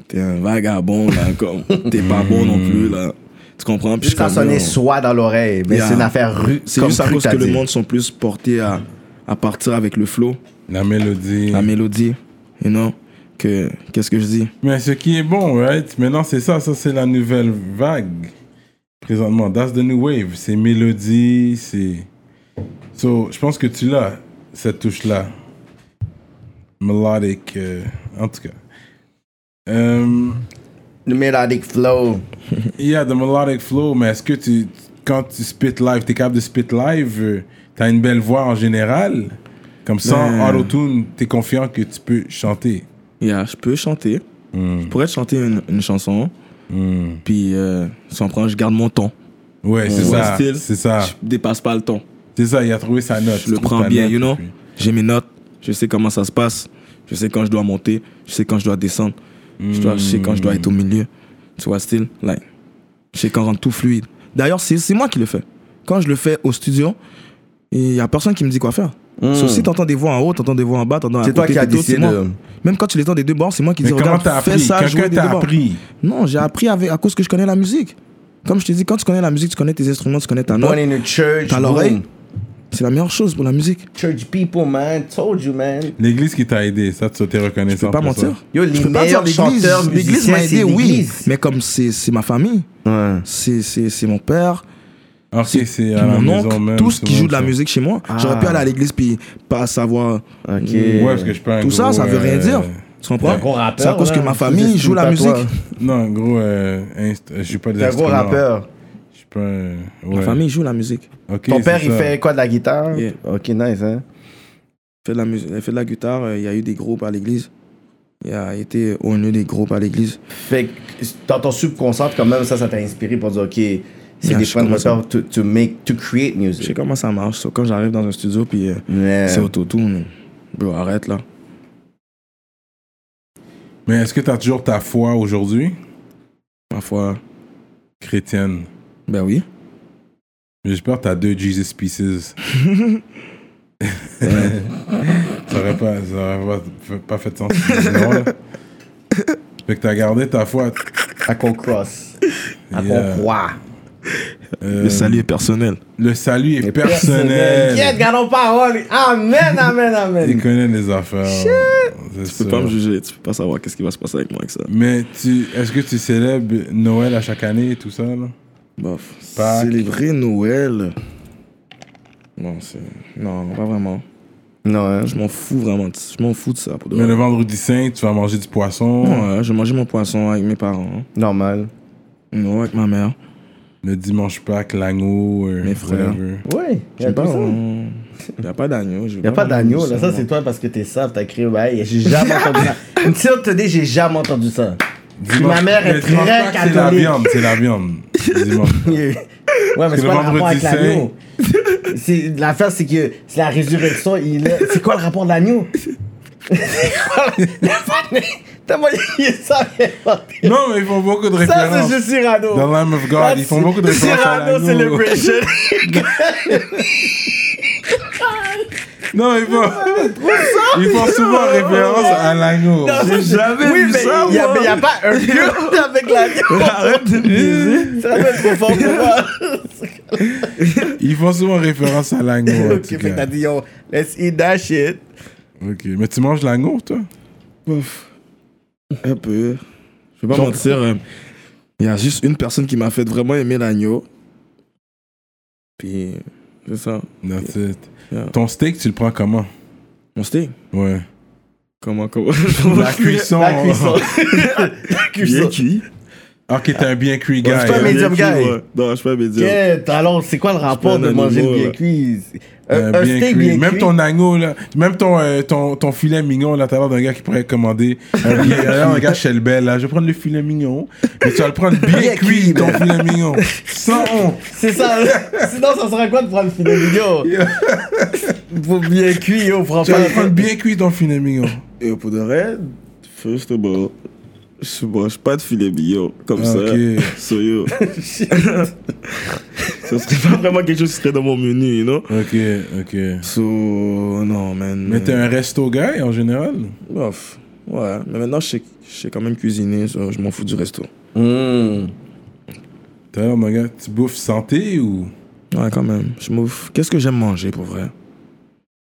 Speaker 4: t'es un vagabond, là. comme, T'es pas bon non plus, là. Tu comprends? Puis je suis
Speaker 2: Juste quand
Speaker 4: comme,
Speaker 2: sonner
Speaker 4: yo.
Speaker 2: soit dans l'oreille, mais
Speaker 4: Yeah.
Speaker 2: c'est une affaire rue.
Speaker 4: C'est
Speaker 2: comme
Speaker 4: juste à
Speaker 2: crue
Speaker 4: cause
Speaker 2: t'as
Speaker 4: que le
Speaker 2: dit.
Speaker 4: monde sont plus portés à, à partir avec le flow,
Speaker 1: La mélodie.
Speaker 4: la mélodie, you know, que qu'est-ce que je dis.
Speaker 1: Mais ce qui est bon, right Maintenant, c'est ça. Ça, c'est la nouvelle vague. Présentement, that's the new wave. C'est mélodie, c'est. So, je pense que tu l'as, cette touche-là. Melodic, euh, en tout cas. Euh,
Speaker 2: Le melodic flow.
Speaker 1: Yeah, the melodic flow, mais est-ce que tu, quand tu spit live, t'es capable de spit live, euh, t'as une belle voix en général? Comme sans
Speaker 4: Ben-
Speaker 1: auto-tune, t'es confiant que tu peux chanter.
Speaker 4: Yeah, je peux chanter,
Speaker 1: Hmm.
Speaker 4: je pourrais te chanter une, une chanson, puis euh, sans prendre, je garde mon ton.
Speaker 1: Ouais, c'est
Speaker 4: Tu vois
Speaker 1: ça.
Speaker 4: le style?
Speaker 1: C'est ça.
Speaker 4: Je dépasse pas le ton.
Speaker 1: Ah. C'est ça, il a trouvé sa note.
Speaker 4: Je le
Speaker 1: trouve
Speaker 4: prends
Speaker 1: ta
Speaker 4: bien,
Speaker 1: note,
Speaker 4: you know.
Speaker 1: puis-
Speaker 4: J'ai mes notes, je sais comment ça se passe, je sais quand je dois monter, je sais quand je dois descendre, je, dois- je sais quand je
Speaker 1: Hmm.
Speaker 4: dois être au milieu. Tu vois, style, like, je sais quand rendre tout fluide. D'ailleurs, c'est c'est moi qui le fais. Quand je le fais au studio, il y a personne qui me dit quoi faire. Sauf si t'entends des voix en haut, t'entends des voix en bas, t'entends à
Speaker 2: Hmm. C'est toi
Speaker 4: côté
Speaker 2: qui as
Speaker 4: des autres,
Speaker 2: décidé
Speaker 4: c'est moi.
Speaker 2: de-
Speaker 4: Même quand tu les entends des deux bords, c'est moi qui
Speaker 1: Mais
Speaker 4: dis
Speaker 1: comment
Speaker 4: regarde,
Speaker 1: t'as
Speaker 4: fais
Speaker 1: appris?
Speaker 4: ça, jouer
Speaker 1: Quelqu'un
Speaker 4: des
Speaker 1: t'a
Speaker 4: deux bords.
Speaker 1: appris.
Speaker 4: Non, j'ai appris avec, à cause que je connais la musique. Comme je te dis, quand tu connais la musique, tu connais tes instruments, tu connais ta note,
Speaker 2: Born in a church.
Speaker 4: t'as l'oreille.
Speaker 2: boom.
Speaker 4: C'est la meilleure chose pour la musique.
Speaker 2: Church people, man. Told you, man.
Speaker 1: L'église qui t'a aidé, ça, tu t'es reconnaissant.
Speaker 4: Je peux pas
Speaker 1: pour ça.
Speaker 4: mentir.
Speaker 2: Yo, les
Speaker 4: je peux pas
Speaker 2: meilleurs chanteurs,
Speaker 4: L'église
Speaker 2: musiciens,
Speaker 4: m'a
Speaker 2: c'est
Speaker 4: aidé, oui.
Speaker 2: l'église.
Speaker 4: Mais comme c'est c'est ma famille, c'est- c'est c'est mon père,
Speaker 1: Ok, c'est à la
Speaker 4: mon
Speaker 1: maison
Speaker 4: oncle,
Speaker 1: même,
Speaker 4: tous
Speaker 1: c'est
Speaker 4: qui
Speaker 1: bon,
Speaker 4: jouent de la
Speaker 1: ça.
Speaker 4: musique chez moi. J'aurais
Speaker 2: Ah.
Speaker 4: pu aller à l'église puis pas savoir.
Speaker 1: Ouais, parce que je peux un
Speaker 4: Tout ça,
Speaker 1: gros,
Speaker 4: ça veut rien
Speaker 1: euh,
Speaker 4: dire. Tu comprends
Speaker 2: gros rappeur,
Speaker 4: C'est à cause
Speaker 2: là,
Speaker 4: que ma
Speaker 2: tu
Speaker 4: famille
Speaker 2: t'estimes
Speaker 4: joue la
Speaker 2: pas,
Speaker 4: musique.
Speaker 2: toi.
Speaker 1: Non, en gros, euh, inst- je suis pas des
Speaker 2: T'es un gros
Speaker 1: instruments.
Speaker 2: rappeur.
Speaker 1: Je suis pas. euh,
Speaker 4: Ma
Speaker 1: ouais.
Speaker 4: famille joue la musique.
Speaker 1: Ok,
Speaker 2: Ton
Speaker 1: c'est
Speaker 2: père, il
Speaker 1: ça.
Speaker 2: fait quoi de la guitare?
Speaker 4: Yeah.
Speaker 2: Ok, nice,
Speaker 4: Elle
Speaker 2: hein.
Speaker 4: fait de la musique, elle fait de la guitare. euh, Il y a eu des groupes à l'église. Il a été au nœud des groupes à l'église.
Speaker 2: Fait que dans ton subconscient, quand même, ça, ça t'a inspiré pour dire, ok, C'est
Speaker 4: Yeah,
Speaker 2: des
Speaker 4: je
Speaker 2: points de
Speaker 4: commence à-
Speaker 2: repère to, to make, to create
Speaker 4: Je sais
Speaker 2: music.
Speaker 4: comment ça marche. so, quand j'arrive dans un studio, puis euh,
Speaker 2: Yeah.
Speaker 4: c'est autotune. Bro, arrête là.
Speaker 1: Mais est-ce que t'as toujours ta foi aujourd'hui
Speaker 4: Parfois,
Speaker 1: chrétienne
Speaker 4: ben oui.
Speaker 1: J'espère que t'as deux Jesus Pieces. ça aurait pas, ça aurait pas, pas fait de sens. Non, là. Fait que t'as gardé ta foi.
Speaker 2: À qu'on cross. À
Speaker 1: Yeah.
Speaker 2: qu'on croit.
Speaker 1: Euh,
Speaker 4: Le salut est personnel.
Speaker 1: le salut est personnel.
Speaker 2: Yes, gardons parole. Amen, amen,
Speaker 1: Il
Speaker 2: amen.
Speaker 1: connaît les affaires.
Speaker 6: Tu peux pas me juger, tu peux pas savoir qu'est-ce qui va se passer avec moi avec ça.
Speaker 1: Mais tu, est-ce que tu célèbres Noël à chaque année et tout ça là?
Speaker 4: Bof.
Speaker 1: Pâques.
Speaker 4: Célébrer Noël. Non, c'est. Non, pas vraiment.
Speaker 2: Non, hein.
Speaker 4: Je m'en fous vraiment. de- Je m'en fous de ça. Pour de
Speaker 1: Mais
Speaker 4: vrai.
Speaker 1: le vendredi saint, tu vas manger du poisson.
Speaker 2: Hmm.
Speaker 1: euh,
Speaker 4: Non, ouais, je mangeais mon poisson avec mes parents. hein.
Speaker 2: normal.
Speaker 4: Non, avec ma mère.
Speaker 1: Le dimanche Pâques, l'agneau, euh,
Speaker 4: Mes frères.
Speaker 1: whatever.
Speaker 2: Oui,
Speaker 4: Je sais pas. Il n'y a pas d'agneau.
Speaker 2: Il n'y a pas d'agneau, là. Ça, c'est toi parce que t'es sable, t'as crié. Ouais, j'ai jamais entendu ça. Une petite te dit, j'ai jamais entendu ça.
Speaker 1: Dimanche-
Speaker 2: Ma mère est
Speaker 1: mais dimanche
Speaker 2: très
Speaker 1: Pâques, C'est la
Speaker 2: catholique.
Speaker 1: viande, c'est la viande. Dimanche.
Speaker 2: ouais, mais
Speaker 1: le
Speaker 2: c'est pas le rapport
Speaker 1: vendredi
Speaker 2: avec l'agneau. C'est- L'affaire, c'est que c'est la résurrection. Il est... C'est quoi le rapport de l'agneau T'as moyen il est ça, il est pas-
Speaker 1: non, mais ils font beaucoup de
Speaker 2: Ça, c'est
Speaker 1: références.
Speaker 2: juste Cyrano.
Speaker 1: Dans Lamb of God, ils font beaucoup de références à
Speaker 2: Cyrano
Speaker 1: l'agneau.
Speaker 2: Celebration.
Speaker 1: Non, ils font, ils font souvent référence à l'agneau.
Speaker 2: J'ai jamais oui,
Speaker 6: vu
Speaker 2: mais
Speaker 6: ça,
Speaker 2: Il n'y a,
Speaker 6: moi.
Speaker 2: mais y a pas un lieu avec l'agneau. Arrête de me Ça va être trop fort pour moi.
Speaker 1: Ils font souvent référence à l'agneau. en
Speaker 2: ok,
Speaker 1: tout
Speaker 2: fait que t'as
Speaker 1: cas.
Speaker 2: dit, yo, let's eat that shit.
Speaker 1: Ok, mais tu manges l'agneau, toi
Speaker 4: Un peu. Je vais pas mentir. euh, Il y a juste une personne qui m'a fait vraiment aimer l'agneau. Puis, c'est ça.
Speaker 1: Non, c'est-
Speaker 4: Yeah.
Speaker 1: Ton steak, tu le prends comment
Speaker 4: Mon steak.
Speaker 1: Ouais.
Speaker 4: Comment, comment
Speaker 1: La cuisson.
Speaker 2: La cuisson. La
Speaker 6: Il
Speaker 2: cuisson.
Speaker 6: est qui
Speaker 1: Ok, t'es un bien cuit guy.
Speaker 2: je suis pas
Speaker 1: hein.
Speaker 2: médium.
Speaker 6: Bien
Speaker 2: medium
Speaker 6: cuit,
Speaker 2: guy.
Speaker 6: ouais. Non, je suis pas un medium.
Speaker 2: Quête, alors c'est quoi le rapport
Speaker 6: C'est pas
Speaker 2: de
Speaker 6: un
Speaker 2: manger le
Speaker 6: animal,
Speaker 2: bien
Speaker 6: là.
Speaker 2: cuit
Speaker 1: Euh,
Speaker 2: Un, un
Speaker 1: bien
Speaker 2: steak
Speaker 1: cuit.
Speaker 2: bien
Speaker 1: même
Speaker 2: cuit.
Speaker 1: ton agneau, là, même ton, euh, ton, ton filet mignon, là, t'as l'air d'un gars qui pourrait commander un bien là, un gars chez le bel, là, je vais prendre le filet mignon, mais tu vas le prendre bien,
Speaker 2: Bien
Speaker 1: cuit,
Speaker 2: cuit,
Speaker 1: ton filet mignon. Sans honte.
Speaker 2: C'est ça. Sinon, ça sera quoi de prendre le filet mignon Pour bien cuit, oh, yo, prends
Speaker 1: Tu vas
Speaker 2: pas.
Speaker 1: le prendre bien cuit, ton filet mignon.
Speaker 6: Et pour de vrai, first of all, je mange pas de filet mignon comme
Speaker 1: Ah, Ok.
Speaker 6: ça. So yo. Ce serait pas vraiment quelque chose qui serait dans mon menu, you know?
Speaker 1: Ok, ok.
Speaker 4: So, non, man.
Speaker 1: Mais t'es un resto guy en général
Speaker 4: Bof. Ouais. Mais maintenant, je sais, je sais quand même cuisiner. so je m'en fous du resto.
Speaker 1: T'as l'air d'un gars, tu bouffes santé ou.
Speaker 4: Ouais, quand même. Je m'ouvre. Qu'est-ce que j'aime manger, pour vrai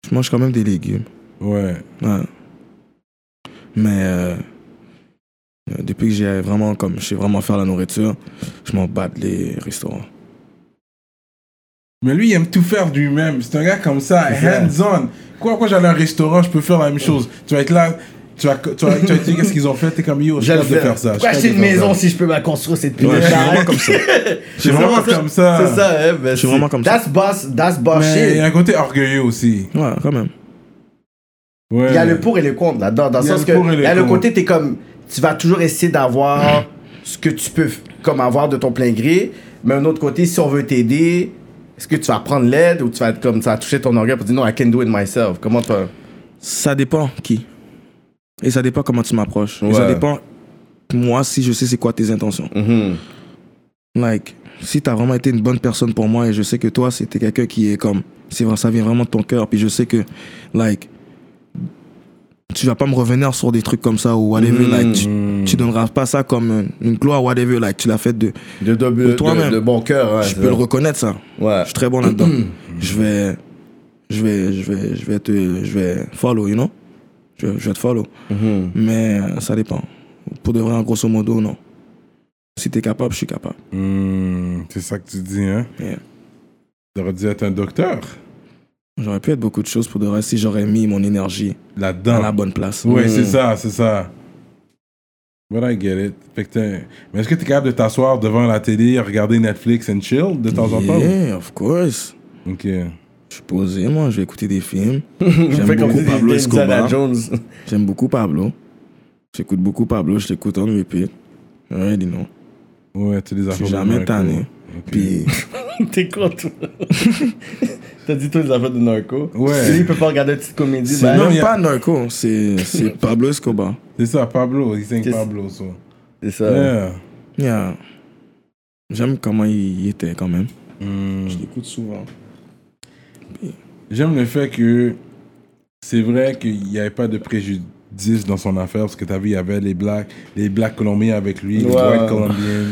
Speaker 4: Je mange quand même des légumes.
Speaker 1: Ouais.
Speaker 4: Ouais. Mais euh, euh, depuis que j'ai vraiment comme je sais vraiment faire la nourriture, je m'en bats de les restaurants.
Speaker 1: Mais lui, il aime tout faire de lui-même. C'est un gars comme ça, hands-on. Quoi, quoi, j'allais à un restaurant, je peux faire la même chose. Tu vas être là, tu vas, tu vas, tu vas te dire qu'est-ce qu'ils ont fait, t'es comme yo, je suis capable de faire ça. je suis
Speaker 2: Pourquoi acheter une
Speaker 1: capable de faire
Speaker 2: maison
Speaker 1: ça.
Speaker 2: si je peux la construire cette
Speaker 4: Ouais,
Speaker 2: putain de
Speaker 4: je suis
Speaker 2: baraque?
Speaker 4: vraiment comme ça.
Speaker 1: C'est vraiment comme ça.
Speaker 2: C'est ça, hein, ben,
Speaker 4: Je suis
Speaker 2: c'est-
Speaker 4: vraiment comme ça.
Speaker 2: That's boss, that's boss
Speaker 1: Mais il y a
Speaker 2: shit.
Speaker 1: un côté orgueilleux aussi.
Speaker 4: Ouais, quand même.
Speaker 1: Ouais.
Speaker 2: Il y a le pour et le contre là-dedans. Dans le
Speaker 1: Il y a le
Speaker 2: sens que,
Speaker 1: pour et
Speaker 2: il y a
Speaker 1: le
Speaker 2: le
Speaker 1: contre.
Speaker 2: côté, t'es comme. Tu vas toujours essayer d'avoir ce que tu peux, f- comme avoir de ton plein gré. Mais un autre côté, si on veut t'aider, est-ce que tu vas prendre l'aide ou tu vas être comme ça, toucher ton orgueil pour dire non, I can do it myself. Comment toi
Speaker 4: Ça dépend qui. Et ça dépend comment tu m'approches. Et ça
Speaker 2: Ouais.
Speaker 4: dépend moi si je sais c'est quoi tes intentions.
Speaker 2: Mm-hmm.
Speaker 4: Like si t'as vraiment été une bonne personne pour moi et je sais que toi c'était quelqu'un qui est comme c'est vrai ça vient vraiment de ton cœur puis je sais que like tu vas pas me revenir sur des trucs comme ça ou whatever like tu, tu donneras pas ça comme une, une gloire whatever like tu l'as fait de
Speaker 2: De, de, de,
Speaker 4: toi-même.
Speaker 2: de, de bon cœur. ouais,
Speaker 4: je
Speaker 2: c'est
Speaker 4: peux le
Speaker 2: ça.
Speaker 4: reconnaître ça.
Speaker 2: Ouais.
Speaker 4: Je suis très bon là-dedans. je vais, je vais, je vais, je vais te, je vais follow, you know. Je, vais- je vais te follow.
Speaker 2: Mm-hmm.
Speaker 4: Mais euh, ça dépend. Pour de vrai, en grosso modo, non. Si t'es capable, je suis capable.
Speaker 1: Hmm, c'est ça que tu dis, hein?
Speaker 4: Yeah.
Speaker 1: T'aurais dû être un docteur
Speaker 4: J'aurais pu être beaucoup de choses pour de vrai si j'aurais mis mon énergie à
Speaker 1: là-dedans.
Speaker 4: la bonne place.
Speaker 1: Ah. Ouais,
Speaker 2: Hmm.
Speaker 1: c'est ça, c'est ça. But I get it. Fait que t'es- Mais est-ce que t'es capable de t'asseoir devant la télé, regarder Netflix and chill de temps en temps? ou-
Speaker 4: Yeah, of course.
Speaker 1: Ok.
Speaker 4: Je suis posé, moi, je vais écouter des films. J'aime
Speaker 2: Fait comme
Speaker 4: beaucoup
Speaker 2: si
Speaker 4: Pablo
Speaker 2: c'était Indiana
Speaker 4: Escobar.
Speaker 2: Jones.
Speaker 4: J'aime beaucoup Pablo. J'écoute beaucoup Pablo, je l'écoute en VP. Ouais, dis non.
Speaker 1: Ouais, tu les as
Speaker 4: Je suis jamais tanné.
Speaker 1: Bah,
Speaker 4: Puis,
Speaker 2: T'es con, toi. T'as dit tous les affaires de narco.
Speaker 1: Ouais.
Speaker 2: Lui, il peut pas regarder une petite comédie.
Speaker 4: c'est
Speaker 2: Ben,
Speaker 4: même
Speaker 1: il y a-
Speaker 4: pas Narco, c'est c'est Pablo Escobar.
Speaker 1: C'est ça, Pablo. Il sing
Speaker 2: Qu'est-ce-
Speaker 1: Pablo, ça.
Speaker 2: C'est ça.
Speaker 1: Yeah.
Speaker 4: Yeah. J'aime comment il il était quand même. Je l'écoute souvent.
Speaker 1: Hmm. J'aime le fait que c'est vrai qu'il n'y avait pas de préjudice dans son affaire parce que t'as vu, il y avait les blacks, les blacks colombiens avec lui, les
Speaker 2: Ouais.
Speaker 1: white colombiens.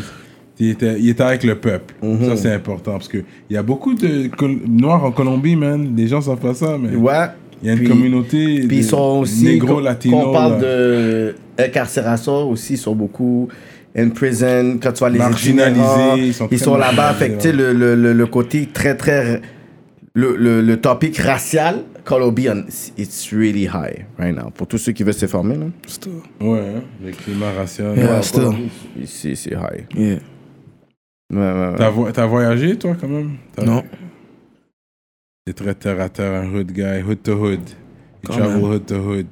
Speaker 1: Il était, il était avec le peuple.
Speaker 2: Mm-hmm.
Speaker 1: Ça, c'est important parce qu'il y a beaucoup de Col- noirs en Colombie, man. Les gens savent pas ça, mais il
Speaker 2: Ouais.
Speaker 1: y a une
Speaker 2: Puis-
Speaker 1: communauté.
Speaker 2: Puis
Speaker 1: de
Speaker 2: ils sont aussi.
Speaker 1: Négro,
Speaker 2: qu'on-
Speaker 1: latino.
Speaker 2: qu'on parle
Speaker 1: là.
Speaker 2: de incarcération aussi, ils sont beaucoup in prison. Quand tu vois les
Speaker 1: Marginalisés,
Speaker 2: itinérants,
Speaker 1: ils sont
Speaker 2: Ils
Speaker 1: très
Speaker 2: sont là-bas.
Speaker 1: marginalisés,
Speaker 2: Fait que, tu sais, le, le, le, le côté très, très. Le, le, le topic racial, Colombie, on- it's really high right now. Pour tous ceux qui veulent se former, là.
Speaker 1: Ouais, hein, le climat racial.
Speaker 4: Yeah,
Speaker 2: Ouais,
Speaker 4: still.
Speaker 2: Colombie, C'est c'est high.
Speaker 4: Yeah.
Speaker 2: Ouais, ouais, ouais.
Speaker 1: T'as vo- T'as voyagé, toi, quand même T'as-
Speaker 4: Non.
Speaker 1: T'es très terre à terre, un hood guy, hood to hood. You
Speaker 4: Quand
Speaker 1: travel
Speaker 4: même.
Speaker 1: hood to hood.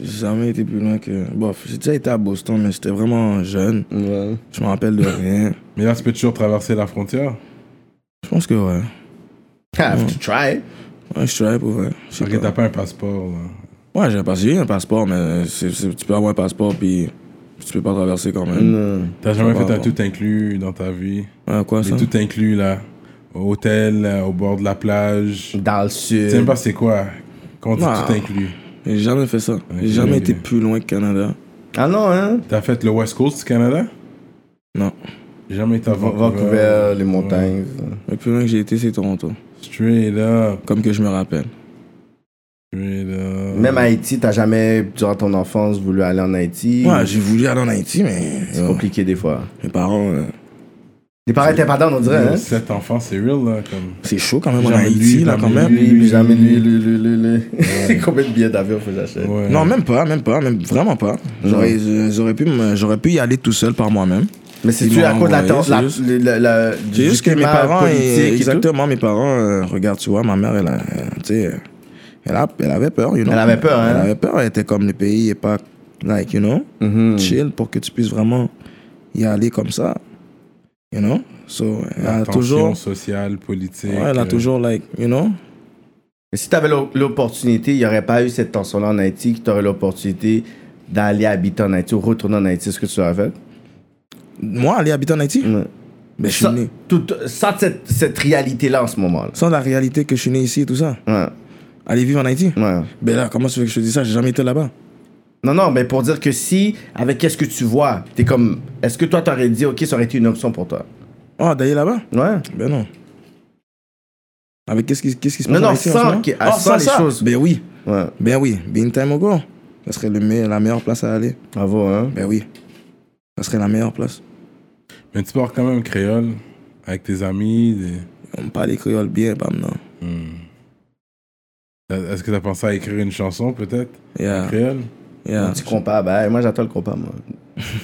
Speaker 4: J'ai jamais été plus loin que. Bof, j'ai déjà été à Boston, mais j'étais vraiment jeune. Je me rappelle de rien.
Speaker 1: Mais là, tu peux toujours traverser la frontière.
Speaker 4: Je pense que ouais.
Speaker 2: Have to try.
Speaker 4: Ouais, je travaille pour vrai. Je sais
Speaker 1: Ok,
Speaker 4: pas.
Speaker 1: t'as pas un passeport, là.
Speaker 4: Ouais, j'ai un passeport, j'ai un passeport, mais c'est- c'est- tu peux avoir un passeport, puis tu peux pas traverser quand même.
Speaker 1: T'as jamais
Speaker 4: va
Speaker 1: fait un
Speaker 4: avant.
Speaker 1: tout inclus dans ta vie.
Speaker 4: Ouais, quoi ça?
Speaker 1: Les tout inclus, là. Au hôtel, là, au bord de la plage.
Speaker 2: Dans le
Speaker 1: Tu sais même
Speaker 2: sud.
Speaker 1: pas c'est quoi. Quand on dit
Speaker 4: Non.
Speaker 1: tout inclus.
Speaker 4: J'ai jamais fait ça. J'ai
Speaker 1: Ok,
Speaker 4: jamais
Speaker 1: ok.
Speaker 4: été plus loin que Canada.
Speaker 2: Ah non, hein?
Speaker 1: T'as fait le West Coast du Canada
Speaker 4: Non.
Speaker 1: J'ai Jamais été à
Speaker 2: Va-
Speaker 1: Vancouver.
Speaker 2: Vancouver, les montagnes.
Speaker 4: Le plus loin que j'ai été, c'est Toronto.
Speaker 1: Straight up.
Speaker 4: Comme que je me rappelle.
Speaker 1: Straight up.
Speaker 2: Même Haïti, t'as jamais, durant ton enfance, voulu aller en Haïti.
Speaker 4: Ouais, j'ai voulu aller en Haïti, mais.
Speaker 2: C'est
Speaker 4: yo,
Speaker 2: compliqué des fois.
Speaker 4: mes parents, euh,
Speaker 2: Les parents étaient pas down, on dirait, hein?
Speaker 1: Cet enfant, c'est real, là. Comme...
Speaker 4: c'est chaud quand même en
Speaker 1: Jamais
Speaker 4: Haïti,
Speaker 1: lui,
Speaker 4: là,
Speaker 1: jamais
Speaker 4: quand même.
Speaker 1: lui.
Speaker 2: Lui, lui, jamais lui, lui, lui, lui, lui. Combien de billets d'avion faut que j'achète?
Speaker 1: Ouais.
Speaker 4: Non, même pas, même pas, même vraiment pas. J'aurais, j'aurais pu, me- j'aurais pu y aller tout seul par moi-même.
Speaker 2: Mais c'est
Speaker 4: Ils
Speaker 2: tu à
Speaker 4: m'ont
Speaker 2: cause de la,
Speaker 4: envoyé,
Speaker 2: la,
Speaker 4: c'est
Speaker 2: la, la, la-
Speaker 4: C'est
Speaker 2: du
Speaker 4: juste que mes
Speaker 2: climat
Speaker 4: parents,
Speaker 2: politique
Speaker 4: et-
Speaker 2: et tout.
Speaker 4: exactement, mes parents, euh, regarde, tu vois, ma mère, elle, a- euh, tu sais, euh, elle, a- elle avait peur, you know.
Speaker 2: Elle avait peur, hein?
Speaker 4: Elle avait peur, elle était comme le pays est pas, like, you know,
Speaker 2: Mm-hmm.
Speaker 4: chill pour que tu puisses vraiment y aller comme ça, you know. So, elle
Speaker 1: La
Speaker 4: a
Speaker 1: tension
Speaker 4: euh, toujours,
Speaker 1: sociale, politique.
Speaker 4: ouais, elle a
Speaker 1: euh,
Speaker 4: toujours, like, you know.
Speaker 2: Mais si t'avais l'o- l'opportunité, il n'y aurait pas eu cette tension-là en Haïti, que t'aurais l'opportunité d'aller habiter en Haïti ou retourner en Haïti, est-ce que tu l'aurais fait?
Speaker 4: Moi, aller habiter en Haïti,
Speaker 2: Ouais.
Speaker 4: ben, je suis
Speaker 2: Sans,
Speaker 4: né.
Speaker 2: tout, sans cette, cette réalité-là en ce moment.
Speaker 4: Sans la réalité que je suis né ici et tout ça.
Speaker 2: là.
Speaker 4: Aller vivre en Haïti.
Speaker 2: Ouais. ouais.
Speaker 4: Ben là, comment tu veux que je te dise ça? J'ai jamais été là-bas.
Speaker 2: Non, non, mais pour dire que si, avec qu'est-ce que tu vois, t'es comme. Est-ce que toi, t'aurais dit, OK, ça aurait été une option pour toi?
Speaker 4: Oh, d'aller là-bas?
Speaker 2: Ouais.
Speaker 4: Ben non. Avec qu'est-ce qui, qu'est-ce qui se passe
Speaker 2: Non, non,
Speaker 4: en Haïti en
Speaker 2: sans
Speaker 4: ce moment?
Speaker 2: que- à sans les choses.
Speaker 4: Ben oui.
Speaker 2: Ouais.
Speaker 4: Ben oui, Being Time Ago. Ça serait le me- la meilleure place à aller.
Speaker 2: Bravo, hein?
Speaker 4: Ben oui. Ça serait la meilleure place.
Speaker 1: Mais tu parles quand même créole avec tes amis. des-
Speaker 4: On parle les créoles bien, bam, non.
Speaker 1: Euh, Est-ce que t'as pensé à écrire une chanson peut-être
Speaker 4: Yeah,
Speaker 1: Créole
Speaker 4: yeah.
Speaker 2: Petit compas, ben, moi, j'attends le compas, moi.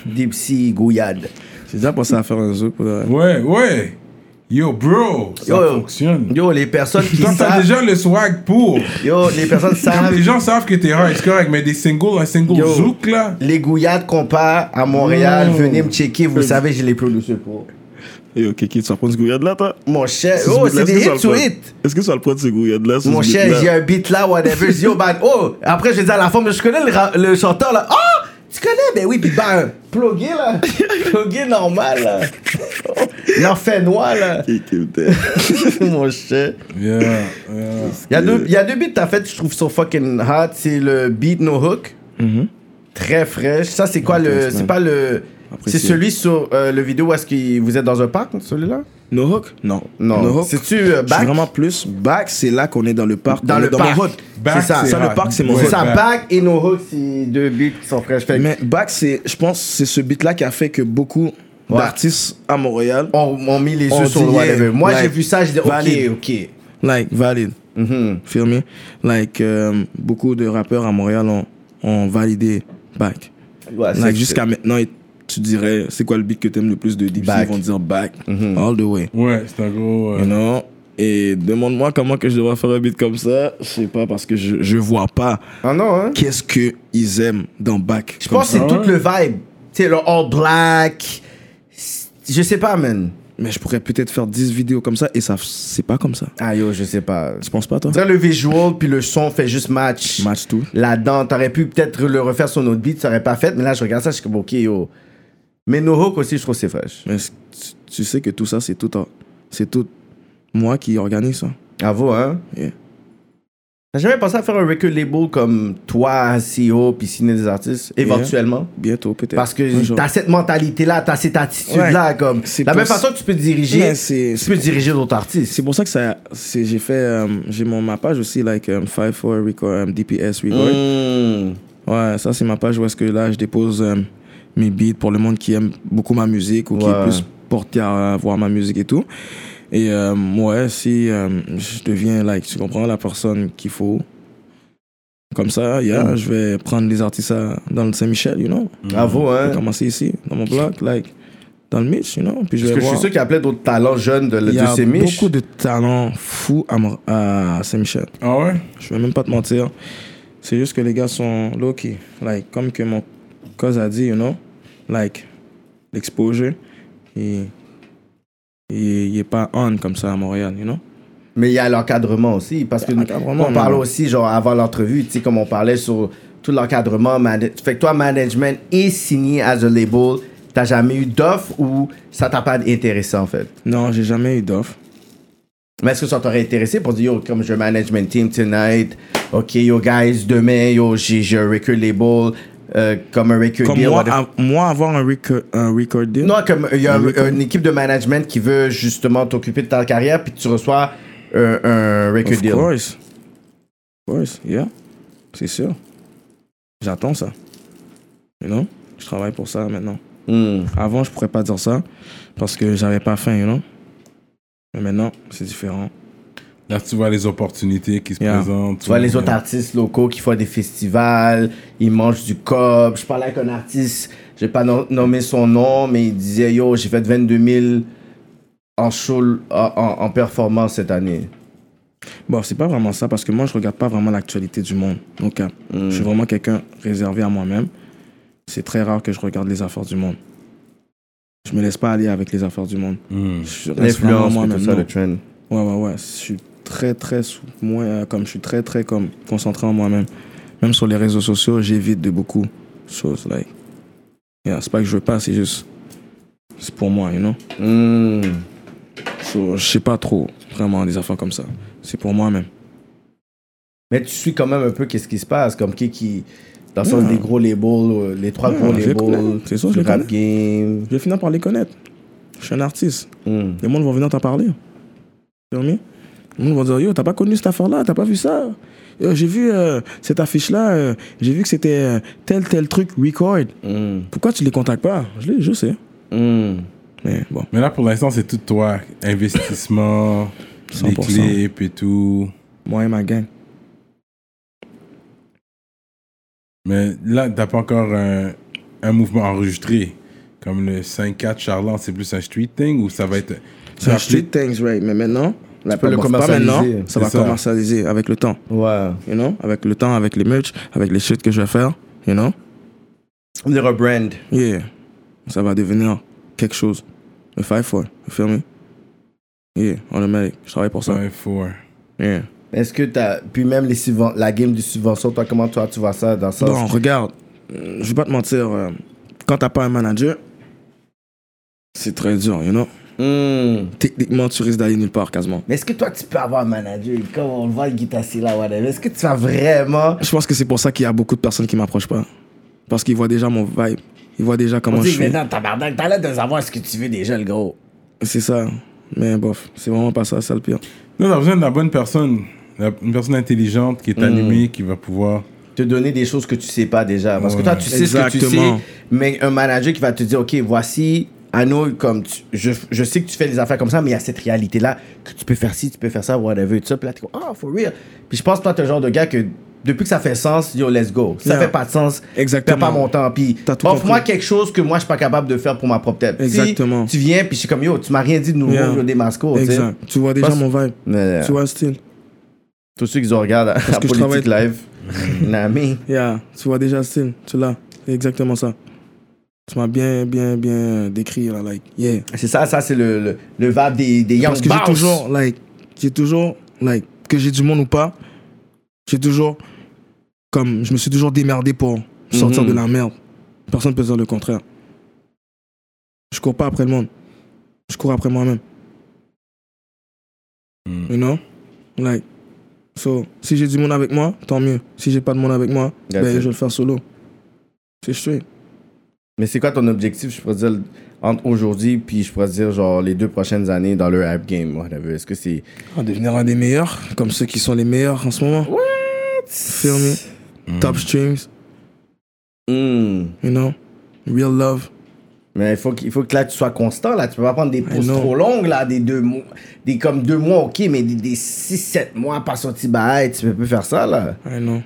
Speaker 2: Deep Sea, Gouillade.
Speaker 4: J'ai déjà pensé à faire un zouk pour euh, de vrai.
Speaker 1: Ouais, ouais. Yo, bro, ça
Speaker 2: Yo.
Speaker 1: fonctionne.
Speaker 2: Yo, les personnes qui
Speaker 1: Toi, t'as
Speaker 2: savent.
Speaker 1: déjà le swag pour.
Speaker 2: Yo, les personnes
Speaker 1: Comme
Speaker 2: savent.
Speaker 1: les gens savent que t'es hard, c'est correct, mais des singles, un single
Speaker 2: Yo.
Speaker 1: zouk là.
Speaker 2: Les Gouillades compas à Montréal,
Speaker 1: Yo.
Speaker 2: venez me checker,
Speaker 1: Euh,
Speaker 2: vous savez, j'ai les plus douces pour.
Speaker 6: Yo, Kiki, tu vas prendre ce gouillade là, toi
Speaker 2: Mon cher,
Speaker 6: Ce
Speaker 2: oh,
Speaker 6: beat-là,
Speaker 2: c'est
Speaker 6: est-ce que
Speaker 2: des
Speaker 6: tu
Speaker 2: hits
Speaker 6: vas le
Speaker 2: to
Speaker 6: prendre?
Speaker 2: hit.
Speaker 6: Est-ce que tu vas le prendre ce gouillade là
Speaker 2: Mon cher, j'ai un beat là, whatever. Je dis, oh, ben, oh, après, je dis à la femme, je connais le, ra- le chanteur là. Oh, tu connais? Ben oui, puis ben, plugué là. plugué normal là. L'enfer noir là. Mon cher.
Speaker 1: Yeah, yeah.
Speaker 2: Il y, a deux- il y a deux beats que t'as fait, je trouve sont fucking hot. C'est le beat No Hook.
Speaker 4: Mm-hmm.
Speaker 2: Très fraîche. Ça, c'est quoi le. C'est pas le. C'est
Speaker 4: Apprécié.
Speaker 2: celui sur euh, le vidéo où est-ce que vous êtes dans un parc, celui-là
Speaker 4: No hook? Non.
Speaker 2: Non.
Speaker 4: No hook.
Speaker 2: C'est-tu euh,
Speaker 4: Je suis
Speaker 2: back
Speaker 4: vraiment plus back, c'est là qu'on est dans le parc.
Speaker 2: Dans
Speaker 4: on est
Speaker 2: le
Speaker 4: dans
Speaker 2: parc.
Speaker 4: mon hood.
Speaker 1: Back,
Speaker 2: c'est ça.
Speaker 4: Ça,
Speaker 1: hard.
Speaker 4: le parc, c'est mon
Speaker 1: Ouais,
Speaker 2: C'est
Speaker 4: hood.
Speaker 2: ça,
Speaker 1: back.
Speaker 2: back et No Hook, c'est deux beats qui sont fraîches. Fait que
Speaker 4: Mais back, c'est, je pense, c'est ce beat-là qui a fait que beaucoup
Speaker 2: Ouais.
Speaker 4: d'artistes à Montréal,
Speaker 2: on, on mis les yeux
Speaker 4: On
Speaker 2: sur le
Speaker 4: dit,
Speaker 2: whatever.
Speaker 4: yeah,
Speaker 2: Moi,
Speaker 4: like,
Speaker 2: j'ai vu ça, j'ai dit,
Speaker 4: valide. Mm-hmm.
Speaker 2: ok, ok.
Speaker 4: like, valide.
Speaker 2: Mhm.
Speaker 4: Feel me? Like, euh, beaucoup de rappeurs à Montréal ont, ont validé back.
Speaker 2: Ouais,
Speaker 4: Like,
Speaker 2: c'est-
Speaker 4: jusqu'à maintenant, et- tu dirais, c'est quoi le beat que t'aimes le plus de Deep Sea?
Speaker 2: Back. Mm-hmm.
Speaker 4: Ils vont dire back, all the way.
Speaker 1: Ouais, c'est un gros. euh,
Speaker 4: You know? Et demande-moi comment que je devrais faire un beat comme ça. Je sais pas, parce que je, je vois pas
Speaker 2: Ah non, hein.
Speaker 4: qu'est-ce qu'ils aiment dans back.
Speaker 2: Je pense que c'est
Speaker 1: Ah
Speaker 2: tout
Speaker 1: ouais.
Speaker 2: le vibe. Tu sais, le all black. Je sais pas, man.
Speaker 4: mais je pourrais peut-être faire 10 vidéos comme ça et ça, c'est pas comme ça.
Speaker 2: Ah yo, je sais pas.
Speaker 4: Tu penses pas, toi
Speaker 2: On dirait le visual puis le son fait juste match.
Speaker 4: Match tout.
Speaker 2: Là-dedans, t'aurais pu peut-être le refaire sur notre beat, ça aurait pas fait, mais là je regarde ça, je suis comme ok yo. Mais nos hooks aussi, je trouve que c'est fraîche.
Speaker 4: Mais c- tu- tu sais que tout ça, c'est tout, en- c'est tout moi qui organise ça.
Speaker 2: Bravo, hein?
Speaker 4: Yeah.
Speaker 2: T'as jamais pensé à faire un record label comme toi, CEO, puis signer des artistes, éventuellement?
Speaker 4: Bientôt, peut-être.
Speaker 2: Parce
Speaker 4: Un
Speaker 2: que
Speaker 4: jour.
Speaker 2: t'as cette mentalité-là, t'as cette attitude-là, comme.
Speaker 4: C'est
Speaker 2: La même
Speaker 4: possible.
Speaker 2: façon que tu peux diriger,
Speaker 4: Mais c'est,
Speaker 2: tu peux diriger d'autres artistes.
Speaker 4: c'est pour ça que ça, c'est, j'ai fait, euh, j'ai mon, ma page aussi, like um, 5-4 Record, um, DPS Record.
Speaker 5: Mm.
Speaker 4: Ouais, ça c'est ma page où est-ce que là je dépose euh, mes beats pour le monde qui aime beaucoup ma musique ou qui
Speaker 2: Ouais.
Speaker 4: est plus porté à, euh, voir ma musique et tout. Et euh, ouais, si euh, je deviens like, tu comprends la personne qu'il faut. Comme ça, yeah,
Speaker 2: Mm.
Speaker 4: je vais prendre les artistes à- dans le Saint-Michel, you know.
Speaker 2: Bravo,
Speaker 4: Je
Speaker 2: hein?
Speaker 4: vais commencer ici, dans mon bloc, like, dans le Mitch, you know. Puis je vais
Speaker 2: Parce que je
Speaker 4: voir.
Speaker 2: suis sûr qu'il y a plein d'autres talents jeunes de,
Speaker 4: Il y
Speaker 2: de
Speaker 4: a
Speaker 2: ces miches.
Speaker 4: beaucoup de talents fous à, Mor- à Saint-Michel.
Speaker 1: Ah ouais?
Speaker 4: Je vais même pas te mentir. C'est juste que les gars sont low-key. Like, comme que mon cause a dit, you know, like, l'exposure, il, il, il est pas on comme ça à Montréal, you know.
Speaker 2: Mais il y a l'encadrement aussi, parce que
Speaker 4: L'encadrement,
Speaker 2: on parle
Speaker 4: non.
Speaker 2: aussi, genre, avant l'entrevue, tu sais, comme on parlait sur tout l'encadrement. mana- Fait que toi, management et signé as a label, t'as jamais eu d'offre ou ça t'a pas intéressé, en fait?
Speaker 4: Non, j'ai jamais eu d'offre.
Speaker 2: Mais est-ce que ça t'aurait intéressé pour dire, yo, comme je management team tonight, ok, yo, guys, demain, yo, j'ai j'ai un record label, euh, comme un record
Speaker 4: Comme
Speaker 2: deal,
Speaker 4: moi,
Speaker 2: whatever.
Speaker 4: à- moi, avoir un record, un record deal,
Speaker 2: Non, comme il y a un- une équipe de management qui veut justement t'occuper de ta carrière, puis tu reçois euh, un record
Speaker 4: of
Speaker 2: deal.
Speaker 4: course. Of course, yeah. C'est sûr. J'attends ça. You know? Je travaille pour ça maintenant.
Speaker 2: Hmm.
Speaker 4: Avant, je pourrais pas dire ça parce que j'avais pas faim, you know. Mais maintenant, c'est différent.
Speaker 1: Là, tu vois les opportunités qui se
Speaker 4: Yeah.
Speaker 1: présentent.
Speaker 2: Tu vois les autres artistes locaux qui font des festivals, ils mangent du cob. Je parlais avec un artiste, j'ai pas nom- nommé son nom, mais il disait Yo, j'ai fait 22 000 en show, en, en- en performance cette année.
Speaker 4: Bon, c'est pas vraiment ça parce que moi, je regarde pas vraiment l'actualité du monde. Donc, euh,
Speaker 2: Hmm.
Speaker 4: je suis vraiment quelqu'un réservé à moi-même. C'est très rare que je regarde les affaires du monde. Je me laisse pas aller avec les affaires du monde.
Speaker 1: Hmm.
Speaker 4: Je reste vraiment
Speaker 2: L'influence, puis
Speaker 4: moi-même.
Speaker 2: tout ça,
Speaker 4: non.
Speaker 2: le trend.
Speaker 4: Ouais, ouais, ouais. Je suis très, très, sou- moins, euh, comme je suis très, très comme concentré en moi-même. Même sur les réseaux sociaux, j'évite de beaucoup de choses. Like, yeah, c'est pas que je veux pas, c'est juste, c'est pour moi, you know.
Speaker 2: Hmm.
Speaker 4: So, je sais pas trop vraiment des affaires comme ça. C'est pour moi-même.
Speaker 2: Mais tu suis quand même un peu qu'est-ce qui se passe, comme qui qui. Dans le sens
Speaker 4: Ouais.
Speaker 2: des gros labels, euh, les trois
Speaker 4: Ouais,
Speaker 2: gros
Speaker 4: je les connais.
Speaker 2: labels,
Speaker 4: C'est sûr, je
Speaker 2: le
Speaker 4: les
Speaker 2: rap game.
Speaker 4: Je vais finir par les connaître. Je suis un artiste.
Speaker 2: Hmm.
Speaker 4: Les monde vont venir t'en parler. Tu vois, mais Les monde vont dire Yo, t'as pas connu cette affaire-là, t'as pas vu ça. Yo, J'ai vu euh, cette affiche-là, euh, j'ai vu que c'était euh, tel, tel truc, record.
Speaker 2: hmm,
Speaker 5: Mm.
Speaker 4: Pourquoi tu les contactes pas Je les, je sais.
Speaker 5: Mm.
Speaker 4: Mais bon,
Speaker 1: Mais là, pour l'instant, c'est tout toi. Investissement, les
Speaker 4: 100%.
Speaker 1: clips et tout.
Speaker 4: moi et ma gang.
Speaker 1: Mais là, t'as pas encore un, un mouvement enregistré. Comme le 5-4 Charlant, c'est plus un street thing ou ça va être.
Speaker 4: C'est un street things, right. Mais maintenant, la
Speaker 2: peux le
Speaker 4: pas
Speaker 2: commercialiser.
Speaker 4: maintenant, ça va
Speaker 1: C'est ça.
Speaker 4: commercialiser avec le temps.
Speaker 2: Ouais.
Speaker 4: You know Avec le temps, avec les merch, avec les shit que je vais faire. You know
Speaker 2: On dirait un brand.
Speaker 4: Yeah. Ça va devenir quelque chose. Le 5-4, vous fermez Yeah, on le met. Je travaille pour ça.
Speaker 1: Ouais, faut, hein.
Speaker 4: Yeah.
Speaker 2: Est-ce que t'as. Puis même les subven- la game des subventions, toi, comment toi, tu vois ça dans ça?
Speaker 4: Bon, regarde, euh, je vais pas te mentir, euh, quand t'as pas un manager, c'est très dur, you know.
Speaker 5: Mm.
Speaker 4: Techniquement, tu risques d'aller nulle part quasiment.
Speaker 2: Hmm. Mais est-ce que toi, tu peux avoir un manager? Comme on le voit, le guitariste là, whatever. Est-ce que tu vas vraiment.
Speaker 4: Je pense que c'est pour ça qu'il y a beaucoup de personnes qui m'approchent pas. Parce qu'ils voient déjà mon vibe. Ils voient déjà
Speaker 2: On
Speaker 4: comment je
Speaker 2: dit
Speaker 4: suis.
Speaker 2: maintenant, tabarnak, t'as l'air de savoir ce que tu veux déjà, le gros.
Speaker 4: C'est ça. Mais bof, c'est vraiment pas ça, c'est le pire.
Speaker 1: Non, t'as besoin de la bonne personne. La- Une personne intelligente qui est
Speaker 4: Hmm.
Speaker 1: animée, qui va pouvoir.
Speaker 2: Te donner des choses que tu sais pas déjà. Parce que toi, tu sais ce que tu sais.
Speaker 4: Exactement.
Speaker 2: Mais un manager qui va te dire, OK, voici. Anno, comme tu- je, je sais que tu fais des affaires comme ça, mais il y a cette réalité-là que tu peux faire ci, tu peux faire ça, whatever, et tout ça. Puis là, t'es comme, ah, for real. Puis je pense que toi, t'es le genre de gars que depuis que ça fait sens, yo, let's go. Ça
Speaker 4: Yeah.
Speaker 2: fait pas de sens. T'as
Speaker 4: Exactement.
Speaker 2: pas mon temps, puis
Speaker 4: T'as tout
Speaker 2: offre-moi
Speaker 4: compris.
Speaker 2: quelque chose que moi je suis pas capable de faire pour ma propre tête.
Speaker 4: Exactement.
Speaker 2: Si tu viens, puis je suis comme yo, tu m'as rien dit de nouveau,
Speaker 4: Yeah.
Speaker 2: yo, des mascots, tu sais.
Speaker 4: Exact. Tu vois déjà
Speaker 2: Parce-
Speaker 4: mon vibe.
Speaker 2: Mais, euh,
Speaker 4: Tu vois le style.
Speaker 2: tous ceux qui nous regardent à, à
Speaker 4: que je
Speaker 2: Politique Live, Nami.
Speaker 4: Yeah. Tu vois déjà le style. Tu l'as. C'est exactement ça. Tu m'as bien, bien, bien décrit, là, like, yeah.
Speaker 2: C'est ça, ça, c'est le, le, le vibe des, des Young
Speaker 4: Parce que j'ai
Speaker 2: Boss.
Speaker 4: toujours, like, j'ai toujours, like, que j'ai du monde ou pas, j'ai toujours, comme, je me suis toujours démerdé pour sortir
Speaker 5: Mhm.
Speaker 4: de la merde. Personne ne peut dire le contraire. Je cours pas après le monde. Je cours après moi-même.
Speaker 2: Mhm.
Speaker 4: You know? Like, so, si j'ai du monde avec moi, tant mieux. Si j'ai pas de monde avec moi,
Speaker 2: That's
Speaker 4: ben,
Speaker 2: it.
Speaker 4: je vais le faire solo. C'est straight.
Speaker 2: Mais c'est quoi ton objectif, je pourrais dire, entre aujourd'hui puis je pourrais dire, genre, les deux prochaines années dans le hype game, whatever? Est-ce que c'est.
Speaker 4: Ah, devenir un des meilleurs, comme ceux qui sont les meilleurs en ce moment. What? Feel me?
Speaker 2: Mhm.
Speaker 4: Top streams,
Speaker 2: Hmm.
Speaker 5: Mm.
Speaker 4: you know? Real love.
Speaker 2: Mais il faut, qu'il- il faut que là, tu sois constant, là. Tu peux pas prendre des pauses
Speaker 4: non.
Speaker 2: trop longues, là, des deux mois. Des comme deux mois, ok, mais des, des six, sept mois, pas sorti, bah, hey, tu peux plus faire ça, là.
Speaker 4: I know.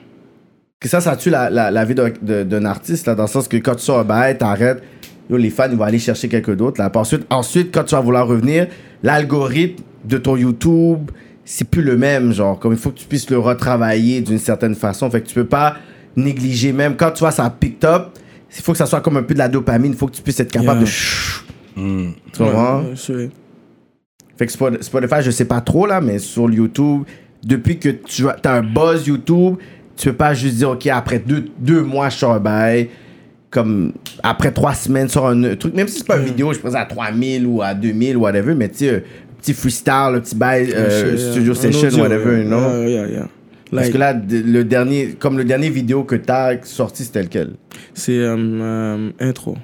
Speaker 2: que ça, ça tue la, la, la vie d'un- de- d'un artiste, là, dans le sens que quand tu sors un bail, t'arrêtes, yo, les fans ils vont aller chercher quelqu'un d'autre. Là. Puis Ensuite, ensuite, quand tu vas vouloir revenir, l'algorithme de ton YouTube, c'est plus le même, genre. Comme il faut que tu puisses le retravailler d'une certaine façon. Fait que tu peux pas négliger, même quand tu vois ça pick up, il faut que ça soit comme un peu de la dopamine, il faut que tu puisses être capable
Speaker 4: Yeah. Mm.
Speaker 2: de. Tu comprends?
Speaker 4: Ouais, Uh, c'est-
Speaker 2: Fait que Spot- Spotify, je sais pas trop là, mais sur le YouTube, depuis que tu as t'as un buzz YouTube, tu peux pas juste dire, OK, après deux, deux mois, je sors un bail. Comme après trois semaines sur un truc, même si c'est
Speaker 4: Mm.
Speaker 2: pas une vidéo, je pense à 3000 ou à 2000 ou whatever, mais tu sais, euh, petit freestyle, le petit bail, euh,
Speaker 4: c'est-
Speaker 2: studio
Speaker 4: un
Speaker 2: session,
Speaker 4: audio,
Speaker 2: whatever,
Speaker 4: yeah.
Speaker 2: non?
Speaker 4: Yeah, yeah, yeah.
Speaker 2: Parce
Speaker 4: Like,
Speaker 2: que là, d- le dernier, comme le dernier vidéo que t'as sorti, c'était lequel?
Speaker 4: c'est euh, euh, intro.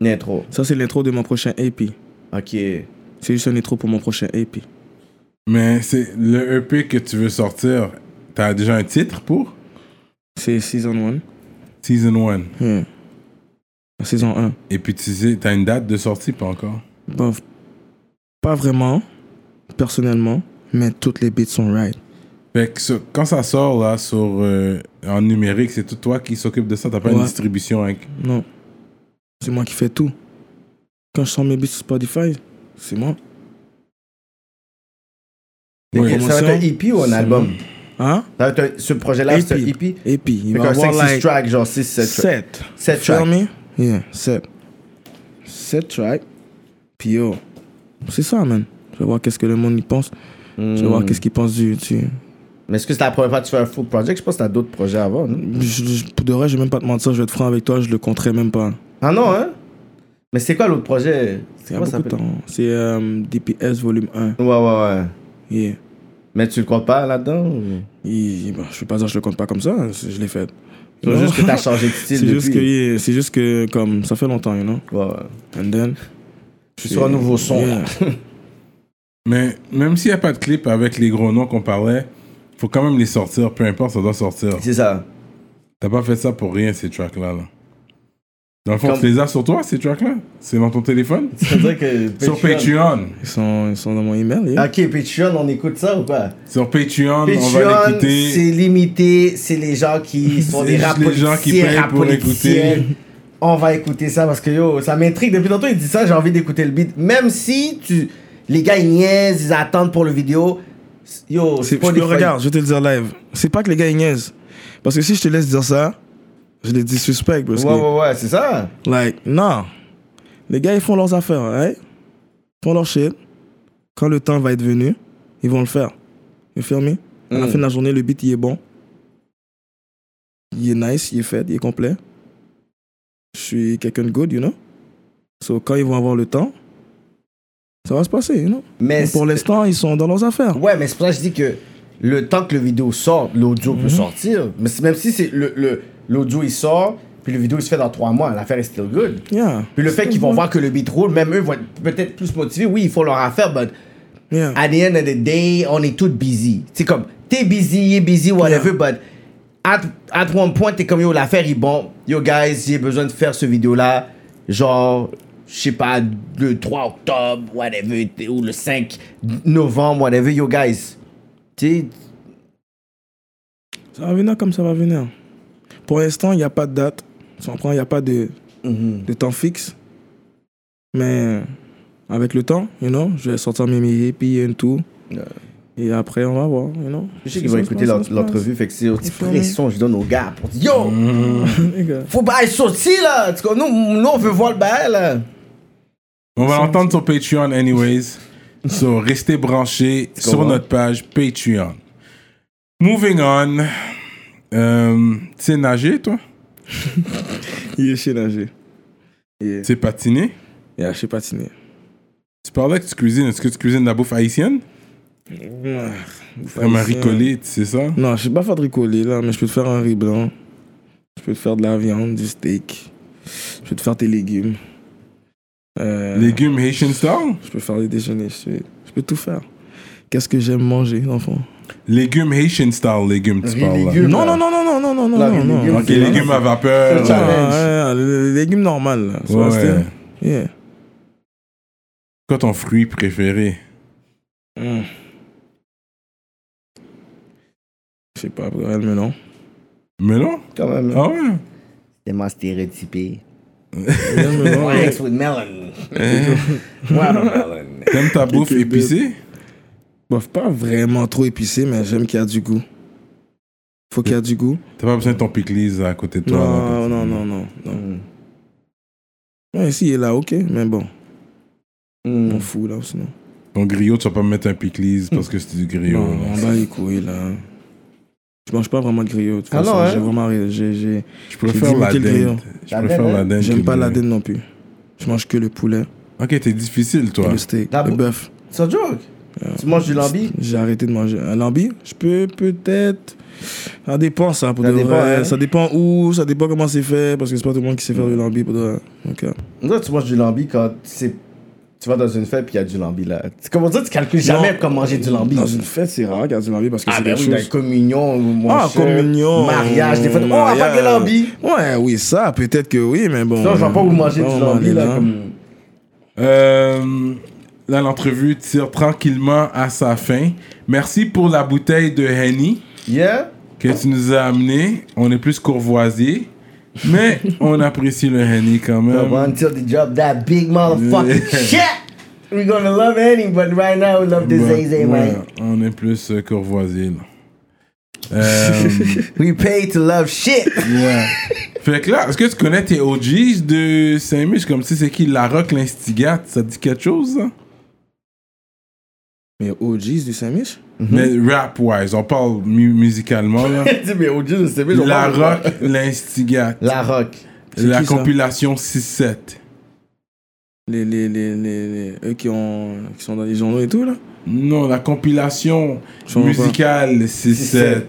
Speaker 2: L'intro.
Speaker 4: Ça, c'est l'intro de mon prochain EP.
Speaker 2: OK.
Speaker 4: C'est juste un intro pour mon prochain EP.
Speaker 1: Mais c'est le EP que tu veux sortir. T'as déjà un titre pour
Speaker 4: C'est Season
Speaker 1: Season 1.
Speaker 4: 1.
Speaker 2: Hmm.
Speaker 4: Yeah. La Saison 1.
Speaker 1: Et puis tu sais, t'as une date de sortie, pas encore.
Speaker 4: Bof. Pas vraiment, personnellement, mais toutes les beats sont right.
Speaker 1: Fait que sur- quand ça sort là sur euh, en numérique, c'est tout toi qui s'occupe de ça. T'as pas une
Speaker 4: Ouais.
Speaker 1: distribution. Avec...
Speaker 4: Non. C'est moi qui fais tout. Quand je sors mes beats sur Spotify, c'est moi.
Speaker 1: Ouais.
Speaker 2: Ça va être un EP ou un
Speaker 4: C'est-
Speaker 2: album?
Speaker 4: Hein?
Speaker 2: Ça va être un- ce projet-là, c'est un EP?
Speaker 4: EP. E Il
Speaker 2: Fait
Speaker 4: va
Speaker 2: qu'un
Speaker 4: avoir
Speaker 2: 5-6
Speaker 4: like
Speaker 2: tracks, genre 6-7 tracks.
Speaker 4: 7.
Speaker 2: Sept
Speaker 4: Feel
Speaker 2: tracks.
Speaker 4: me? Yeah, 7. 7 tracks. Puis yo, c'est ça, man. Je vais voir qu'est-ce que le monde y pense. Je vais voir qu'est-ce qu'il pense du... du-
Speaker 2: Hmm. Mais est-ce que c'est la première fois que tu fais un full project? Je pense que t'as d'autres projets avant, non?
Speaker 4: Je, je- pour de vrai, je vais même pas te mentir, je vais être franc avec toi, je le compterai même pas.
Speaker 2: Ah non, hein? Mais c'est quoi l'autre projet?
Speaker 4: Il y
Speaker 2: C'est
Speaker 4: a
Speaker 2: quoi ça
Speaker 4: beaucoup de
Speaker 2: s'appelle?
Speaker 4: temps. C'est euh, DPS volume 1.
Speaker 2: Ouais, ouais, ouais.
Speaker 4: Yeah.
Speaker 2: Mais tu le comptes pas là-dedans? ou-
Speaker 4: Il- bah, je ne pas dire que je le compte pas comme ça, c'est- je l'ai fait.
Speaker 2: C'est
Speaker 4: You know?
Speaker 2: juste que t'as changé de style
Speaker 4: C'est
Speaker 2: depuis.
Speaker 4: juste que, yeah, c'est juste que, comme, ça fait longtemps, you know.
Speaker 2: Ouais, ouais.
Speaker 4: And then.
Speaker 2: Je suis sur un nouveau son.
Speaker 4: Yeah.
Speaker 1: Mais même s'il y a pas de clip avec les gros noms qu'on parlait, faut quand même les sortir. Peu importe, ça doit sortir.
Speaker 2: C'est ça.
Speaker 1: T'as pas fait ça pour rien ces tracks là. là. Dans le fond,
Speaker 2: Comme-
Speaker 1: tu les as sur toi ces tracks là. C'est dans ton téléphone.
Speaker 2: C'est-à-dire que.
Speaker 1: Sur Patreon.
Speaker 4: Ils sont, ils sont dans mon email, yeah.
Speaker 2: Ok, Patreon, on écoute ça ou pas?
Speaker 1: Sur Patreon, on va
Speaker 2: Patreon,
Speaker 1: l'écouter.
Speaker 2: c'est limité, c'est les gens qui sont
Speaker 1: C'est
Speaker 2: des
Speaker 1: juste
Speaker 2: rap
Speaker 1: les gens qui
Speaker 2: politiciens,
Speaker 1: payent
Speaker 2: rap
Speaker 1: pour
Speaker 2: politiciens.
Speaker 1: écouter.
Speaker 2: On va écouter ça parce que yo, ça m'intrigue. Depuis longtemps, il dit ça, j'ai envie d'écouter le beat. Même si tu, les gars, ils niaisent, ils attendent pour le vidéo. Yo,
Speaker 4: C'est- Je
Speaker 2: pas
Speaker 4: le regarde, je vais te le dire live. C'est pas que les gars ils niaisent. Parce que si je te laisse dire ça, je les disrespect. Parce
Speaker 2: Ouais, ouais, ouais, c'est ça.
Speaker 4: que, like, non. Les gars, ils font leurs affaires, hein, right? Ils font leur shit. Quand le temps va être venu, ils vont le faire. You feel me? À
Speaker 2: Mm.
Speaker 4: la fin de la journée, le beat, il est bon. Il est nice, il est fait, il est complet. Je suis quelqu'un de good, you know? So, quand ils vont avoir le temps, ça va se passer, you know?
Speaker 2: Mais
Speaker 4: Mais pour
Speaker 2: c'est-
Speaker 4: l'instant, ils sont dans leurs affaires.
Speaker 2: Ouais, mais c'est pour ça que je dis que le temps que le vidéo sort, l'audio
Speaker 4: Mhm.
Speaker 2: peut sortir. Mais c'est- même si c'est le- le- l'audio il sort, puis le vidéo il se fait dans trois mois, l'affaire est still good.
Speaker 4: Yeah.
Speaker 2: Puis le fait qu'ils
Speaker 4: Mhm.
Speaker 2: vont voir que le beat roule, même eux vont être peut-être plus motivés. Oui, ils font leur affaire, but
Speaker 4: Yeah.
Speaker 2: at the end of the day, on est tous busy. C'est comme, t'es busy, il est busy, whatever, but at, at one point, t'es comme, yo, l'affaire est bon. Yo, guys, j'ai besoin de faire ce vidéo-là, genre, je sais pas, le 3 octobre, whatever, t- ou le 5 novembre, whatever, yo, guys. Tu
Speaker 4: Ça va venir comme ça va venir. hein. Pour l'instant, il n'y a pas de date. Tu comprends, il n'y a pas de,
Speaker 2: Mm-hmm.
Speaker 4: de temps fixe. Mais euh, avec le temps, you know, je vais sortir mes milliers, puis and tout. Et après, on va voir, you know.
Speaker 2: Je sais qu'ils vont écouter l'ent- l'entrevue, fait que c'est une petite
Speaker 4: Ils font-
Speaker 2: pression que je donne aux gars pour dire Yo,
Speaker 4: Nigga.
Speaker 2: faut bail sorti là! Tu comprends? Nous, nous, on veut voir le bail là!
Speaker 1: On va l'entendre sur Patreon, anyways. so, restez branchés sur
Speaker 2: comprends?
Speaker 1: notre page Patreon. Moving on. Euh, tu sais nager, toi
Speaker 6: Il est chez nager.
Speaker 1: Tu sais patiner
Speaker 4: Et là, je sais patiner.
Speaker 1: Tu parlais que tu cuisines. Est-ce que tu cuisines de la bouffe haïtienne
Speaker 2: Ah,
Speaker 1: Comme un ricolé, tu sais ça
Speaker 4: Non, je sais pas faire de ricolé, là, mais je peux te faire un riz blanc. Je peux te faire de la viande, du steak. Je peux te faire tes légumes. Euh,
Speaker 1: Légumes Haitian style
Speaker 4: Je peux faire des déjeuners, je peux, je peux tout faire. Qu'est-ce que j'aime manger, enfant
Speaker 1: Légumes Haitian style, légumes, tu
Speaker 2: Riz,
Speaker 1: parles là.
Speaker 2: légumes.
Speaker 4: Non, non, non, non, non, non, non, non,
Speaker 2: La
Speaker 4: non, non.
Speaker 2: légume,
Speaker 1: Ok, légumes à
Speaker 2: C'est ça.
Speaker 1: vapeur.
Speaker 4: Ah, ouais, ouais, les légumes normales, là. tu vois,
Speaker 1: Ouais.
Speaker 4: c'est- Yeah.
Speaker 1: Quoi ton fruit préféré
Speaker 4: Mm. Je sais pas, Gabriel, mais non.
Speaker 1: Melon
Speaker 2: Quand même,
Speaker 1: Ah ouais
Speaker 2: tellement stéréotypé.
Speaker 4: Melon, ouais.
Speaker 2: Eggs with melon. Watermelon.
Speaker 1: T'aimes ta bouffe
Speaker 4: Quelques
Speaker 1: épicée
Speaker 4: Bof, pas vraiment trop épicé, mais j'aime qu'il y a du goût. Faut qu'il y a du goût.
Speaker 1: T'as pas besoin de ton pickles à côté de toi là,
Speaker 4: Non,
Speaker 1: t'as-
Speaker 4: non, non, non, non. Ouais, si, il est là, ok, mais bon,
Speaker 2: Mm.
Speaker 4: on fout là, sinon.
Speaker 1: Ton griot, tu vas pas me mettre un pickles parce que c'est du griot.
Speaker 4: Non,
Speaker 1: là.
Speaker 4: on bat les couilles là. Je mange pas vraiment de griot. de toute
Speaker 2: Ah non,
Speaker 4: façon,
Speaker 2: hein?
Speaker 4: J'ai vraiment. arrêté. J'ai- j'ai-
Speaker 1: Je
Speaker 4: J'ai
Speaker 1: préfère
Speaker 4: dit
Speaker 1: la
Speaker 4: quel griot?
Speaker 1: dinde. Je
Speaker 2: La
Speaker 1: préfère
Speaker 2: dinde,
Speaker 1: la
Speaker 2: hein?
Speaker 1: dinde. que
Speaker 4: J'aime pas
Speaker 1: le-
Speaker 4: la dinde non plus. Je mange que le poulet,
Speaker 1: Ok, t'es difficile toi.
Speaker 4: le steak,
Speaker 2: La
Speaker 4: le
Speaker 2: bou-
Speaker 4: bœuf.
Speaker 2: C'est un joke?
Speaker 4: Ah.
Speaker 2: Tu manges du lambi?
Speaker 4: J'ai arrêté de manger. Un lambi, je peux peut-être. Ça dépend, ça. Pour
Speaker 2: Ça
Speaker 4: de
Speaker 2: dépend,
Speaker 4: vrai.
Speaker 2: hein.
Speaker 4: Ça dépend où, ça dépend comment c'est fait, parce que c'est pas tout le monde qui sait faire du lambi pour de vrai. Donc, euh,
Speaker 2: Là, tu manges du lambi quand c'est- tu vas dans une fête puis il y a du lambi là. Tu- Comment dire, tu calcules jamais
Speaker 4: Non.
Speaker 2: comme manger du lambi.
Speaker 4: Dans une fête, c'est rare qu'il y a du lambi parce que
Speaker 2: Ah,
Speaker 4: c'est
Speaker 2: ben
Speaker 4: quelque
Speaker 2: oui, dans les
Speaker 4: chose.
Speaker 2: communions, mon
Speaker 4: Ah,
Speaker 2: cher.
Speaker 4: communion.
Speaker 2: Mariage, des fois, oh, on va faire du
Speaker 4: mariage.
Speaker 2: lambi.
Speaker 4: Ouais, oui, ça, peut-être que oui, mais bon.
Speaker 2: Non, je vais pas vous manger
Speaker 4: on va
Speaker 2: du
Speaker 4: en aller
Speaker 2: lambi là.
Speaker 4: là.
Speaker 2: comme-
Speaker 1: Euh, là, l'entrevue tire tranquillement à sa fin. Merci pour la bouteille de Henny
Speaker 2: Yeah?
Speaker 1: que tu nous as amenée. On est plus courvoisier, mais on apprécie le Henny quand
Speaker 2: Come
Speaker 1: même.
Speaker 2: on, until they drop that big motherfucking
Speaker 1: Yeah.
Speaker 2: shit. We're gonna love any, but right now we love this
Speaker 1: Bah,
Speaker 2: Zay
Speaker 1: ouais,
Speaker 2: man.
Speaker 1: on est plus euh, courvoisier. là. Euh,
Speaker 2: We pay to love shit.
Speaker 1: yeah. Fait que là, est-ce que tu connais tes OGs de Saint-Mich comme si c'est qui La Rock, l'Instigate Ça te dit quelque chose hein? ça?
Speaker 4: Mais OGs du Saint-Mich
Speaker 1: Mais rap-wise, on parle mu- musicalement là.
Speaker 2: Dis, mais au Dieu, c'est
Speaker 1: La Rock, l'Instigate.
Speaker 2: La rock.
Speaker 4: C'est
Speaker 1: La
Speaker 4: qui, ça
Speaker 1: compilation 6-7.
Speaker 4: les, les, les, les, les- Eux qui, ont, qui sont dans les journaux et tout, là
Speaker 1: Non, la compilation
Speaker 4: Je comprends
Speaker 1: musicale 6-7.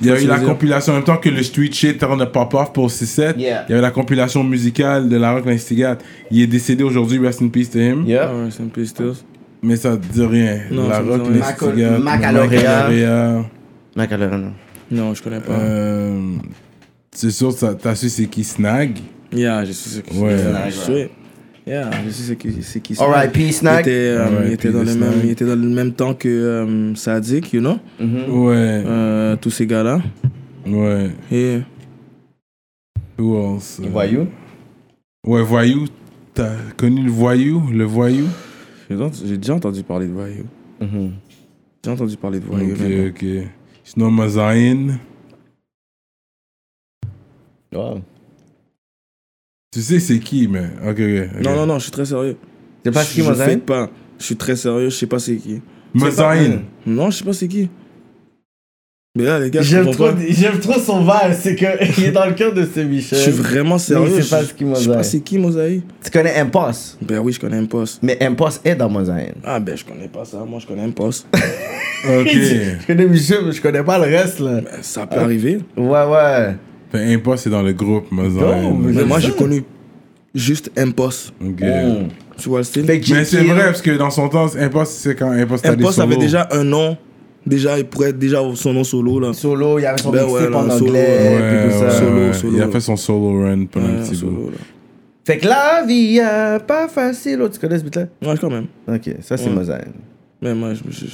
Speaker 1: Il y a
Speaker 4: Qu'est-ce
Speaker 1: eu
Speaker 4: que
Speaker 1: la
Speaker 4: tu veux dire
Speaker 1: compilation en même temps que le Street Shit Turn the Pop Off pour 6-7.
Speaker 2: Yeah.
Speaker 1: Il y avait la compilation musicale de La Rock L'Instigate. Il est décédé aujourd'hui, rest in peace to him.
Speaker 4: Ah
Speaker 2: Yeah.
Speaker 4: ouais, c'est un peu stéos.
Speaker 1: Mais ça te dit rien.
Speaker 4: Non,
Speaker 1: la
Speaker 4: ça me dit
Speaker 1: Rock
Speaker 4: rien.
Speaker 1: L'Instigate.
Speaker 2: Macaloria.
Speaker 1: Macaloria.
Speaker 2: Macarena.
Speaker 4: Non, je connais pas.
Speaker 1: Euh, C'est sûr, ça- t'as su c'est qui Snag.
Speaker 4: Yeah, je sais ce que
Speaker 1: Ouais.
Speaker 4: c'est. Je sais. Yeah, je sais ce qui c'est qui.
Speaker 2: R.I.P. Snack.
Speaker 4: Il était, euh,
Speaker 1: R.I.P.
Speaker 4: il était dans
Speaker 1: de
Speaker 4: le
Speaker 1: Snack.
Speaker 4: même, il était dans le même temps que euh, Sadik, you know,
Speaker 2: Mm-hmm.
Speaker 1: Ouais,
Speaker 4: Euh, tous ces gars-là.
Speaker 1: ouais.
Speaker 4: Et
Speaker 1: Who else?
Speaker 2: Voyou.
Speaker 1: Ouais, Voyou. T'as connu le Voyou? Le Voyou?
Speaker 4: j'ai ent- j'ai déjà entendu parler de Voyou.
Speaker 2: Mm-hmm.
Speaker 4: J'ai entendu parler de Voyou.
Speaker 1: Ok,
Speaker 4: mais bon.
Speaker 1: ok. Sinon, Mazarin.
Speaker 2: Wow.
Speaker 1: Tu sais c'est qui, mais... Ok, ok. ok.
Speaker 4: Non, non, non, je suis très sérieux.
Speaker 2: C'est pas ce qui
Speaker 4: Je-
Speaker 2: m'a
Speaker 4: Je fais pas. Je suis très sérieux. Je sais pas c'est qui.
Speaker 1: Mazarin.
Speaker 4: Non, je sais pas c'est qui. Mais là, les gars, je
Speaker 2: J'aime
Speaker 4: comprends
Speaker 2: trop,
Speaker 4: pas.
Speaker 2: j'aime trop son vibe, c'est qu'il est dans le cœur de ce
Speaker 4: Je
Speaker 2: Michel.
Speaker 4: suis vraiment sérieux.
Speaker 2: c'est pas
Speaker 4: je-
Speaker 2: ce qui
Speaker 4: Je sais pas
Speaker 2: Mosaïque.
Speaker 4: c'est qui Mosaïque.
Speaker 2: Tu connais Impost,
Speaker 4: Ben oui, je connais Impost.
Speaker 2: mais Impost est dans Mosaïque.
Speaker 4: Ah ben je connais pas ça. Moi, je connais Impost.
Speaker 1: Ok.
Speaker 2: Je connais Michel, mais je connais pas le reste là.
Speaker 4: Ben, ça peut arriver.
Speaker 2: Ouais, ouais.
Speaker 1: Fait Impost, c'est dans le groupe,
Speaker 2: Oh,
Speaker 1: Mazarin.
Speaker 2: Non,
Speaker 4: Mais
Speaker 2: C'est
Speaker 4: moi,
Speaker 2: ça.
Speaker 4: j'ai connu juste Impost.
Speaker 1: Ok.
Speaker 4: Tu vois le style
Speaker 2: Fait que
Speaker 1: Mais
Speaker 2: J.K.
Speaker 1: c'est vrai, parce que dans son temps, Impost, c'est quand Impost a des
Speaker 4: hein. Impost avait
Speaker 1: solos.
Speaker 4: déjà un nom. Déjà, il pourrait être déjà son nom solo, là.
Speaker 2: Solo, il y avait son
Speaker 4: Ben
Speaker 2: mixtape
Speaker 4: ouais,
Speaker 2: en
Speaker 4: non, solo,
Speaker 2: anglais,
Speaker 1: Ouais,
Speaker 4: ouais,
Speaker 2: puis tout ça.
Speaker 1: ouais,
Speaker 4: Solo,
Speaker 1: ouais.
Speaker 4: solo.
Speaker 1: Il a fait son solo run pendant un
Speaker 4: Ouais,
Speaker 1: petit bout.
Speaker 4: solo, là.
Speaker 2: Fait que la vie, euh, pas facile. Oh, tu connais ce beat là?
Speaker 4: Ouais, quand même.
Speaker 2: Ok, ça c'est
Speaker 4: Ouais.
Speaker 2: Mosaïque.
Speaker 4: Mais moi, je- je-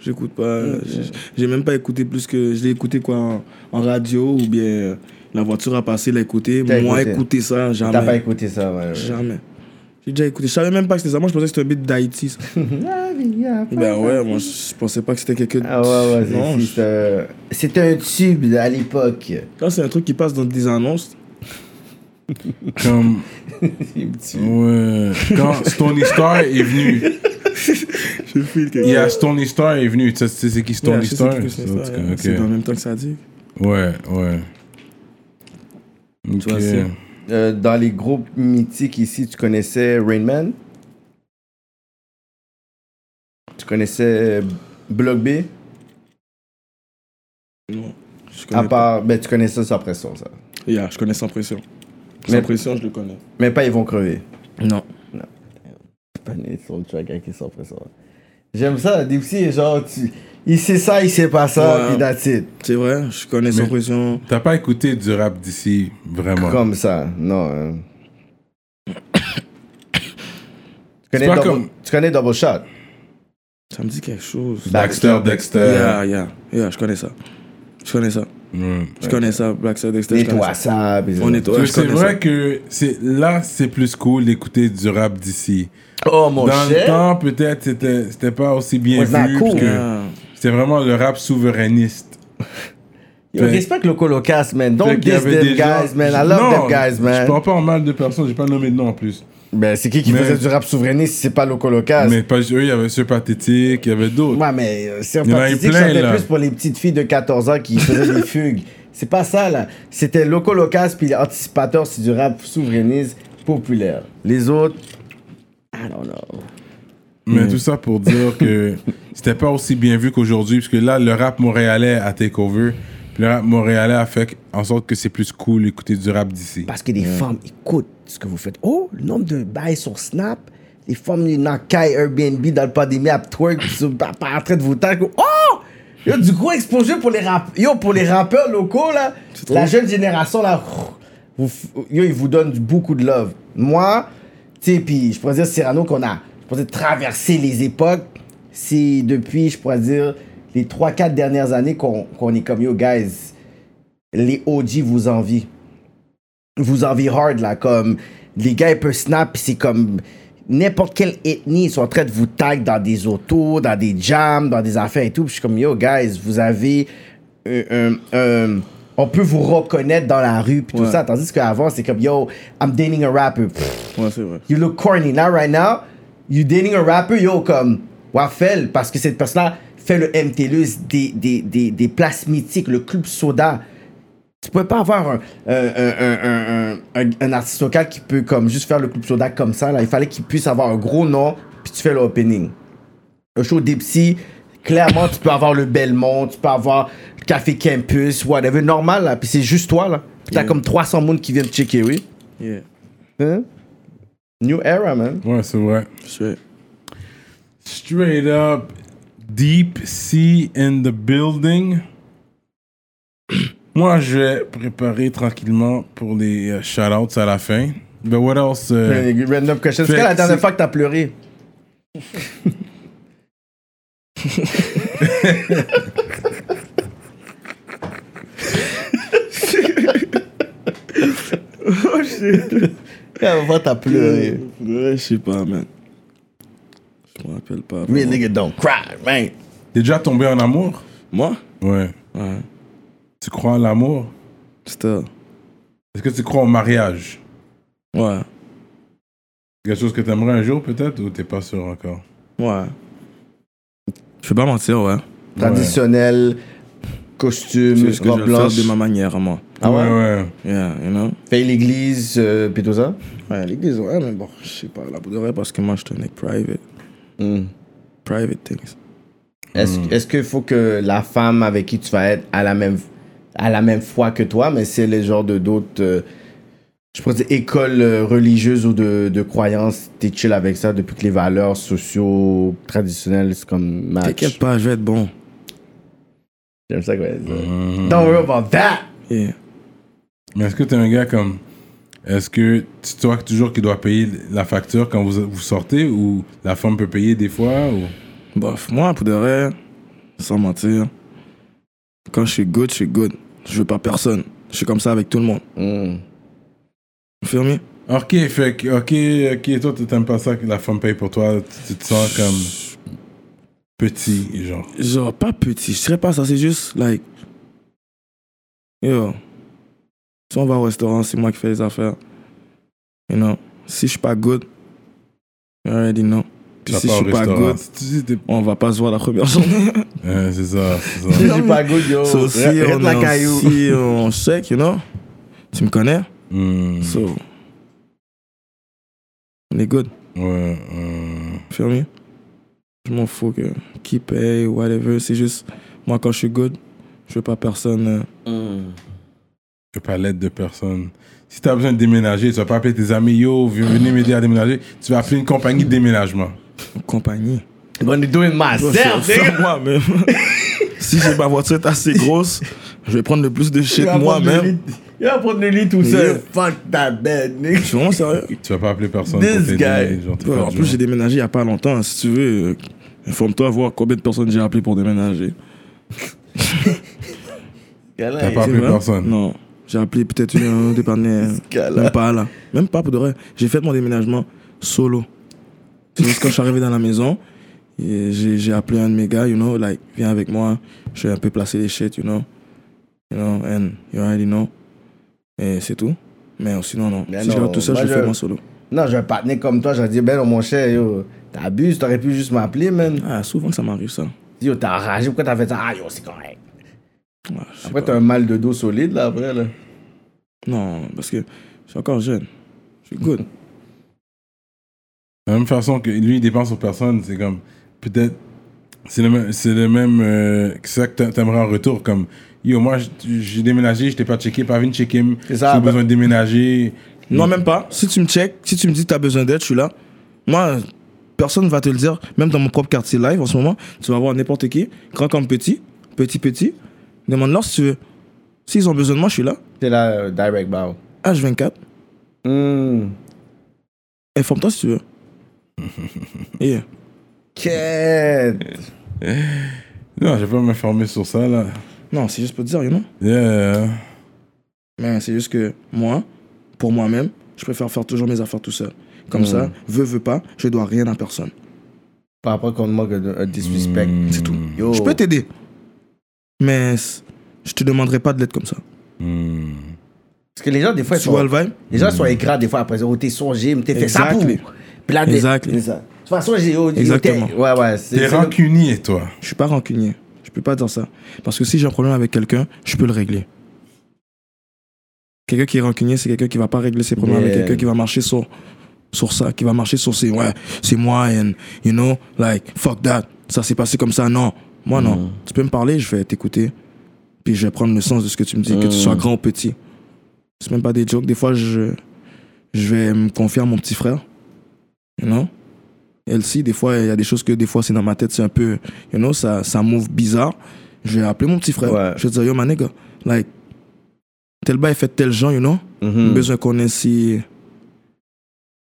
Speaker 4: j'écoute pas. je- J'ai même pas écouté plus que. Je l'ai écouté quoi en, en radio ou bien euh, la voiture a passé, l'a écouté.
Speaker 2: T'as
Speaker 4: Moi,
Speaker 2: écouté.
Speaker 4: écouter ça, jamais.
Speaker 2: T'as pas écouté ça, ouais. ouais.
Speaker 4: Jamais. J'ai déjà écouté. Je savais même pas que c'était ça. Moi, je pensais que c'était un beat d'Haïti. ça.
Speaker 2: La vie,
Speaker 4: Ben ouais, moi je pensais pas que c'était quelqu'un de.
Speaker 2: Ah ouais, ouais,
Speaker 4: Non,
Speaker 2: c'est-
Speaker 4: je-
Speaker 2: c'est un- c'était un tube là, à l'époque.
Speaker 6: Là, c'est un truc qui passe dans des annonces.
Speaker 4: Comme.
Speaker 1: Ouais. Quand Stony Star est venu,
Speaker 6: Je file quelque
Speaker 1: yeah, Stony Star est venu. Tu sais- tu sais c'est qui
Speaker 4: Yeah,
Speaker 1: Stony
Speaker 4: je sais
Speaker 1: Star?
Speaker 4: que c'est
Speaker 1: So,
Speaker 4: ça,
Speaker 1: tu-
Speaker 4: yeah. C'est dans
Speaker 1: ok.
Speaker 4: le même temps que ça dit.
Speaker 1: Ouais, ouais. Ok.
Speaker 4: vois, c'est-
Speaker 2: Euh, dans les groupes mythiques ici, tu connaissais Rainman? Tu connaissais euh, Block B?
Speaker 4: Je
Speaker 2: À
Speaker 4: connais pas.
Speaker 2: part, ben tu connaissais ça après ça, ça.
Speaker 4: Yeah, je connais sans pression. Sans
Speaker 2: Mais-
Speaker 4: pression, je le connais.
Speaker 2: Mais pas Ils vont crever.
Speaker 4: Non.
Speaker 2: Pas né sur le track avec Sans Pression. J'aime ça, Dipsy est genre, tu... il sait ça, il sait pas
Speaker 4: Ouais.
Speaker 2: ça, puis that's it.
Speaker 4: C'est vrai, je connais sans
Speaker 1: Mais-
Speaker 4: pression.
Speaker 1: T'as pas écouté du rap d'ici, vraiment.
Speaker 2: Comme ça, non. hein. tu, connais
Speaker 1: pas
Speaker 2: double,
Speaker 1: comme-
Speaker 2: tu connais Double Shot?
Speaker 4: Ça me dit quelque chose.
Speaker 1: Baxter, Dexter.
Speaker 4: Yeah, yeah, yeah, je connais ça. Je connais ça.
Speaker 1: Ouais.
Speaker 4: Je connais ça, Black Side Dexter. je
Speaker 2: Les
Speaker 4: connais
Speaker 2: toi
Speaker 4: ça.
Speaker 2: Bah, ça, puis-
Speaker 4: On nettoie,
Speaker 1: Tu
Speaker 4: je
Speaker 1: sais, c'est
Speaker 4: connais
Speaker 1: vrai
Speaker 4: ça.
Speaker 1: que c'est là c'est plus cool d'écouter du rap d'ici.
Speaker 2: Oh mon
Speaker 1: Dans le
Speaker 2: cher!
Speaker 1: temps peut-être c'était c'était pas aussi bien
Speaker 2: Ouais, c'est
Speaker 1: vu
Speaker 2: cool.
Speaker 1: parce que
Speaker 4: Yeah.
Speaker 1: c'était vraiment le rap souverainiste.
Speaker 2: Yo,
Speaker 1: Fait-
Speaker 2: respecte le Colocast, man.
Speaker 1: Fait
Speaker 2: Don't
Speaker 1: qu'il y
Speaker 2: diss
Speaker 1: avait
Speaker 2: them
Speaker 1: des gens-
Speaker 2: guys, man. I love
Speaker 1: Non,
Speaker 2: them guys,
Speaker 1: Je
Speaker 2: man.
Speaker 1: parle pas en mal de personnes, j'ai pas nommé de nom en plus.
Speaker 2: Ben, c'est qui qui
Speaker 1: Mais-
Speaker 2: faisait du rap souverainiste si c'est pas le Colocast?
Speaker 1: Mais pas eux, il y avait ceux pathétiques, il y avait d'autres.
Speaker 2: Ouais, mais euh, c'est un
Speaker 1: Il y en a eu
Speaker 2: statistique,
Speaker 1: plein,
Speaker 2: j'en fais
Speaker 1: là.
Speaker 2: plus pour les petites filles de 14 ans qui faisaient des fugues. C'est pas ça, là. C'était Loco Locas puis Anticipateur, c'est du rap souverainiste populaire. Les autres, I don't know. Mm.
Speaker 1: Mais tout ça pour dire que c'était pas aussi bien vu qu'aujourd'hui, parce que là, le rap montréalais a take over. Puis le rap montréalais a fait en sorte que c'est plus cool d'écouter du rap d'ici.
Speaker 5: Parce que les femmes écoutent ce que vous faites. Oh, le nombre de bails sur Snap. Les femmes, les
Speaker 2: Nakai Airbnb dans le pandémie à twerk pis sur- par- par- en train de vous taquer. Oh! Yo, du gros exposé pour les, rap yo, pour les rappeurs locaux, là. La jeune génération, là. vous f- yo, ils vous donnent du- beaucoup de love. Moi, tu sais, puis je pourrais dire, Cyrano, qu'on a je pourrais dire, traversé les époques. C'est depuis, je pourrais dire, les 3-4 dernières années qu'on qu'on est comme yo, guys. Les OG vous envient vous envie hard là comme les gars ils peuvent snap puis c'est comme n'importe quelle ethnie ils sont en train de vous tag dans des autos dans des jams dans des affaires et tout Puis je suis comme yo guys vous avez euh, euh, euh, on peut vous reconnaître dans la rue puis tout ça tandis qu'avant c'est comme yo I'm dating a rapper Pff,
Speaker 4: Ouais, c'est vrai.
Speaker 2: you look corny now right now you dating a rapper yo comme Wafel parce que cette personne là fait le MTLUS des, des, des, des places mythiques le club soda tu peux pas avoir un, euh, un, un, un, un- un artiste local qui peut comme juste faire le club soda comme ça. Là. Il fallait qu'il puisse avoir un gros nom, puis tu fais l'opening. Le show Dipsy, clairement, tu peux avoir le Belmont, tu peux avoir le Café Campus, whatever, normal, là. Puis c'est juste toi, là. Puis t'as comme 300 monde qui viennent checker, oui.
Speaker 4: Yeah.
Speaker 2: Hein? New era, man.
Speaker 1: Ouais, c'est vrai.
Speaker 4: Je suis.
Speaker 1: Straight up, deep sea in the building. Moi, je vais préparer tranquillement pour les euh, shout-outs à la fin. But what else? euh,
Speaker 2: Random question. C'est
Speaker 1: Fait
Speaker 2: quand la
Speaker 1: que
Speaker 2: dernière
Speaker 1: c'est-
Speaker 2: fois que t'as pleuré? La dernière fois que t'as pleuré.
Speaker 4: Ouais, je sais pas, man. Je me rappelle pas.
Speaker 2: Real
Speaker 4: vraiment.
Speaker 2: nigga don't cry, man.
Speaker 1: T'es déjà tombé en amour?
Speaker 4: Moi
Speaker 1: Ouais.
Speaker 4: Ouais.
Speaker 1: Tu crois en l'amour?
Speaker 4: C'était.
Speaker 1: Est-ce que tu crois au mariage?
Speaker 4: Ouais.
Speaker 1: Quelque chose que t'aimerais un jour peut-être ou t'es pas sûr encore?
Speaker 4: Ouais. Je vais pas mentir, ouais.
Speaker 2: Traditionnel, costume,
Speaker 4: C'est ce que je
Speaker 2: robe
Speaker 4: vais faire
Speaker 2: blanche.
Speaker 4: de ma manière, à moi.
Speaker 2: Ah ouais?
Speaker 1: ouais.
Speaker 4: Yeah, you know
Speaker 2: Fait l'église, euh, pis tout ça.
Speaker 4: Ouais, l'église, ouais, mais bon, je sais pas, la pour de vrai, parce que moi, je tenais private. Hmm. Private things.
Speaker 2: Est-ce
Speaker 4: Hmm.
Speaker 2: est-ce qu'il faut que la femme avec qui tu vas être à la même, à la même foi que toi, mais c'est les genres de d'autres, euh, je pourrais dire, écoles euh, religieuses ou de, de croyances, t'es chill avec ça depuis que les valeurs sociaux traditionnelles, c'est comme
Speaker 4: T'inquiète
Speaker 2: match.
Speaker 4: pas, je vais être bon.
Speaker 2: J'aime ça, quoi.
Speaker 1: Hmm.
Speaker 2: Don't worry about that!
Speaker 4: Yeah.
Speaker 1: Mais est-ce que t'es un gars comme. Est-ce que c'est toi toujours qui dois payer la facture quand vous, vous sortez ou la femme peut payer des fois ou...
Speaker 4: Bof, moi, pour de vrai, sans mentir, quand je suis good, je suis good. Je veux pas personne. Je suis comme ça avec tout le monde. Hmm.
Speaker 2: Mm.
Speaker 4: Confirmé
Speaker 1: Ok, fait que- ok, ok, toi tu t'aimes pas ça que la femme paye pour toi, tu, tu te sens comme. petit, et genre.
Speaker 4: Genre, pas petit, je serais pas ça, c'est juste, like. Yo. Si on va au restaurant, c'est moi qui fais les affaires. You know. Si je suis pas good, you already know.
Speaker 1: Tu
Speaker 4: Puis
Speaker 1: vas
Speaker 4: si
Speaker 1: pas
Speaker 4: je
Speaker 1: au
Speaker 4: suis pas
Speaker 1: restaurant.
Speaker 4: good,
Speaker 1: Si tu dis t'es-
Speaker 4: on va pas se voir la première journée.
Speaker 1: Ouais, c'est ça, c'est ça.
Speaker 2: Je suis pas good, yo.
Speaker 1: Oh,
Speaker 4: so, si
Speaker 2: Arrête
Speaker 4: on,
Speaker 2: la
Speaker 4: est-
Speaker 2: caillou.
Speaker 4: si on check, you know. Tu me connais?
Speaker 1: Hmm,
Speaker 4: So. On est good.
Speaker 1: Ouais, euh,
Speaker 4: Feel me? Je m'en fous que qui paye, whatever. C'est juste, moi, quand je suis good, je veux pas personne. euh,
Speaker 1: je veux pas l'aide de personne. Si t'as besoin de déménager, tu vas pas appeler tes amis, yo, venez m'aider à déménager. Tu vas appeler une compagnie de déménagement.
Speaker 4: compagnie.
Speaker 2: On est doing myself,
Speaker 4: C'est
Speaker 2: nigga.
Speaker 4: moi-même. si j'ai ma voiture est assez grosse, je vais prendre le plus de shit
Speaker 2: Il va prendre le
Speaker 4: moi-même.
Speaker 2: lit- Il va prendre le lit tout seul. Fuck that bed, nigga.
Speaker 4: Je suis vraiment sérieux.
Speaker 1: Tu vas pas appeler personne
Speaker 2: This
Speaker 1: pour t'aider.
Speaker 2: guy.
Speaker 1: genre, t'es
Speaker 4: Ouais, en
Speaker 1: perdu.
Speaker 4: plus, j'ai déménagé il n'y a pas longtemps. Si tu veux, euh, informe-toi, voir combien de personnes j'ai appelé pour déménager.
Speaker 2: Gala,
Speaker 1: T'as
Speaker 2: il-
Speaker 1: pas appelé
Speaker 4: C'est vrai?
Speaker 1: personne.
Speaker 4: Non. J'ai appelé peut-être une, un, deux partenaires.
Speaker 2: gars-là.
Speaker 4: Même pas là. Même pas pour de vrai. J'ai fait mon déménagement solo. C'est juste quand je suis arrivé dans la maison, et j'ai j'ai appelé un de mes gars, you know, like, viens avec moi. Je vais un peu placer les shit, you know. You know, and you already know. Et c'est tout. Mais sinon, non.
Speaker 2: Mais
Speaker 4: si je
Speaker 2: non,
Speaker 4: vais tout ça,
Speaker 2: moi,
Speaker 4: je le
Speaker 2: je-
Speaker 4: fais moi solo.
Speaker 2: Non, j'ai un partenaire comme toi, j'aurais dit, ben non, mon cher, yo, t'abuses, t'aurais pu juste m'appeler, man.
Speaker 4: Ah, souvent que ça m'arrive, ça.
Speaker 2: Yo, t'as enragé, pourquoi t'as fait ça? Ah, yo, c'est correct.
Speaker 4: Ouais, Ah, je sais
Speaker 2: Après,
Speaker 4: pas.
Speaker 2: t'as un mal de dos solide, là, après, là.
Speaker 4: Non, parce que je suis encore jeune. Je suis good.
Speaker 1: De la même façon que lui, il dépend sur personne, c'est comme, peut-être, c'est le même, c'est le même, euh, que ça que t'a- t'aimerais en retour, comme, yo, moi, j- j'ai déménagé, je t'ai pas checké, pas venu checker, m-
Speaker 2: C'est
Speaker 1: j'ai
Speaker 2: ça, bah-
Speaker 1: besoin de déménager.
Speaker 4: Non, même pas. Si tu me check, si tu me dis que tu as besoin d'aide, je suis là. Moi, personne ne va te le dire. Même dans mon propre quartier live en ce moment, tu vas voir n'importe qui, grand comme petit, petit, petit. Demande-leur si tu veux. S'ils ont besoin de moi, je suis là.
Speaker 2: C'est là, euh, direct bow.
Speaker 4: H24.
Speaker 2: Hmm.
Speaker 4: Informe-toi si tu veux. Yeah.
Speaker 2: Quête.
Speaker 1: Non, je vais pas m'informer sur ça, là.
Speaker 4: Non, c'est juste pour te dire, you know.
Speaker 1: Yeah.
Speaker 4: Mais c'est juste que moi, pour moi-même, je préfère faire toujours mes affaires tout seul. Comme ça, veux, veux pas, je dois rien à personne.
Speaker 2: Par rapport qu'on manque de- un disrespect.
Speaker 4: C'est tout.
Speaker 2: Yo.
Speaker 4: Hmm. Je peux t'aider. Mais c- je te demanderai pas de l'aide comme ça.
Speaker 1: Hmm.
Speaker 2: Parce que les gens, des fois, ils
Speaker 4: Tu vois
Speaker 2: sont,
Speaker 4: le vibe
Speaker 2: les gens sont écrans, des fois, après, ils disent, oh, t'es songé, mais t'es fait ça pour.
Speaker 4: Exactly.
Speaker 2: Puis là, des-
Speaker 4: Exactly.
Speaker 2: c'est ça. De toute façon, j'ai. yo, yo, t'es-
Speaker 4: Exactement.
Speaker 2: Ouais, ouais. c'est-
Speaker 1: T'es
Speaker 2: c'est-
Speaker 1: rancunier, toi.
Speaker 4: Je suis pas rancunier. Je peux pas dire ça. Parce que si j'ai un problème avec quelqu'un, je peux le régler. Quelqu'un qui est rancunier, c'est quelqu'un qui va pas régler ses problèmes avec
Speaker 2: Yeah.
Speaker 4: quelqu'un qui va marcher sur, sur ça, qui va marcher sur ses ouais, c'est moi and you know, like fuck that. Ça s'est passé comme ça. Non, moi non. Tu peux me parler, je vais t'écouter. Puis je vais prendre le sens de ce que tu me dis, que tu sois grand ou petit. C'est même pas des jokes. Des fois, je, je vais me confier à mon petit frère. You know? Elle si, des fois, il y a des choses que des fois, c'est dans ma tête, c'est un peu, you know, ça, ça move bizarre. Je vais appeler mon petit frère.
Speaker 2: Ouais.
Speaker 4: Je vais dire, yo, ma nigga, like, tel bail fait tel genre, you know?
Speaker 2: Mhm.
Speaker 4: Besoin qu'on ait si.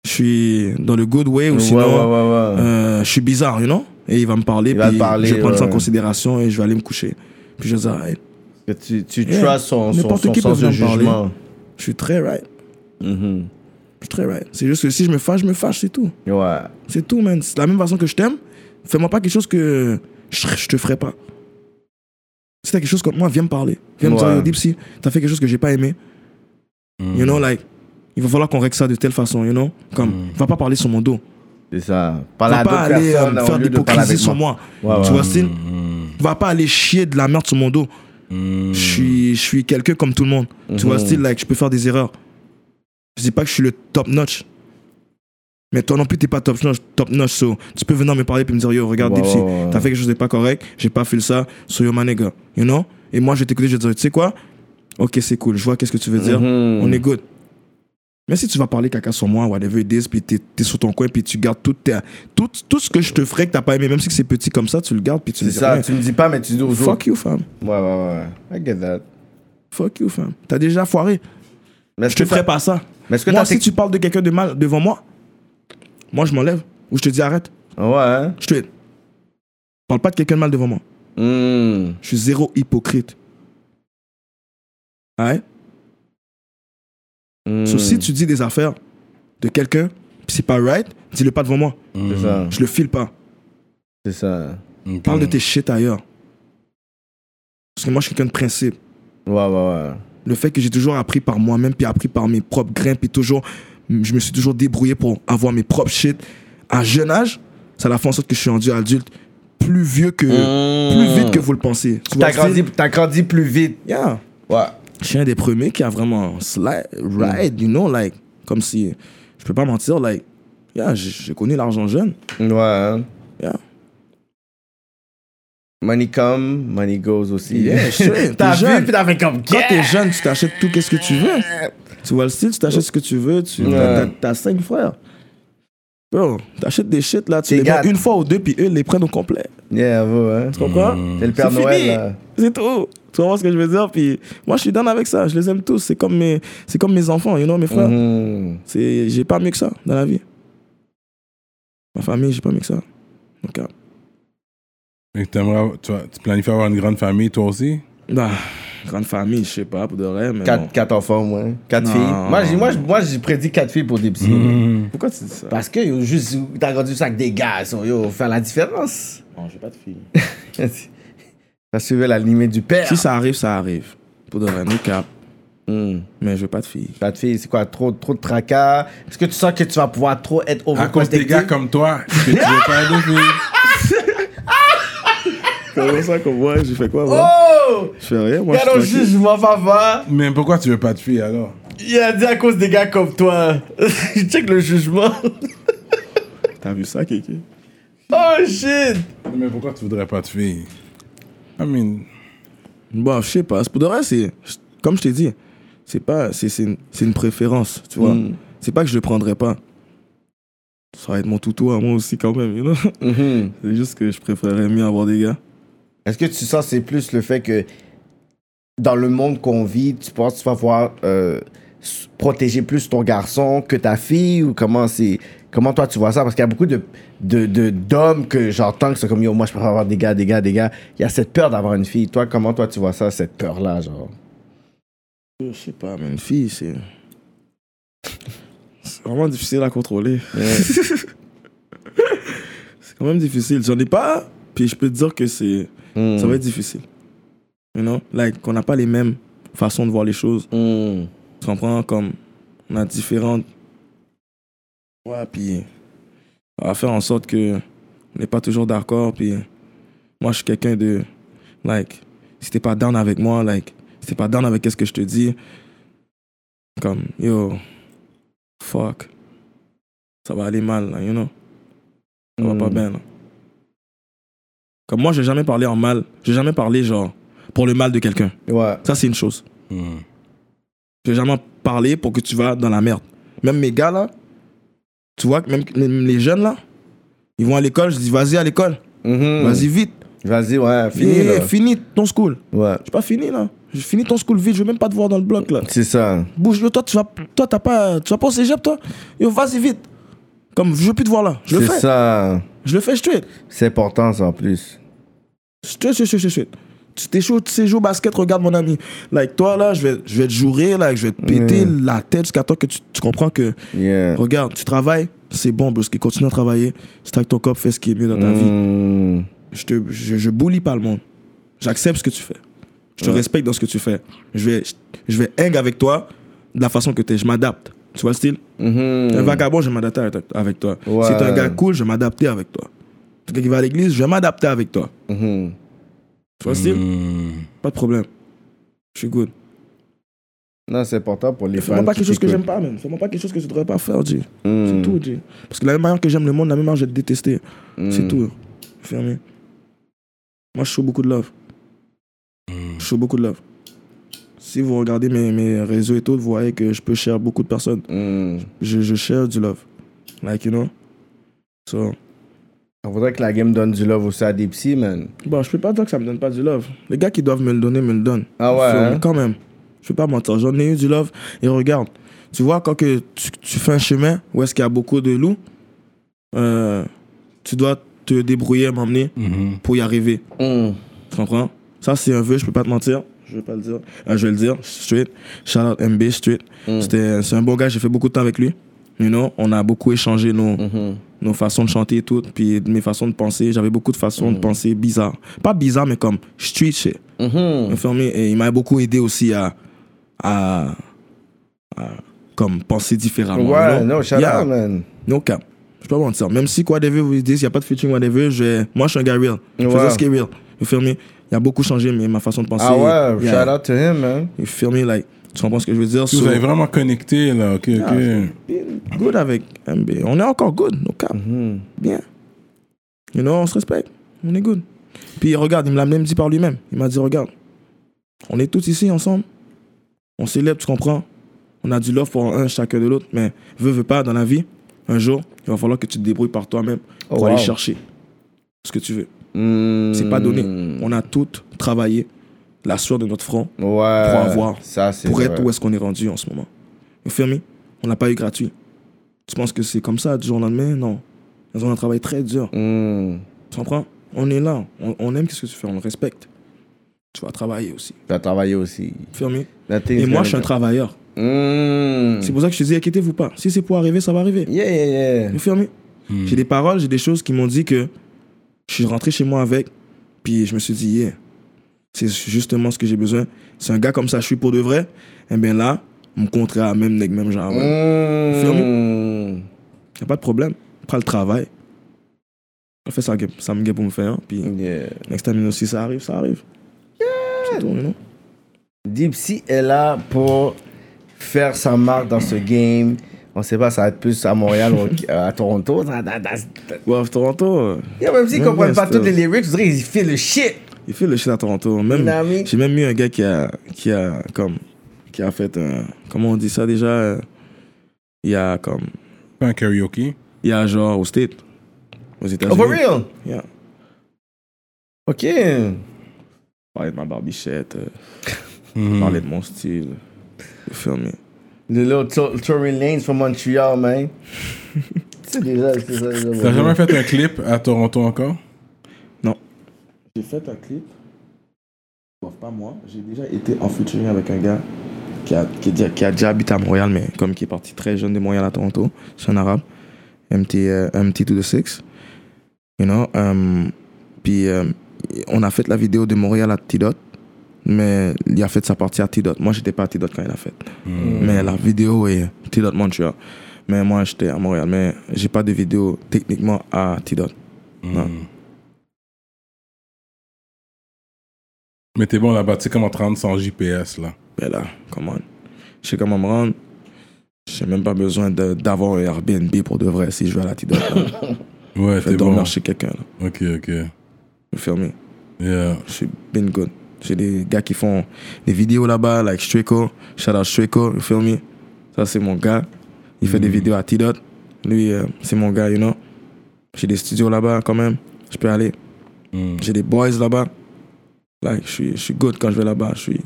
Speaker 4: Je suis dans le good way ou
Speaker 2: Ouais,
Speaker 4: sinon,
Speaker 2: ouais, ouais, ouais.
Speaker 4: euh, je suis bizarre, you know? Et il va me parler,
Speaker 2: Il va te
Speaker 4: puis
Speaker 2: parler,
Speaker 4: je vais prendre ça en
Speaker 2: ouais.
Speaker 4: considération et je vais aller me coucher. Puis je vais dire, ah, hey,
Speaker 2: Que tu, tu
Speaker 4: Yeah.
Speaker 2: trust son, son,
Speaker 4: N'importe
Speaker 2: son
Speaker 4: qui peut
Speaker 2: sens de
Speaker 4: venir me parler.
Speaker 2: jugement.
Speaker 4: je suis très right.
Speaker 2: Mhm.
Speaker 4: Je suis très right. C'est juste que si je me fâche, je me fâche, c'est tout.
Speaker 2: Ouais.
Speaker 4: C'est tout, man. C'est la même façon que je t'aime. Fais-moi pas quelque chose que je, je te ferai pas. Si t'as quelque chose contre moi, viens me parler. Viens me dire,
Speaker 2: Ouais.
Speaker 4: yo, Dipsy, t'as fait quelque chose que j'ai pas aimé. You know, like, il va falloir qu'on règle ça de telle façon, you know. Comme, va pas parler sur mon dos.
Speaker 2: C'est ça. Parle
Speaker 4: Va
Speaker 2: à
Speaker 4: pas
Speaker 2: d'autres
Speaker 4: aller euh,
Speaker 2: personnes au
Speaker 4: faire de
Speaker 2: lieu de parler
Speaker 4: l'hypocrisie
Speaker 2: avec
Speaker 4: sur
Speaker 2: moi.
Speaker 4: moi.
Speaker 2: Ouais, Mm.
Speaker 4: tu
Speaker 2: ouais.
Speaker 4: vois, Style? Va pas aller chier de la merde sur mon dos.
Speaker 2: Mm.
Speaker 4: Je suis, je suis quelqu'un comme tout le monde. Tu
Speaker 2: Mm-hmm.
Speaker 4: vois, style, like, je peux faire des erreurs. Je dis pas que je suis le top notch. Mais toi non plus, t'es pas top notch. Top notch so. Tu peux venir me parler puis me dire, yo, regarde,
Speaker 2: Ouais,
Speaker 4: Dipsy,
Speaker 2: ouais, ouais.
Speaker 4: t'as fait quelque chose de pas correct, j'ai pas fait ça, so yo, my nigga. You know? Et moi, je vais t'écouter, je vais te dire, tu sais quoi? Ok, c'est cool, je vois qu'est-ce que tu veux dire,
Speaker 2: Mhm.
Speaker 4: on est good. Mais si tu vas parler caca sur moi, whatever it is, puis t'es t'es sur ton coin, puis tu gardes tout, tes- tout, tout ce que je te ferai que t'as pas aimé, même si c'est petit comme ça, tu le gardes, puis tu
Speaker 2: C'est
Speaker 4: le dis,
Speaker 2: ça.
Speaker 4: ouais,
Speaker 2: Tu me dis pas, mais tu dis aux autres.
Speaker 4: fuck you, fam.
Speaker 2: Ouais, ouais, ouais. I get that.
Speaker 4: Fuck you, fam. T'as déjà foiré.
Speaker 2: Mais est-ce
Speaker 4: Je te
Speaker 2: que
Speaker 4: ferai
Speaker 2: t'as-
Speaker 4: pas ça.
Speaker 2: Mais est-ce que
Speaker 4: moi,
Speaker 2: t'as
Speaker 4: si
Speaker 2: fait.
Speaker 4: tu parles de quelqu'un de mal devant moi, moi, je m'enlève. Ou je te dis arrête.
Speaker 2: Ouais, hein.
Speaker 4: Je te hais. Parle pas de quelqu'un de mal devant moi.
Speaker 2: Hmm.
Speaker 4: Je suis zéro hypocrite. Ouais.
Speaker 2: Hmm.
Speaker 4: So, si tu dis des affaires de
Speaker 1: Hmm.
Speaker 4: quelqu'un, pis c'est pas right, dis-le pas devant moi.
Speaker 2: C'est ça.
Speaker 4: Je le file pas.
Speaker 2: C'est ça.
Speaker 4: Parle de tes shit ailleurs. Parce que moi, je suis quelqu'un de principe.
Speaker 2: Ouais, ouais, ouais.
Speaker 4: Le fait que j'ai toujours appris par moi-même, puis appris par mes propres grains, puis toujours, je me suis toujours débrouillé pour avoir mes propres shit à jeune âge, ça l'a fait en sorte que je suis rendu adulte plus vieux que. plus vite que vous le pensez. Tu vois
Speaker 2: Hmm. T'as
Speaker 4: le style?
Speaker 2: grandi, t'as grandi plus vite.
Speaker 4: Yeah.
Speaker 2: Ouais.
Speaker 4: Je suis un des premiers qui a vraiment slide, ride, you know, like, comme si. Je peux pas mentir, like, yeah, j'ai j'ai connu l'argent jeune.
Speaker 2: Ouais. hein.
Speaker 4: Yeah.
Speaker 2: Money come, money goes aussi.
Speaker 4: Yeah, sure,
Speaker 2: t'as
Speaker 4: t'es jeune.
Speaker 2: vu, puis t'as fait comme
Speaker 4: Quand
Speaker 2: yeah.
Speaker 4: t'es jeune, tu t'achètes tout, qu'est-ce que tu veux. Tu vois le style, tu t'achètes ce que tu veux, tu t'as- t'as- t'as cinq frères. Bro, t'achètes des shit là, tu
Speaker 2: T'es
Speaker 4: les prends
Speaker 2: gâte.
Speaker 4: une fois ou deux, puis eux ils les prennent au complet.
Speaker 2: Yeah, vous, hein.
Speaker 4: Tu comprends?
Speaker 2: T'es le Père
Speaker 4: C'est
Speaker 2: Noël,
Speaker 4: fini.
Speaker 2: là.
Speaker 4: C'est tout. Tu comprends ce que je veux dire? Puis moi, je suis down avec ça, je les aime tous. C'est comme mes, c'est comme mes enfants, you know, mes frères.
Speaker 2: Mhm.
Speaker 4: C'est, j'ai pas mieux que ça dans la vie. Ma famille, j'ai pas mieux que ça. Donc, euh,
Speaker 1: Et t'aimerais- tu, vas- tu planifies avoir une grande famille, toi aussi?
Speaker 4: bah, grande famille, je sais pas, pour de vrai, mais
Speaker 2: Quatre,
Speaker 4: non.
Speaker 2: quatre enfants, moi. Quatre
Speaker 4: Non.
Speaker 2: filles. Moi, j'ai, moi, j'ai- moi, j'ai prédit quatre filles pour des petits.
Speaker 4: Mm-hmm.
Speaker 1: Hmm.
Speaker 4: Pourquoi tu dis ça?
Speaker 2: Parce que, yo, juste, t'as grandi ça avec des gars, so, yo, faire la différence.
Speaker 4: Non, j'ai pas de fille.
Speaker 2: t'as suivi la lignée du père.
Speaker 4: Si ça arrive, ça arrive. Pour de vrai, no cap.
Speaker 2: Hmm.
Speaker 4: Mais je veux pas de fille.
Speaker 2: Pas de filles, c'est quoi, trop, trop de tracas? Est-ce que tu sens que tu vas pouvoir trop être
Speaker 1: À cause des gars comme toi, que tu veux pas de filles.
Speaker 6: Comment ça qu'on voit J'ai fait quoi moi
Speaker 2: Oh!
Speaker 6: Je fais rien, moi.
Speaker 2: Regarde, on
Speaker 6: Je suis
Speaker 2: juge, je m'en vais voir.
Speaker 1: Mais pourquoi tu veux pas de filles alors?
Speaker 2: Il a dit à cause des gars comme toi. Je check le jugement.
Speaker 6: tranquille. T'as vu ça, Kéké
Speaker 2: Oh shit!
Speaker 1: Mais pourquoi tu voudrais pas de filles? I mean,
Speaker 4: Bon, je sais pas. C'est- Pour de vrai, c'est. je- Comme je t'ai dit, c'est pas. C'est c'est une, c'est une préférence, tu vois.
Speaker 6: Hmm.
Speaker 4: C'est pas que je le prendrais pas. Ça va être mon toutou à moi aussi, quand même, you know. C'est juste que je préférerais mieux avoir des gars.
Speaker 2: Est-ce que tu sens c'est plus le fait que dans le monde qu'on vit, tu penses que tu vas pouvoir euh, s- protéger plus ton garçon que ta fille ou comment c'est comment toi tu vois ça parce qu'il y a beaucoup de de- de- d'hommes que j'entends qui sont comme yo moi je préfère avoir des gars des gars des gars il y a cette peur d'avoir une fille toi comment toi tu vois ça cette peur là genre
Speaker 4: Je sais pas, mais une fille, c'est. C'est vraiment difficile à contrôler. c'est quand même difficile. J'en ai pas, puis je peux te dire que c'est.
Speaker 2: Hmm.
Speaker 4: Ça va être difficile. You know? Like, qu'on n'a pas les mêmes façons de voir les choses.
Speaker 2: Hmm.
Speaker 4: Tu comprends? Comme, on a différentes. Ouais, puis. On va faire en sorte que. On n'est pas toujours d'accord, puis. Moi, je suis quelqu'un de. Like, si t'es pas down avec moi, like, si t'es pas down avec ce que je te dis, comme, yo, fuck. Ça va aller mal, là, you know? Ça va
Speaker 2: Mm.
Speaker 4: pas bien, là. Comme moi, j'ai jamais parlé en mal. J'ai jamais parlé, genre, pour le mal de quelqu'un.
Speaker 2: ouais
Speaker 4: Ça, c'est une chose.
Speaker 1: hmm.
Speaker 4: J'ai jamais parlé pour que tu vas dans la merde. Même mes gars, là, tu vois, que même les- les jeunes, là, ils vont à l'école, je dis, vas-y à l'école,
Speaker 2: Mhm.
Speaker 4: vas-y vite.
Speaker 2: vas-y ouais fini
Speaker 4: Fini,
Speaker 2: là.
Speaker 4: fini ton school.
Speaker 2: ouais
Speaker 4: J'ai pas fini, là. J'ai fini ton school vite, je veux même pas te voir dans le bloc, là.
Speaker 2: c'est ça
Speaker 4: Bouge-le, toi, tu vas, toi, t'as pas, tu vas pas au cégep, toi. Yo, vas-y vite. Comme, je veux plus te voir là. Je le
Speaker 2: c'est
Speaker 4: fais.
Speaker 2: ça
Speaker 4: Je le fais, je te
Speaker 2: c'est important ça en plus
Speaker 4: Je te, je te, je te, je te. Tu t'es chaud, tu sais jouer au basket, regarde mon ami. Like, toi, là, je vais, je vais te jouer, là, je vais te péter la tête jusqu'à temps que tu, tu comprends que,
Speaker 2: yeah
Speaker 4: regarde, tu travailles, c'est bon, parce qu'il continue à travailler, stack ton cop, fais ce qui est mieux dans ta vie.
Speaker 2: Hmm.
Speaker 4: Je te, je, je bully pas le monde. J'accepte ce que tu fais. Je te respecte dans ce que tu fais. Je vais, je, je vais hang avec toi de la façon que t'es. Je m'adapte. Tu vois le style?
Speaker 2: Mhm.
Speaker 4: Un vagabond, je m'adapte avec- avec toi.
Speaker 2: Ouais.
Speaker 4: Si t'es un gars cool, je vais m'adapter avec toi. Quelqu'un qui va à l'église, je vais m'adapter avec toi.
Speaker 2: Mhm.
Speaker 4: Tu vois le style?
Speaker 1: Hmm.
Speaker 4: Pas de problème. Je suis good.
Speaker 2: Non, c'est important pour les
Speaker 4: Fais-moi
Speaker 2: fans.
Speaker 4: pas
Speaker 2: qui
Speaker 4: quelque chose que j'aime
Speaker 2: t'écoutent.
Speaker 4: pas, même. Fais-moi pas quelque chose que je devrais pas faire, Dieu. C'est
Speaker 2: Mm.
Speaker 4: tout, Dieu. Parce que la même manière que j'aime le monde, la même manière je vais te détester.
Speaker 2: Hmm.
Speaker 4: C'est tout. hein. Fermé. Moi, je suis beaucoup de love. Je suis beaucoup de love. Si vous regardez mes, mes réseaux et tout, vous voyez que je peux share beaucoup de personnes.
Speaker 2: Mm.
Speaker 4: Je, je share du love. Like, you know? So.
Speaker 2: On voudrait que la game donne du love aussi à des psys, man.
Speaker 4: Bon, Bah, je peux pas dire que ça me donne pas du love. Les gars qui doivent me le donner, me le donnent.
Speaker 2: Ah ouais,
Speaker 4: So,
Speaker 2: hein?
Speaker 4: mais quand même, je peux pas mentir. J'en ai eu du love. Et regarde, tu vois, quand que tu, tu fais un chemin où est-ce qu'il y a beaucoup de loups, euh, tu dois te débrouiller, m'emmener pour y arriver. Tu comprends? Ça, c'est un vœu, je peux pas te mentir. Je vais pas le dire. Euh, je vais le dire, straight. Shout out MB,
Speaker 2: Mm. Mm-hmm.
Speaker 4: straight. C'était- C'est un bon gars, j'ai fait beaucoup de temps avec lui. You know, on a beaucoup échangé nos, nos façons de chanter et tout, puis mes façons de penser. J'avais beaucoup de façons
Speaker 2: Mm.
Speaker 4: de penser bizarres. Pas bizarres, mais comme street shit. Vous
Speaker 2: Mm-hmm.
Speaker 4: comprenez? Et il m'a beaucoup aidé aussi à, à, à, comme penser différemment.
Speaker 2: Ouais,
Speaker 4: non?
Speaker 2: no, shut
Speaker 4: Yeah.
Speaker 2: up, man.
Speaker 4: No cap. Je peux pas mentir. Même si quoi veut vous disent, il n'y a pas de featuring whatever, je... moi je suis un gars real. Je
Speaker 2: Ouais.
Speaker 4: faisais ce qui est real. Vous fermez. Il a beaucoup changé mais ma façon de penser.
Speaker 2: Ah ouais,
Speaker 4: yeah.
Speaker 2: shout out to him, man.
Speaker 4: Vous fermez, like, tu comprends ce que je veux dire?
Speaker 1: Vous
Speaker 4: So,
Speaker 1: avez vraiment connecté, là. Ok, ok.
Speaker 4: Good avec MB. On est encore good, no cap. Bien. You know, on se respecte. On est good. Puis regarde, il me l'a même dit par lui-même. Il m'a dit, regarde, on est tous ici ensemble. On célèbre, tu comprends? On a du love pour un chacun de l'autre, mais veux, veux pas, dans la vie, un jour, il va falloir que tu te débrouilles par toi-même pour
Speaker 2: Oh,
Speaker 4: aller
Speaker 2: wow.
Speaker 4: chercher ce que tu veux. C'est pas donné.
Speaker 2: Hmm.
Speaker 4: On a toutes travaillé la sueur de notre front
Speaker 2: Ouais.
Speaker 4: pour avoir,
Speaker 2: Ça, c'est
Speaker 4: pour être
Speaker 2: vrai.
Speaker 4: où est-ce qu'on est rendu en ce moment. Vous fermez, on n'a pas eu gratuit. Tu penses que c'est comme ça du jour au lendemain Non. Ils ont un travail très dur.
Speaker 2: Mm.
Speaker 4: Tu comprends On est là, on, on aime qu'est-ce que tu fais, on le respecte. Tu vas travailler aussi.
Speaker 2: T'as travaillé aussi.
Speaker 4: Fermez.
Speaker 2: Nothing's
Speaker 4: Et moi,
Speaker 2: gonna-
Speaker 4: je suis un travailleur.
Speaker 2: Mm.
Speaker 4: C'est pour ça que je te dis, inquiétez-vous pas. Si c'est pour arriver, ça va arriver.
Speaker 2: Yeah, yeah, yeah.
Speaker 4: Vous fermez.
Speaker 2: Mm.
Speaker 4: J'ai des paroles, j'ai des choses qui m'ont dit que je suis rentré chez moi avec, puis je me suis dit, yeah, c'est justement ce que j'ai besoin. C'est un gars comme ça, je suis pour de vrai. Et bien là, mon contrat, même nègre, même genre. ouais.
Speaker 2: Mm.
Speaker 4: Y a pas de problème. Prends le travail. On fait ça, ça me guette pour me faire. hein. Puis,
Speaker 2: Hmm. Yeah.
Speaker 4: next time, si ça arrive, ça arrive. C'est tout, you know?
Speaker 2: Deep Sea est là pour faire sa marque dans ce game. On sait pas, ça va être plus à Montréal ou à Toronto. Ça- ça- ça-
Speaker 4: Ouais, Toronto, euh,
Speaker 2: Yeah, même s'ils
Speaker 4: Même
Speaker 2: comprennent pas
Speaker 4: West,
Speaker 2: toutes les lyrics, je dirais qu'ils feel le shit.
Speaker 4: il fait le shit à Toronto. Même,
Speaker 2: Dynamique.
Speaker 4: j'ai même eu un gars qui a, qui a, comme, qui a fait un, comment on dit ça déjà? euh, Il y a, comme,
Speaker 1: Pas un karaoke.
Speaker 4: il y a genre au State, aux États-Unis.
Speaker 2: Oh, for real?
Speaker 4: Yeah.
Speaker 2: Ok.
Speaker 4: Parler de ma barbichette, euh,
Speaker 1: Mhm.
Speaker 4: parler de mon style. Le film,
Speaker 2: The little To- Tory Lanez from Montreal, man. c'est déjà, c'est ça. c'est
Speaker 1: T'as
Speaker 2: ça.
Speaker 1: jamais fait un clip à Toronto encore
Speaker 4: J'ai fait un clip, Bon, pas moi, j'ai déjà été en featuring avec un gars qui a, qui, est déjà- qui a déjà habité à Montréal, mais comme qui est parti très jeune de Montréal à Toronto, c'est un arabe, MT, euh, MT to the Six, you know. um, puis euh, on a fait la vidéo de Montréal à T-Dot, mais il a fait sa partie à T-Dot. Moi, j'étais pas à T-Dot quand il a fait. Mais la vidéo est T-Dot Montréal. Mais moi, j'étais à Montréal, mais j'ai pas de vidéo techniquement à T-Dot.
Speaker 1: Hmm.
Speaker 4: Non.
Speaker 1: Mais t'es bon là-bas, tu sais comment te rendre sans GPS, là.
Speaker 4: Mais Ben là, come on. Je sais comment me rendre. J'ai même pas besoin de- d'avoir un Airbnb pour de vrai si je vais à la Tidot. Je
Speaker 1: Ouais,
Speaker 4: vais
Speaker 1: t'es
Speaker 4: dormir
Speaker 1: bon.
Speaker 4: chez quelqu'un. là.
Speaker 1: Ok, ok.
Speaker 4: Je suis fermé.
Speaker 1: Yeah.
Speaker 4: Je suis been good. J'ai des gars qui font des vidéos là-bas, like Strico. Shout out Strico, you feel me? Ça, c'est mon gars. Il fait des vidéos à Tidot. Lui, euh, c'est mon gars, you know? J'ai des studios là-bas quand même. Je peux aller.
Speaker 1: Mm.
Speaker 4: J'ai des boys là-bas. Like, je suis, je suis good quand je vais là-bas. Je suis.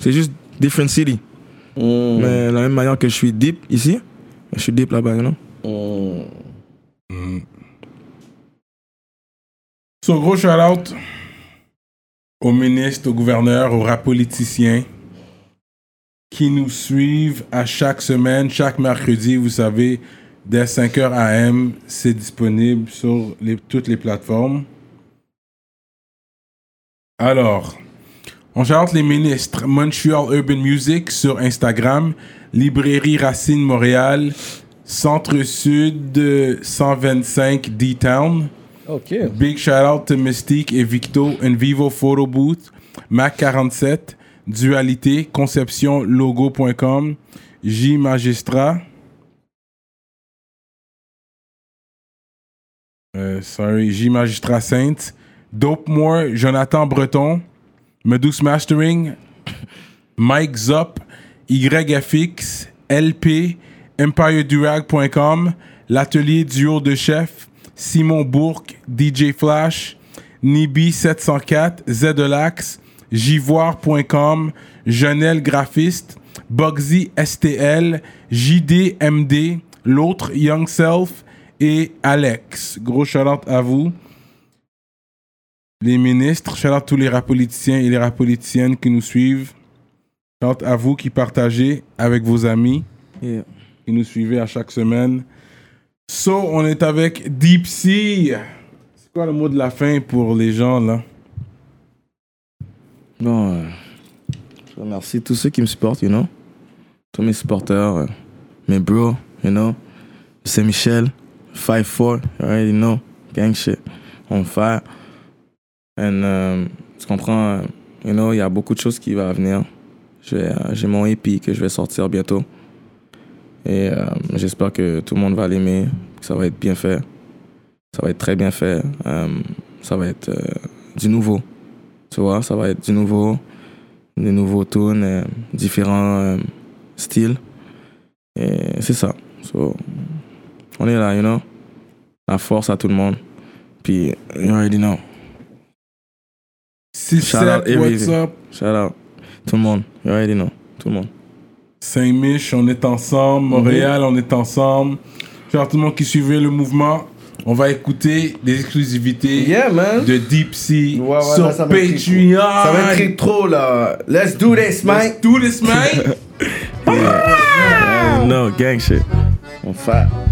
Speaker 4: C'est juste different city.
Speaker 2: Mm.
Speaker 4: Mais de la même manière que je suis deep ici, je suis deep là-bas, non?
Speaker 2: Mm.
Speaker 1: Mm. So, gros shout-out aux ministres, aux gouverneurs, aux rap politiciens qui nous suivent à chaque semaine, chaque mercredi, vous savez, dès 5h AM, c'est disponible sur les- toutes les plateformes. Alors, on chante les ministres. Montreal Urban Music sur Instagram, Librairie Racine Montréal, Centre-Sud euh, 125 D-Town.
Speaker 2: Ok.
Speaker 1: Big shout out to Mystique et Victo, Vivo Photo Booth, Mac47, Dualité, Conception, Logo.com, J Magistrat. Euh, sorry, J Magistrat Sainte, Dope Moore, Jonathan Breton, Medus Mastering, Mike Zop, YFX, LP, EmpireDurag.com, l'atelier duo de chef, Simon Bourque, DJ Flash, Nibi704, Zedelax, Jivoire.com, Jeunel Graphiste, Bugsy STL, JDMD, l'autre Young Self et Alex. Gros shout à vous les ministres, shout out tous les rap politiciens et les rap politiciennes qui nous suivent. Shout out à vous qui partagez avec vos amis.
Speaker 4: Yeah.
Speaker 1: qui nous suivaient à chaque semaine. So, on est avec Deep Sea. C'est quoi le mot de la fin pour les gens, là?
Speaker 4: Non, euh, je remercie tous ceux qui me supportent, you know. Tous mes supporters, euh, mes bros, you know. C'est Michel, 5-4, you already know. Gang shit, on fire. And, euh, tu comprends, euh, you know, il y a beaucoup de choses qui vont venir. J'ai euh, j'ai mon EP que je vais sortir bientôt. Et euh, j'espère que tout le monde va l'aimer, que ça va être bien fait. Ça va être très bien fait. Euh, ça va être euh, du nouveau. Tu vois, ça va être du nouveau, des nouveaux tunes, euh, différents euh, styles. Et c'est ça. So, on est là, you know. La force à tout le monde. Puis, you already know.
Speaker 1: 6-7,
Speaker 4: Shout out
Speaker 1: what's
Speaker 4: everything.
Speaker 1: up?
Speaker 4: Shout out. Tout le monde. You already know. Tout le monde.
Speaker 1: Saint-Mich, on est
Speaker 2: Mhm.
Speaker 1: ensemble. Montréal, on est ensemble. Shout out à tout le monde qui suivait le mouvement. On va écouter des exclusivités
Speaker 2: Yeah, man.
Speaker 1: de Deep Sea
Speaker 2: Ouais, ouais,
Speaker 1: sur
Speaker 2: là, ça va être
Speaker 1: Patreon.
Speaker 2: Ça va être trop, là. Let's do this, man.
Speaker 1: Tout this, man.
Speaker 4: You already know. Gang shit. On fire.